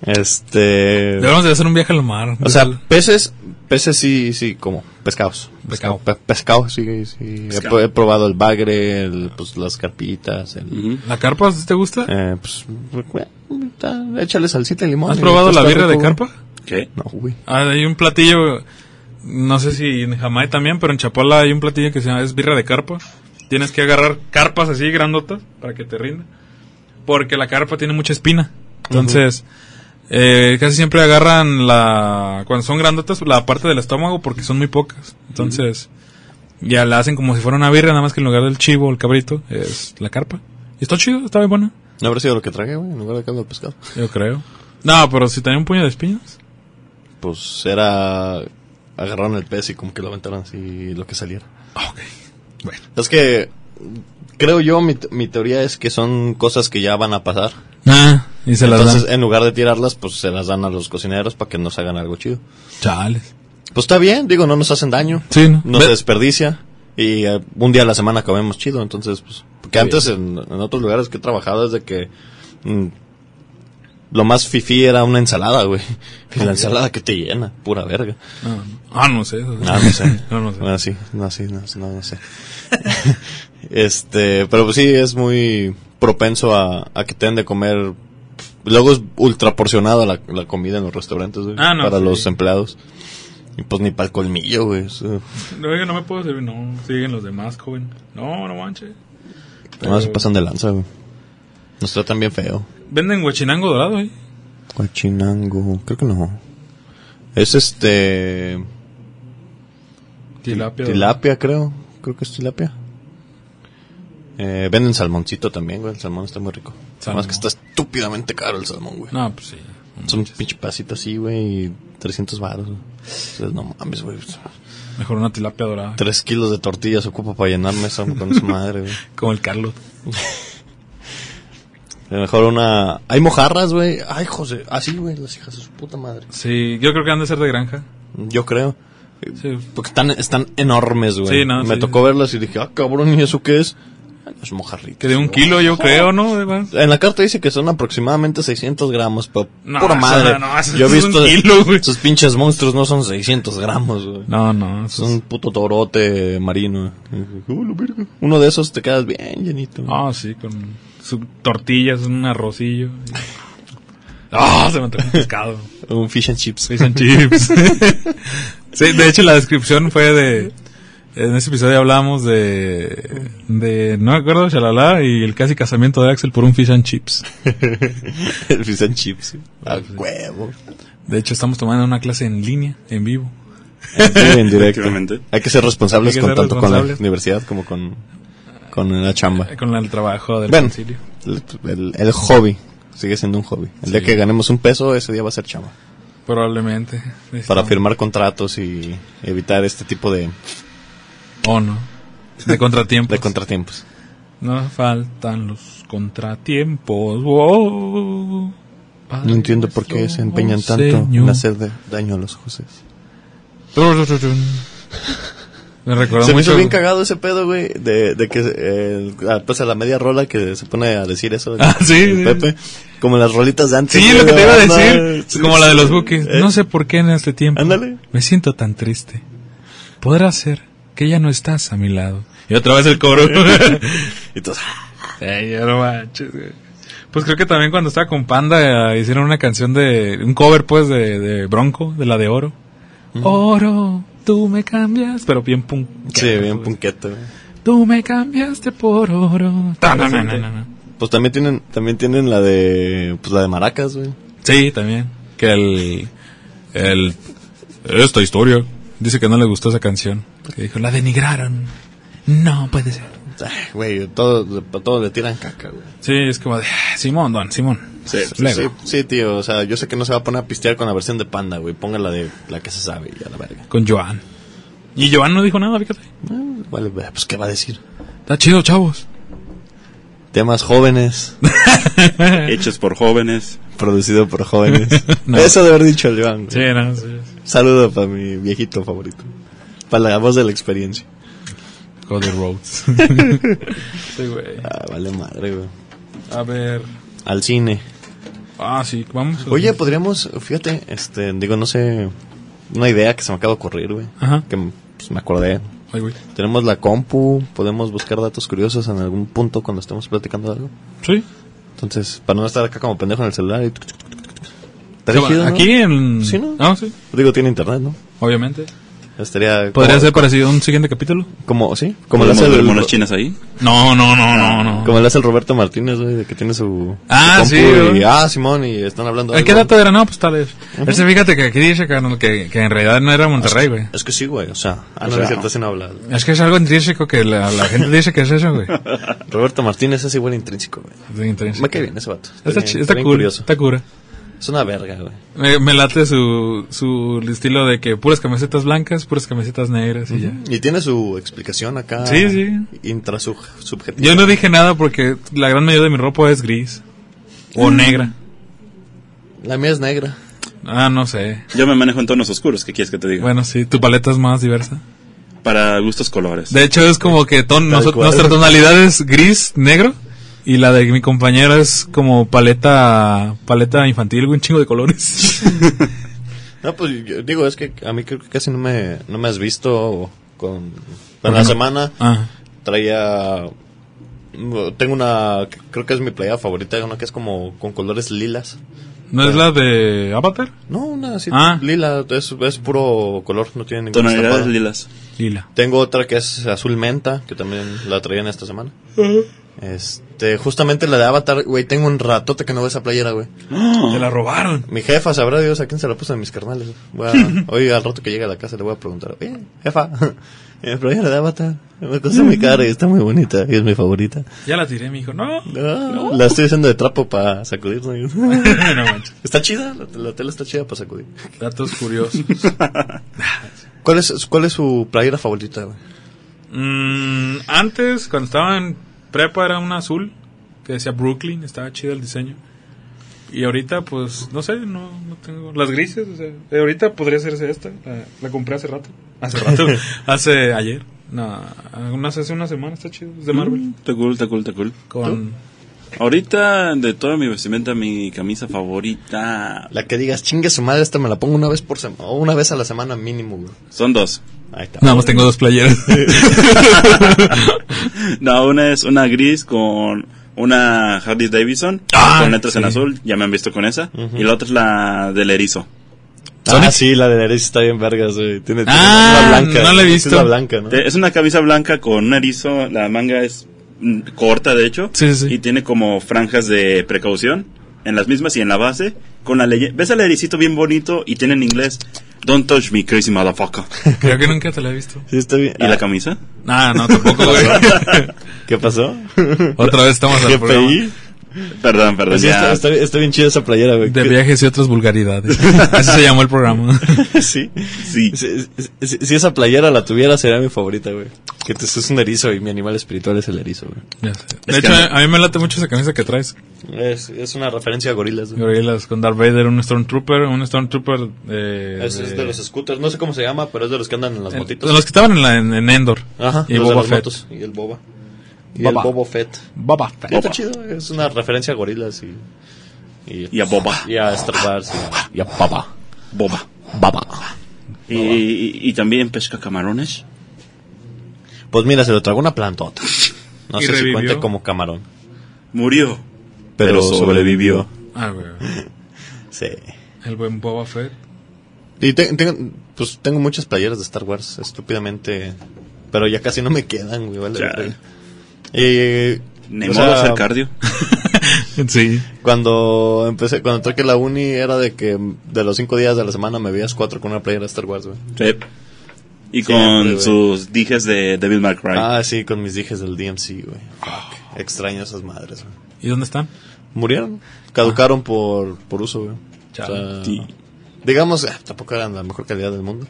Speaker 4: Este.
Speaker 2: Debemos de hacer un viaje al mar.
Speaker 4: O sea, peces, peces sí, sí, como pescados.
Speaker 2: Pescado.
Speaker 4: Pe- pescado, sí, sí. He
Speaker 3: Pescado.
Speaker 4: pro- He, probado el bagre, el, pues, las carpitas, el.
Speaker 3: Ujú.
Speaker 2: ¿La carpa sí te gusta?
Speaker 4: eh, pues, eh, ta- échale salsita y limón.
Speaker 2: ¿Has
Speaker 4: y
Speaker 2: probado
Speaker 4: pues
Speaker 2: la
Speaker 4: está
Speaker 2: birria de
Speaker 4: rico, güey.
Speaker 2: carpa?
Speaker 3: ¿Qué?
Speaker 4: No, güey.
Speaker 2: Ah, hay un platillo, no sé si en Jamaica también, pero en Chapala hay un platillo que se llama, es birra de carpa. Tienes que agarrar carpas así grandotas para que te rinda. Porque la carpa tiene mucha espina. Entonces, eh, casi siempre agarran la. Cuando son grandotas, la parte del estómago porque son muy pocas. Entonces, ya la hacen como si fuera una birra, nada más que en lugar del chivo o el cabrito es la carpa. Y está chido, está bien buena.
Speaker 4: No habrá sido lo que tragué, güey, en lugar de caldo de pescado.
Speaker 2: Yo creo. No, pero si tenía un puño de espinas.
Speaker 4: Pues era. Agarraron el pez y como que lo aventaron así lo que saliera.
Speaker 2: Ok. Bueno.
Speaker 4: Es que. Creo yo, mi, mi teoría es que son cosas que ya van a pasar.
Speaker 2: Ah, y se las
Speaker 4: Entonces,
Speaker 2: dan.
Speaker 4: en lugar de tirarlas, pues se las dan a los cocineros para que nos hagan algo chido.
Speaker 2: Chales.
Speaker 4: Pues está bien, digo, no nos hacen daño.
Speaker 2: Sí, ¿no?
Speaker 4: No
Speaker 2: Ve-
Speaker 4: se desperdicia. Y eh, un día a la semana comemos chido, entonces, pues. Porque antes en, en otros lugares que he trabajado es de que. mm, lo más fifí era una ensalada, güey. Y la ensalada que te llena, pura verga.
Speaker 2: Ah, ah, no sé. eso sí.
Speaker 4: No, no sé. Ah.
Speaker 2: no, no sé.
Speaker 4: Bueno, sí, no, sí, no, no, no sé. este, pero pues sí, es muy propenso a, a que te den de comer. Luego es ultra porcionada la, la comida en los restaurantes, güey,
Speaker 2: Ah, no,
Speaker 4: para
Speaker 2: sí.
Speaker 4: los empleados. Y pues ni para el colmillo, güey. eh, eso-
Speaker 2: No, oiga, no me puedo servir, no. Siguen los demás, joven. No, no manches.
Speaker 4: No, se pasan de lanza, güey. Nos tratan bien feo.
Speaker 2: Venden huachinango dorado, eh.
Speaker 4: Cochinango, creo que no. Es este.
Speaker 2: Tilapia. dorada.
Speaker 4: Tilapia, creo. Creo que es tilapia. Eh, venden salmoncito también, güey. El salmón está muy rico.
Speaker 2: Salmón.
Speaker 4: Además que está estúpidamente caro el salmón, güey.
Speaker 2: No, pues sí.
Speaker 4: Son un pinche pasito así, güey, y 300 baros, güey. Entonces, no mames, güey.
Speaker 2: Mejor una tilapia dorada.
Speaker 4: Tres kilos de tortillas ocupo para llenarme esa con su madre, güey.
Speaker 2: Como el Carlos.
Speaker 4: A lo Mejor una... Hay mojarras, güey. Ay, José. Así, güey, las hijas de su puta madre.
Speaker 2: Sí, yo creo que han de ser de granja.
Speaker 4: Yo creo.
Speaker 2: Sí.
Speaker 4: Porque están, están enormes, güey.
Speaker 2: Sí, no,
Speaker 4: Me
Speaker 2: sí.
Speaker 4: tocó verlas y dije, ah, cabrón, ¿y eso qué es? Ay, Las mojarritas.
Speaker 2: Que de un
Speaker 4: güey.
Speaker 2: kilo, yo creo, ¿no? Además.
Speaker 4: En la carta dice que son aproximadamente 600 gramos, pero
Speaker 2: No,
Speaker 4: pura
Speaker 2: eso
Speaker 4: madre.
Speaker 2: no, no, eso
Speaker 4: Yo he
Speaker 2: es un
Speaker 4: visto
Speaker 2: kilo, güey.
Speaker 4: esos pinches monstruos no son 600 gramos, güey.
Speaker 2: No, no.
Speaker 4: Es
Speaker 2: eso es-
Speaker 4: un puto torote marino. Uh, la verga. Uno de esos te quedas bien llenito.
Speaker 2: Ah, sí, con su tortillas, un arrocillo. Ah, se me antojó un pescado.
Speaker 4: Un fish and chips.
Speaker 2: Fish and chips. sí, de hecho la descripción fue de... En ese episodio hablábamos de... De... No me acuerdo, Shalala y el casi casamiento de Axel por un fish and chips.
Speaker 4: El fish and chips. sí.
Speaker 2: Ah,
Speaker 4: A huevo.
Speaker 2: De hecho estamos tomando una clase en línea, en vivo.
Speaker 4: en directo.
Speaker 3: Efectivamente.
Speaker 4: Hay que ser responsables
Speaker 2: Hay que
Speaker 4: con
Speaker 2: ser
Speaker 4: tanto con
Speaker 2: responsables.
Speaker 4: la universidad como con, con la chamba.
Speaker 2: Eh, Con el trabajo del
Speaker 4: Bueno.
Speaker 2: concilio.
Speaker 4: El, el- el hobby. Sigue siendo un hobby. El día
Speaker 2: Sí.
Speaker 4: que ganemos un peso, ese día va a ser chamba.
Speaker 2: Probablemente.
Speaker 4: Para
Speaker 2: Estamos-
Speaker 4: firmar contratos y evitar este tipo de,
Speaker 2: O no. De contratiempo.
Speaker 4: de contratiempos.
Speaker 2: no faltan los contratiempos. Wow. Padre
Speaker 4: No entiendo por qué
Speaker 2: nuestro
Speaker 4: se empeñan tanto en
Speaker 2: Señor.
Speaker 4: hacer de- daño a los jueces.
Speaker 2: Tururururun. Me recordó
Speaker 4: Se me
Speaker 2: mucho.
Speaker 4: hizo bien cagado ese pedo, güey, de, de que eh, la- pues a la media rola que se pone a decir eso. el-
Speaker 2: Ah, sí,
Speaker 4: el
Speaker 2: sí.
Speaker 4: Pepe. Como las rolitas de antes.
Speaker 2: Sí,
Speaker 4: güey,
Speaker 2: lo que te iba a
Speaker 4: anda,
Speaker 2: decir.
Speaker 4: sí,
Speaker 2: Como la de los
Speaker 4: sí,
Speaker 2: buques.
Speaker 4: eh, Ah,
Speaker 2: No sé por qué en este tiempo.
Speaker 4: Ándale.
Speaker 2: Me siento tan triste. Podrá ser que ya no estás a mi lado. Y otra vez el coro.
Speaker 4: y todos, ah,
Speaker 2: Ey, ya no manches, güey. Pues creo que también cuando estaba con Panda eh, hicieron una canción de. Un cover, pues, de, de Bronco, de la de Oro. Oro, tú me cambias. Pero bien punk.
Speaker 4: sí, bien punqueto. güey.
Speaker 2: Tú me cambiaste por oro. Ta, na, na, na, na, na.
Speaker 4: Pues también tienen, también tienen la de, pues la de maracas, güey.
Speaker 2: Sí, también. Que el, el... Esta historia. Dice que no le gustó esa canción. Que dijo, la denigraron. No, puede ser.
Speaker 4: Ay, Güey, todos, a todos le tiran caca, güey.
Speaker 2: Sí, es como de... "Ah, Simón, don, Simón.
Speaker 4: Sí, sí,
Speaker 2: Luego.
Speaker 4: sí, sí, tío, o sea, yo sé que no se va a poner a pistear con la versión de Panda, güey. Póngala de la que se sabe, ya la verga.
Speaker 2: Con Joan. Y Joan no dijo nada, fíjate.
Speaker 4: Eh, Vale, güey, pues qué va a decir.
Speaker 2: Está chido, chavos.
Speaker 4: Temas jóvenes,
Speaker 3: Hechos por jóvenes.
Speaker 4: producido por jóvenes.
Speaker 2: No.
Speaker 4: Eso de haber dicho el Joan. güey.
Speaker 2: Sí, no, sí.
Speaker 4: Saludo para mi viejito favorito. Para la voz de la experiencia.
Speaker 2: Go the roads. sí, güey.
Speaker 4: Ah, vale madre, güey.
Speaker 2: A ver...
Speaker 4: Al cine.
Speaker 2: Ah, sí, vamos.
Speaker 4: Oye, podríamos, fíjate, este, digo, no sé, una idea que se me acaba de ocurrir, güey.
Speaker 2: Ajá.
Speaker 4: Que pues, me acordé.
Speaker 2: Ay, güey.
Speaker 4: Tenemos la compu, podemos buscar datos curiosos en algún punto cuando estemos platicando de algo.
Speaker 2: Sí.
Speaker 4: Entonces, para no estar acá como pendejo en el celular. Y... Está
Speaker 2: Se va-
Speaker 4: chido, ¿no?
Speaker 2: Aquí en...
Speaker 4: Sí, ¿no?
Speaker 2: Ah, sí.
Speaker 4: Digo, tiene internet, ¿no?
Speaker 2: Obviamente. Oh.
Speaker 4: Estaría
Speaker 2: ¿Podría
Speaker 4: como-
Speaker 2: ser parecido a un siguiente capítulo?
Speaker 4: Como, sí, como
Speaker 3: ¿Cómo
Speaker 4: lo hace el,
Speaker 3: monos chinas ahí?
Speaker 2: No, no, no, no, no.
Speaker 4: Como lo hace el Roberto Martínez, güey, de que tiene su.
Speaker 2: Ah,
Speaker 4: su compu
Speaker 2: sí,
Speaker 4: y-
Speaker 2: güey.
Speaker 4: ah, Simón, y están hablando.
Speaker 2: ¿En
Speaker 4: algo.
Speaker 2: qué dato era? No, pues tal vez. Ese, fíjate que aquí dice carnal, que, que en realidad no era Monterrey, güey.
Speaker 4: Es que sí, güey, o sea. Ah, no,
Speaker 3: sea,
Speaker 4: es cierto, así no habla.
Speaker 2: Es que es algo intrínseco que la, la gente dice que es eso, güey.
Speaker 4: Roberto Martínez es igual intrínseco, güey.
Speaker 2: Es intrínseco.
Speaker 4: Me cae bien ese vato.
Speaker 2: Está,
Speaker 4: bien-
Speaker 2: chi- está
Speaker 4: bien
Speaker 2: cool,
Speaker 4: curioso.
Speaker 2: está cura.
Speaker 4: Es una verga, güey.
Speaker 2: Me, me late su, su estilo de que puras camisetas blancas, puras camisetas negras y ya.
Speaker 4: Y tiene su explicación acá.
Speaker 2: Sí, sí.
Speaker 4: Intrasubjetiva.
Speaker 2: Yo no dije nada porque la gran mayoría de mi ropa es gris. O negra.
Speaker 4: La mía es negra.
Speaker 2: Ah, no sé.
Speaker 3: Yo me manejo en tonos oscuros, ¿qué quieres que te diga?
Speaker 2: Bueno, sí, tu paleta es más diversa.
Speaker 3: Para gustos colores.
Speaker 2: De hecho, es como que ton-
Speaker 4: Tal
Speaker 2: noso-
Speaker 4: cual.
Speaker 2: nuestra tonalidad es gris, negro. Y la de mi compañera es como paleta paleta infantil, güey, un chingo de colores.
Speaker 4: No, pues yo digo, es que a mí creo que casi no me, no me has visto con. En
Speaker 2: Porque
Speaker 4: la
Speaker 2: no-
Speaker 4: semana
Speaker 2: Ah,
Speaker 4: traía. Tengo una. Creo que es mi playa favorita, una que es como con colores lilas.
Speaker 2: ¿No es la de Avatar?
Speaker 4: No, una así
Speaker 2: Ah.
Speaker 4: lila, es, es puro color, no tiene ningún
Speaker 3: Tonalidades lilas.
Speaker 2: Lila.
Speaker 4: Tengo otra que es azul menta, que también la traían esta semana. Este, justamente la de Avatar, güey, tengo un ratote que no veo esa playera, güey.
Speaker 2: Te la robaron.
Speaker 4: Mi jefa, sabrá Dios a quién se la puso de mis carnales. Voy a- hoy al rato que llegue a la casa le voy a preguntar, oye, jefa, eh, mi playera de Avatar, me costó mi cara y está muy bonita y es mi favorita.
Speaker 2: Ya la tiré, mi hijo. No.
Speaker 4: Ah, La estoy haciendo de trapo para sacudirme.
Speaker 2: no manches.
Speaker 4: está chida, la, la tela está chida para sacudir.
Speaker 2: Datos curiosos.
Speaker 4: ¿Cuál es, cuál es su playera favorita, güey?
Speaker 2: Mm, antes, cuando estaba en prepa, era un azul que decía Brooklyn, estaba chido el diseño. Y ahorita, pues, no sé, no, no tengo. Las grises, o sea, eh, ahorita podría hacerse esta. La, la compré hace rato. Hace rato. hace ayer. No, unas- hace una semana, está chido. Es de Marvel.
Speaker 3: Mm, Está cool, está cool, está cool.
Speaker 2: Con.
Speaker 3: Ahorita, de toda mi vestimenta, mi camisa favorita
Speaker 4: La que digas, chingue su madre, esta me la pongo una vez por semana, o una vez a la semana mínimo, güey.
Speaker 3: son dos.
Speaker 4: Ahí está.
Speaker 2: Nada más tengo dos playeras.
Speaker 3: No, una es una gris con una Harley Davidson
Speaker 2: Ah,
Speaker 3: con letras en
Speaker 2: sí.
Speaker 3: azul, ya me han visto con esa. Y la otra es la del erizo.
Speaker 2: Sonic.
Speaker 4: Ah, sí, la de derecha está bien vergas, güey. Tiene, tiene
Speaker 2: Ah,
Speaker 4: la blanca.
Speaker 2: no la he
Speaker 4: Sí,
Speaker 2: visto.
Speaker 4: Es la blanca,
Speaker 2: Ah.
Speaker 4: ¿no?
Speaker 3: Te- Eh, Es una camisa blanca con un erizo, la manga es mm, corta de hecho
Speaker 2: Sí, sí, sí.
Speaker 3: y tiene como franjas de precaución en las mismas y en la base con la leyenda. ¿Ves el ericito bien bonito y tiene en inglés Don't touch me crazy motherfucker?
Speaker 2: Creo que nunca te la he visto.
Speaker 4: Sí, está bien.
Speaker 3: ¿Y
Speaker 4: Ah,
Speaker 3: la camisa?
Speaker 2: Nah, no, tampoco, güey.
Speaker 4: ¿Qué pasó?
Speaker 2: Otra vez estamos al programa.
Speaker 4: GPI.
Speaker 3: Perdón, perdón.
Speaker 4: Pues sí, está,
Speaker 3: ya.
Speaker 4: está bien- está bien chida esa playera, güey.
Speaker 2: De
Speaker 4: Que-
Speaker 2: viajes y otras vulgaridades. Así se llamó el programa.
Speaker 4: sí.
Speaker 3: Sí.
Speaker 4: Si, si- si esa playera la tuviera, sería mi favorita, güey. Que te es un erizo y mi animal espiritual es el erizo, güey.
Speaker 2: Ya sé. De
Speaker 3: Es
Speaker 2: hecho,
Speaker 3: que-
Speaker 2: a, a mí me late mucho esa camisa que traes.
Speaker 4: Es, es una referencia a gorilas, güey.
Speaker 2: Gorilas con Darth Vader, un Stormtrooper, un Stormtrooper. Eh,
Speaker 4: Ah, Es, es de los scooters, no sé cómo se llama, pero es de los que andan en las
Speaker 2: eh,
Speaker 4: motitas.
Speaker 2: los que estaban en, la, en, en Endor.
Speaker 4: Ajá,
Speaker 2: Y
Speaker 4: los de
Speaker 2: Boba
Speaker 4: las
Speaker 2: Fett.
Speaker 4: motos, Y el Boba. Y
Speaker 2: Boba.
Speaker 4: el Bobo Fett.
Speaker 2: Boba
Speaker 4: Y Está
Speaker 2: Fett.
Speaker 4: chido, es una referencia a gorilas y. Y,
Speaker 3: Y a Boba.
Speaker 4: y a Star Wars y a, y a Baba.
Speaker 3: Boba.
Speaker 4: Baba.
Speaker 3: Y, y- y también pesca camarones.
Speaker 4: Pues mira, se lo tragó una plantota. No
Speaker 2: Y
Speaker 4: sé
Speaker 2: revivió.
Speaker 4: si cuenta como camarón.
Speaker 3: Murió.
Speaker 4: Pero,
Speaker 3: Pero
Speaker 4: sobrevivió.
Speaker 2: Ah, güey.
Speaker 4: Sí.
Speaker 2: El buen Boba Fett.
Speaker 4: Y te- tengo- pues tengo muchas playeras de Star Wars, estúpidamente. Pero ya casi no me quedan, güey. vale,
Speaker 3: Chale.
Speaker 4: verga. Y.
Speaker 3: Ni
Speaker 4: o
Speaker 3: modo
Speaker 4: sea,
Speaker 3: hacer cardio.
Speaker 2: Sí.
Speaker 4: Cuando empecé, cuando entré aquí a la uni, era de que de los cinco días de la semana me veías cuatro con una playera de Star Wars, güey.
Speaker 3: Sí. Y
Speaker 4: Siempre,
Speaker 3: con
Speaker 4: güey.
Speaker 3: sus dijes de Devil May Cry.
Speaker 4: Ah, sí, con mis dijes del DMC, güey. Fuck. Extraño esas madres, güey.
Speaker 2: ¿Y dónde están?
Speaker 4: Murieron. Caducaron por, por uso, güey.
Speaker 2: Chale.
Speaker 4: O sea,
Speaker 3: Sí.
Speaker 4: Digamos, eh, tampoco eran la mejor calidad del mundo.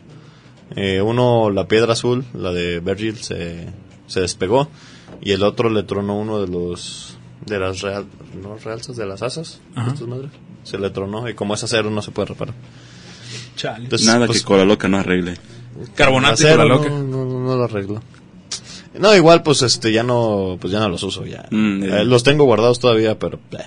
Speaker 4: Eh, uno, la piedra azul, la de Virgil, se, se despegó. Y el otro le tronó uno de los. de las real, ¿no? realzas, de las asas.
Speaker 2: Ajá.
Speaker 4: Estas madres. Se le tronó. Y como es acero, no se puede reparar.
Speaker 2: Chale.
Speaker 4: Entonces,
Speaker 3: Nada
Speaker 4: pues,
Speaker 3: que cola loca no arregle.
Speaker 2: Carbonato y
Speaker 4: acero,
Speaker 2: cola loca.
Speaker 4: No, no, no, no lo arreglo. No, igual, pues este, ya no, pues ya no los uso ya.
Speaker 3: Mm,
Speaker 4: Eh,
Speaker 3: eh.
Speaker 4: los tengo guardados todavía, pero. bleh.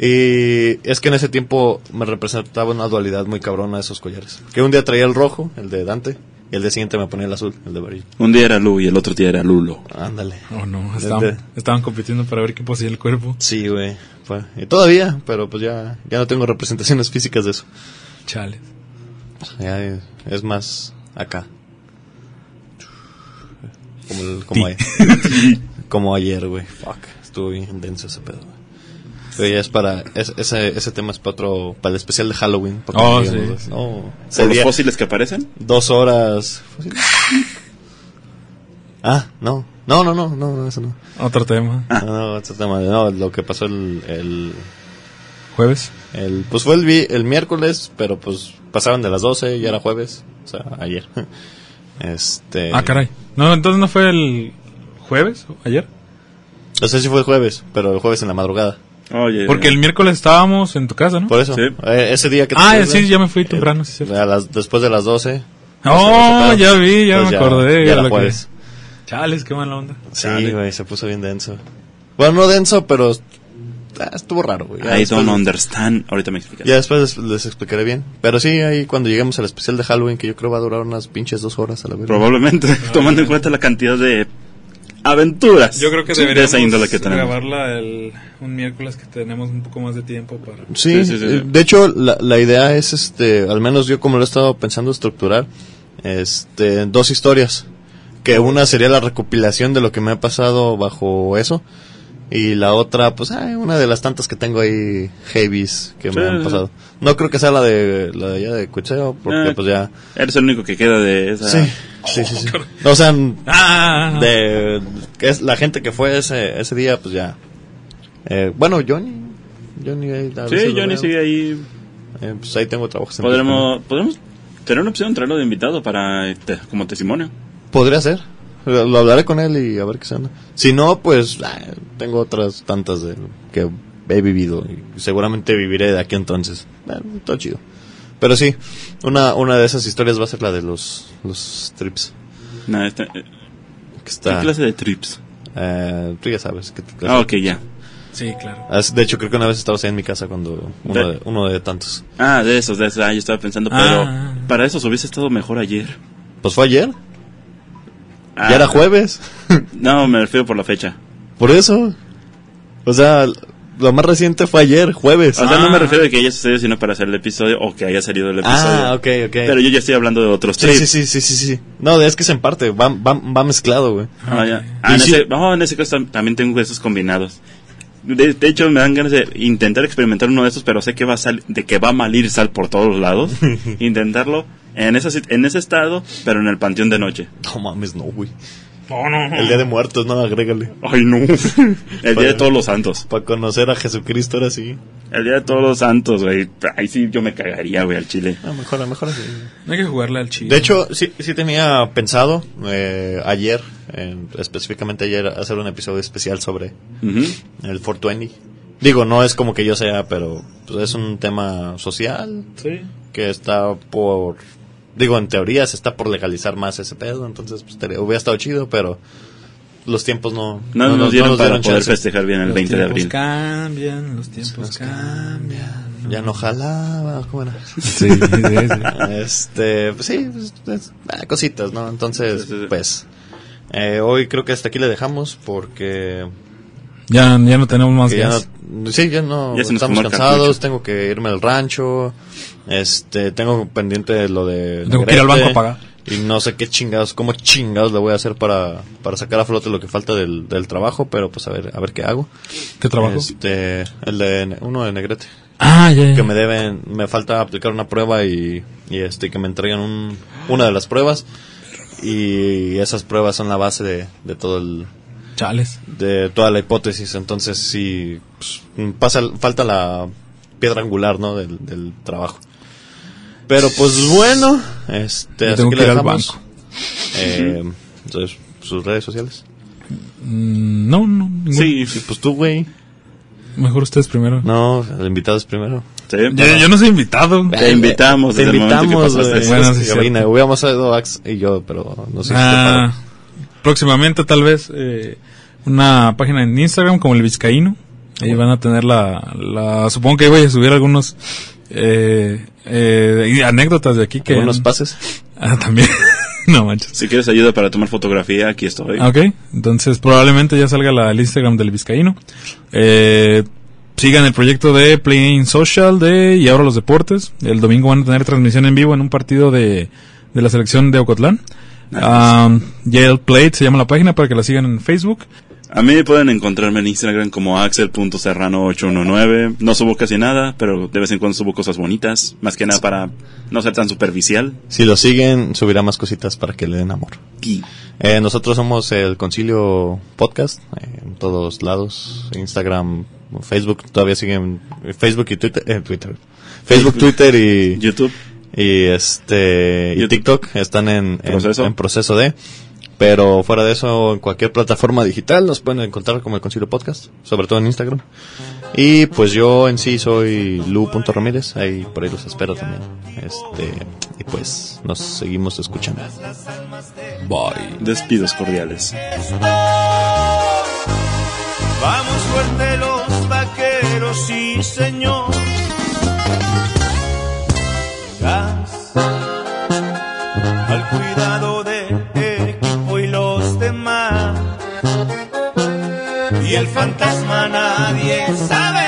Speaker 4: Y es que en ese tiempo me representaba una dualidad muy cabrona esos collares. Que un día traía el rojo, el de Dante, y el día siguiente me ponía el azul, el de Beryl.
Speaker 3: Un día era Lu y el otro día era Lulo.
Speaker 4: Ándale.
Speaker 2: Oh, no.
Speaker 4: Desde-
Speaker 2: Estaban, estaban compitiendo para ver qué poseía el cuerpo.
Speaker 4: Sí, güey. Fue- y todavía, pero pues ya, ya no tengo representaciones físicas de eso.
Speaker 2: Chale.
Speaker 4: Ya, eh, es más acá. Como, el- como, ayer. como ayer, güey. Fuck, estuvo bien intenso ese pedo, güey. Pero ya es para. es- ese, ese tema es para otro. Para el especial de Halloween. porque
Speaker 2: Oh,
Speaker 4: digamos,
Speaker 2: sí,
Speaker 4: güey,
Speaker 2: sí.
Speaker 4: No.
Speaker 3: ¿Por los
Speaker 4: sería
Speaker 3: fósiles que aparecen?
Speaker 4: dos horas. Ah, no. No, no, no, no, no, eso no.
Speaker 2: Otro tema.
Speaker 4: No, no, otro tema. No, lo que pasó el- el
Speaker 2: Jueves.
Speaker 4: el, pues fue el, vi- el miércoles, pero pues pasaron de las 12, ya era jueves, o sea, ayer. Este.
Speaker 2: Ah, caray. No, entonces no fue el jueves, o ayer.
Speaker 4: No sé si fue el jueves, pero el jueves en la madrugada.
Speaker 3: Oye.
Speaker 2: Porque el miércoles estábamos en tu casa, ¿no?
Speaker 4: Eh. Por eso,
Speaker 3: Sí.
Speaker 4: eh, ese día que
Speaker 2: Ah,
Speaker 4: fuiste, eh,
Speaker 2: sí, ya me fui temprano, sí, cierto.
Speaker 4: a las- después de las 12.
Speaker 2: Oh, ya vi, ya
Speaker 4: Entonces
Speaker 2: me acordé.
Speaker 4: Pues Ya
Speaker 2: lo
Speaker 4: era
Speaker 2: que-
Speaker 4: jueves.
Speaker 2: Chales, qué mala onda.
Speaker 4: Sí, güey, se puso bien denso. Bueno, no denso, pero ah, estuvo raro, güey. Ya
Speaker 3: I
Speaker 4: después-
Speaker 3: don't understand. Ahorita me explicas.
Speaker 4: Ya después les, les explicaré bien. Pero sí, ahí cuando lleguemos al especial de Halloween, que yo creo va a durar unas pinches dos horas a la vez.
Speaker 3: Probablemente,
Speaker 4: Ah.
Speaker 3: tomando en cuenta la cantidad de aventuras.
Speaker 2: Yo creo que
Speaker 3: de esa índole
Speaker 2: deberíamos
Speaker 3: que tenemos.
Speaker 2: grabarla el, un miércoles que tenemos un poco más de tiempo para...
Speaker 4: Sí,
Speaker 3: Sí, sí, sí,
Speaker 4: eh,
Speaker 3: sí.
Speaker 4: de hecho la, la idea es, este, al menos yo como lo he estado pensando estructurar, este, dos historias, que una sería la recopilación de lo que me ha pasado bajo eso y la otra, pues, ay, una de las tantas que tengo ahí heavies que
Speaker 3: Sí,
Speaker 4: me han
Speaker 3: sí.
Speaker 4: pasado. No creo que sea la de la de allá de Cucheo, porque
Speaker 3: Eh,
Speaker 4: pues ya,
Speaker 3: Eres el único que queda de esa.
Speaker 4: sí, sí, sí, sí. o sea,
Speaker 2: Ah,
Speaker 4: de que es la gente que fue ese ese día, pues ya, Eh, bueno, Johnny, Johnny, ahí a veces
Speaker 3: Sí,
Speaker 4: lo
Speaker 3: Johnny
Speaker 4: veo.
Speaker 3: sigue ahí.
Speaker 4: Eh, pues ahí tengo trabajos. en
Speaker 3: Podremos, podemos tener una opción de traerlo de invitado para este, como testimonio.
Speaker 4: Bitcoin. Podría ser. Lo, lo hablaré con él y a ver qué se anda. Si no, pues ah, tengo otras tantas de, que he vivido y seguramente viviré de aquí a entonces. Bueno, todo chido. Pero sí, una, una de esas historias va a ser la de los, los trips.
Speaker 3: Nah, este- eh,
Speaker 4: Que
Speaker 3: ¿Qué
Speaker 4: está,
Speaker 3: clase de trips?
Speaker 4: eh, tú ya sabes. qué Ah. clase.
Speaker 3: Ah, ok, ya.
Speaker 2: Sí, claro.
Speaker 4: Ah, De hecho, creo que una vez estabas ahí en mi casa cuando uno
Speaker 3: De-
Speaker 4: de, uno de tantos.
Speaker 3: Ah, de esos, de esos. Ah, yo estaba pensando,
Speaker 2: Ah.
Speaker 3: pero para esos hubiese estado mejor ayer.
Speaker 4: Pues fue ayer,
Speaker 3: Ah,
Speaker 4: ya era jueves.
Speaker 3: No, me refiero por la fecha.
Speaker 4: Por eso. O sea, lo más reciente fue ayer,
Speaker 3: O
Speaker 4: jueves.
Speaker 3: sea, no me
Speaker 2: Ah.
Speaker 3: refiero a que haya sucedido, sino para hacer el episodio o que haya salido el episodio.
Speaker 4: Ah, ok, ok.
Speaker 3: Pero yo ya estoy hablando de otros
Speaker 4: sí,
Speaker 3: trips.
Speaker 4: sí, sí, sí, sí, sí. No, es que es en parte, va, va, va mezclado, güey.
Speaker 3: Ah, ya.
Speaker 4: Y
Speaker 3: Ah, en,
Speaker 4: sí-
Speaker 3: ese, no, en ese caso tam- también tengo esos combinados. De, de hecho, me dan ganas de intentar experimentar uno de esos, pero sé que va a sal- de que va a mal ir sal por todos lados. Intentarlo en, esa sit- en ese estado, pero en el panteón de noche.
Speaker 4: No mames, no, güey.
Speaker 2: No, no.
Speaker 4: El Día de Muertos, no, agrégale.
Speaker 3: Ay, no. El día de todos los santos.
Speaker 4: Para conocer a Jesucristo ahora sí.
Speaker 3: El día de todos los santos, güey. Ahí sí yo me cagaría, güey, al chile.
Speaker 4: No, Ah, mejor, mejor así.
Speaker 2: Hay que jugarle al chido.
Speaker 4: De hecho, sí, sí tenía pensado eh, ayer, eh, específicamente ayer, hacer un episodio especial sobre
Speaker 3: Ujú.
Speaker 4: el 420. Digo, no es como que yo sea, pero pues, es un tema social,
Speaker 2: Sí.
Speaker 4: que está por digo en teoría se está por legalizar más ese pedo entonces pues, estaría- hubiera estado chido pero los tiempos no
Speaker 3: No, nos, dieron para
Speaker 4: dieron
Speaker 3: poder
Speaker 4: chance.
Speaker 3: festejar bien el
Speaker 2: Los
Speaker 3: 20 de
Speaker 2: tiempos
Speaker 3: abril.
Speaker 2: cambian, los tiempos
Speaker 4: Los
Speaker 2: cambian.
Speaker 4: ya no jalaba ¿cómo era?
Speaker 2: Sí, sí, sí.
Speaker 4: este pues, sí pues, es- ah, cositas no entonces
Speaker 3: Sí, sí, sí.
Speaker 4: pues eh, hoy creo que hasta aquí le dejamos porque
Speaker 2: Ya, ya no tenemos más
Speaker 4: que ya
Speaker 2: gas.
Speaker 4: no- sí ya no
Speaker 3: Ya se nos
Speaker 4: estamos
Speaker 3: quemó el
Speaker 4: cansados
Speaker 3: cartucho.
Speaker 4: tengo que irme al rancho este tengo pendiente lo de
Speaker 2: Tengo que ir al
Speaker 4: Negrete.
Speaker 2: banco a pagar.
Speaker 4: Y no sé qué chingados, cómo chingados le voy a hacer para, para sacar a flote lo que falta del, del trabajo, pero pues a ver, a ver qué hago.
Speaker 2: ¿Qué trabajo?
Speaker 4: Este, el de Ne- uno de Negrete.
Speaker 2: Ah, ya, ya.
Speaker 4: Que me deben, me falta aplicar una prueba y, y este, que me entreguen un, una de las pruebas. Y esas pruebas son la base de, de todo el,
Speaker 2: Chales.
Speaker 4: de toda la hipótesis. Entonces sí, pues, pasa, falta la piedra angular, ¿no? Del, del trabajo. Pero pues bueno, este,
Speaker 2: Yo
Speaker 4: así
Speaker 2: tengo que
Speaker 4: le
Speaker 2: ir al
Speaker 4: dejamos.
Speaker 2: banco.
Speaker 4: Eh, entonces, sus redes sociales.
Speaker 2: Mm, No, no, ningún-
Speaker 3: Sí,
Speaker 4: Sí, pues tú, güey.
Speaker 2: Mejor ustedes primero.
Speaker 4: No, el invitado es primero.
Speaker 3: sí.
Speaker 2: Yo, yo no soy invitado.
Speaker 3: Te invitamos
Speaker 4: Te
Speaker 3: desde el momento que
Speaker 4: invitamos,
Speaker 3: pasaste
Speaker 4: güey.
Speaker 3: eso.
Speaker 2: Bueno, sí,
Speaker 4: sí,
Speaker 2: cierto.
Speaker 4: Sabrina, Hubiéramos sido Ax y yo, pero no sé si
Speaker 2: Ah, próximamente tal vez eh, una página en Instagram como el Vizcaíno. Ahí van a tener la, la supongo que ahí voy a subir algunos eh, eh, y anécdotas de aquí
Speaker 4: que
Speaker 2: que
Speaker 4: unos pases.
Speaker 2: Ah, también. no manches.
Speaker 3: Si quieres ayuda para tomar fotografía, aquí estoy.
Speaker 2: Ah, Ok, entonces probablemente ya salga la, el Instagram del Vizcaíno. Eh, sigan el proyecto de Playing Social de Y ahora los deportes. El domingo van a tener transmisión en vivo en un partido de, de la selección de Ocotlán. Um, Yale Plate se llama la página para que la sigan en Facebook.
Speaker 3: A mí pueden encontrarme en Instagram como axel.serrano819. No subo casi nada, pero de vez en cuando subo cosas bonitas. Más que nada para no ser tan superficial.
Speaker 4: Si lo siguen, subirá más cositas para que le den amor.
Speaker 3: Y
Speaker 4: Eh, nosotros somos el Concilio Podcast eh, en todos lados, Instagram, Facebook, todavía siguen Facebook y Twitter, eh, Twitter. Facebook, Twitter y,
Speaker 3: YouTube.
Speaker 4: y este y
Speaker 3: YouTube.
Speaker 4: TikTok están en, en-
Speaker 3: Proceso.
Speaker 4: en proceso de, pero fuera de eso en cualquier plataforma digital nos pueden encontrar como el Concilio Podcast, sobre todo en Instagram. Y pues yo en sí soy lu.ramírez, ahí por ahí los espero también. Este y pues nos seguimos escuchando.
Speaker 2: Bye.
Speaker 3: Despidos cordiales.
Speaker 5: Vamos fuerte los vaqueros, sí señor. Gas al cuidado del equipo y los demás. Y el fantasma nadie sabe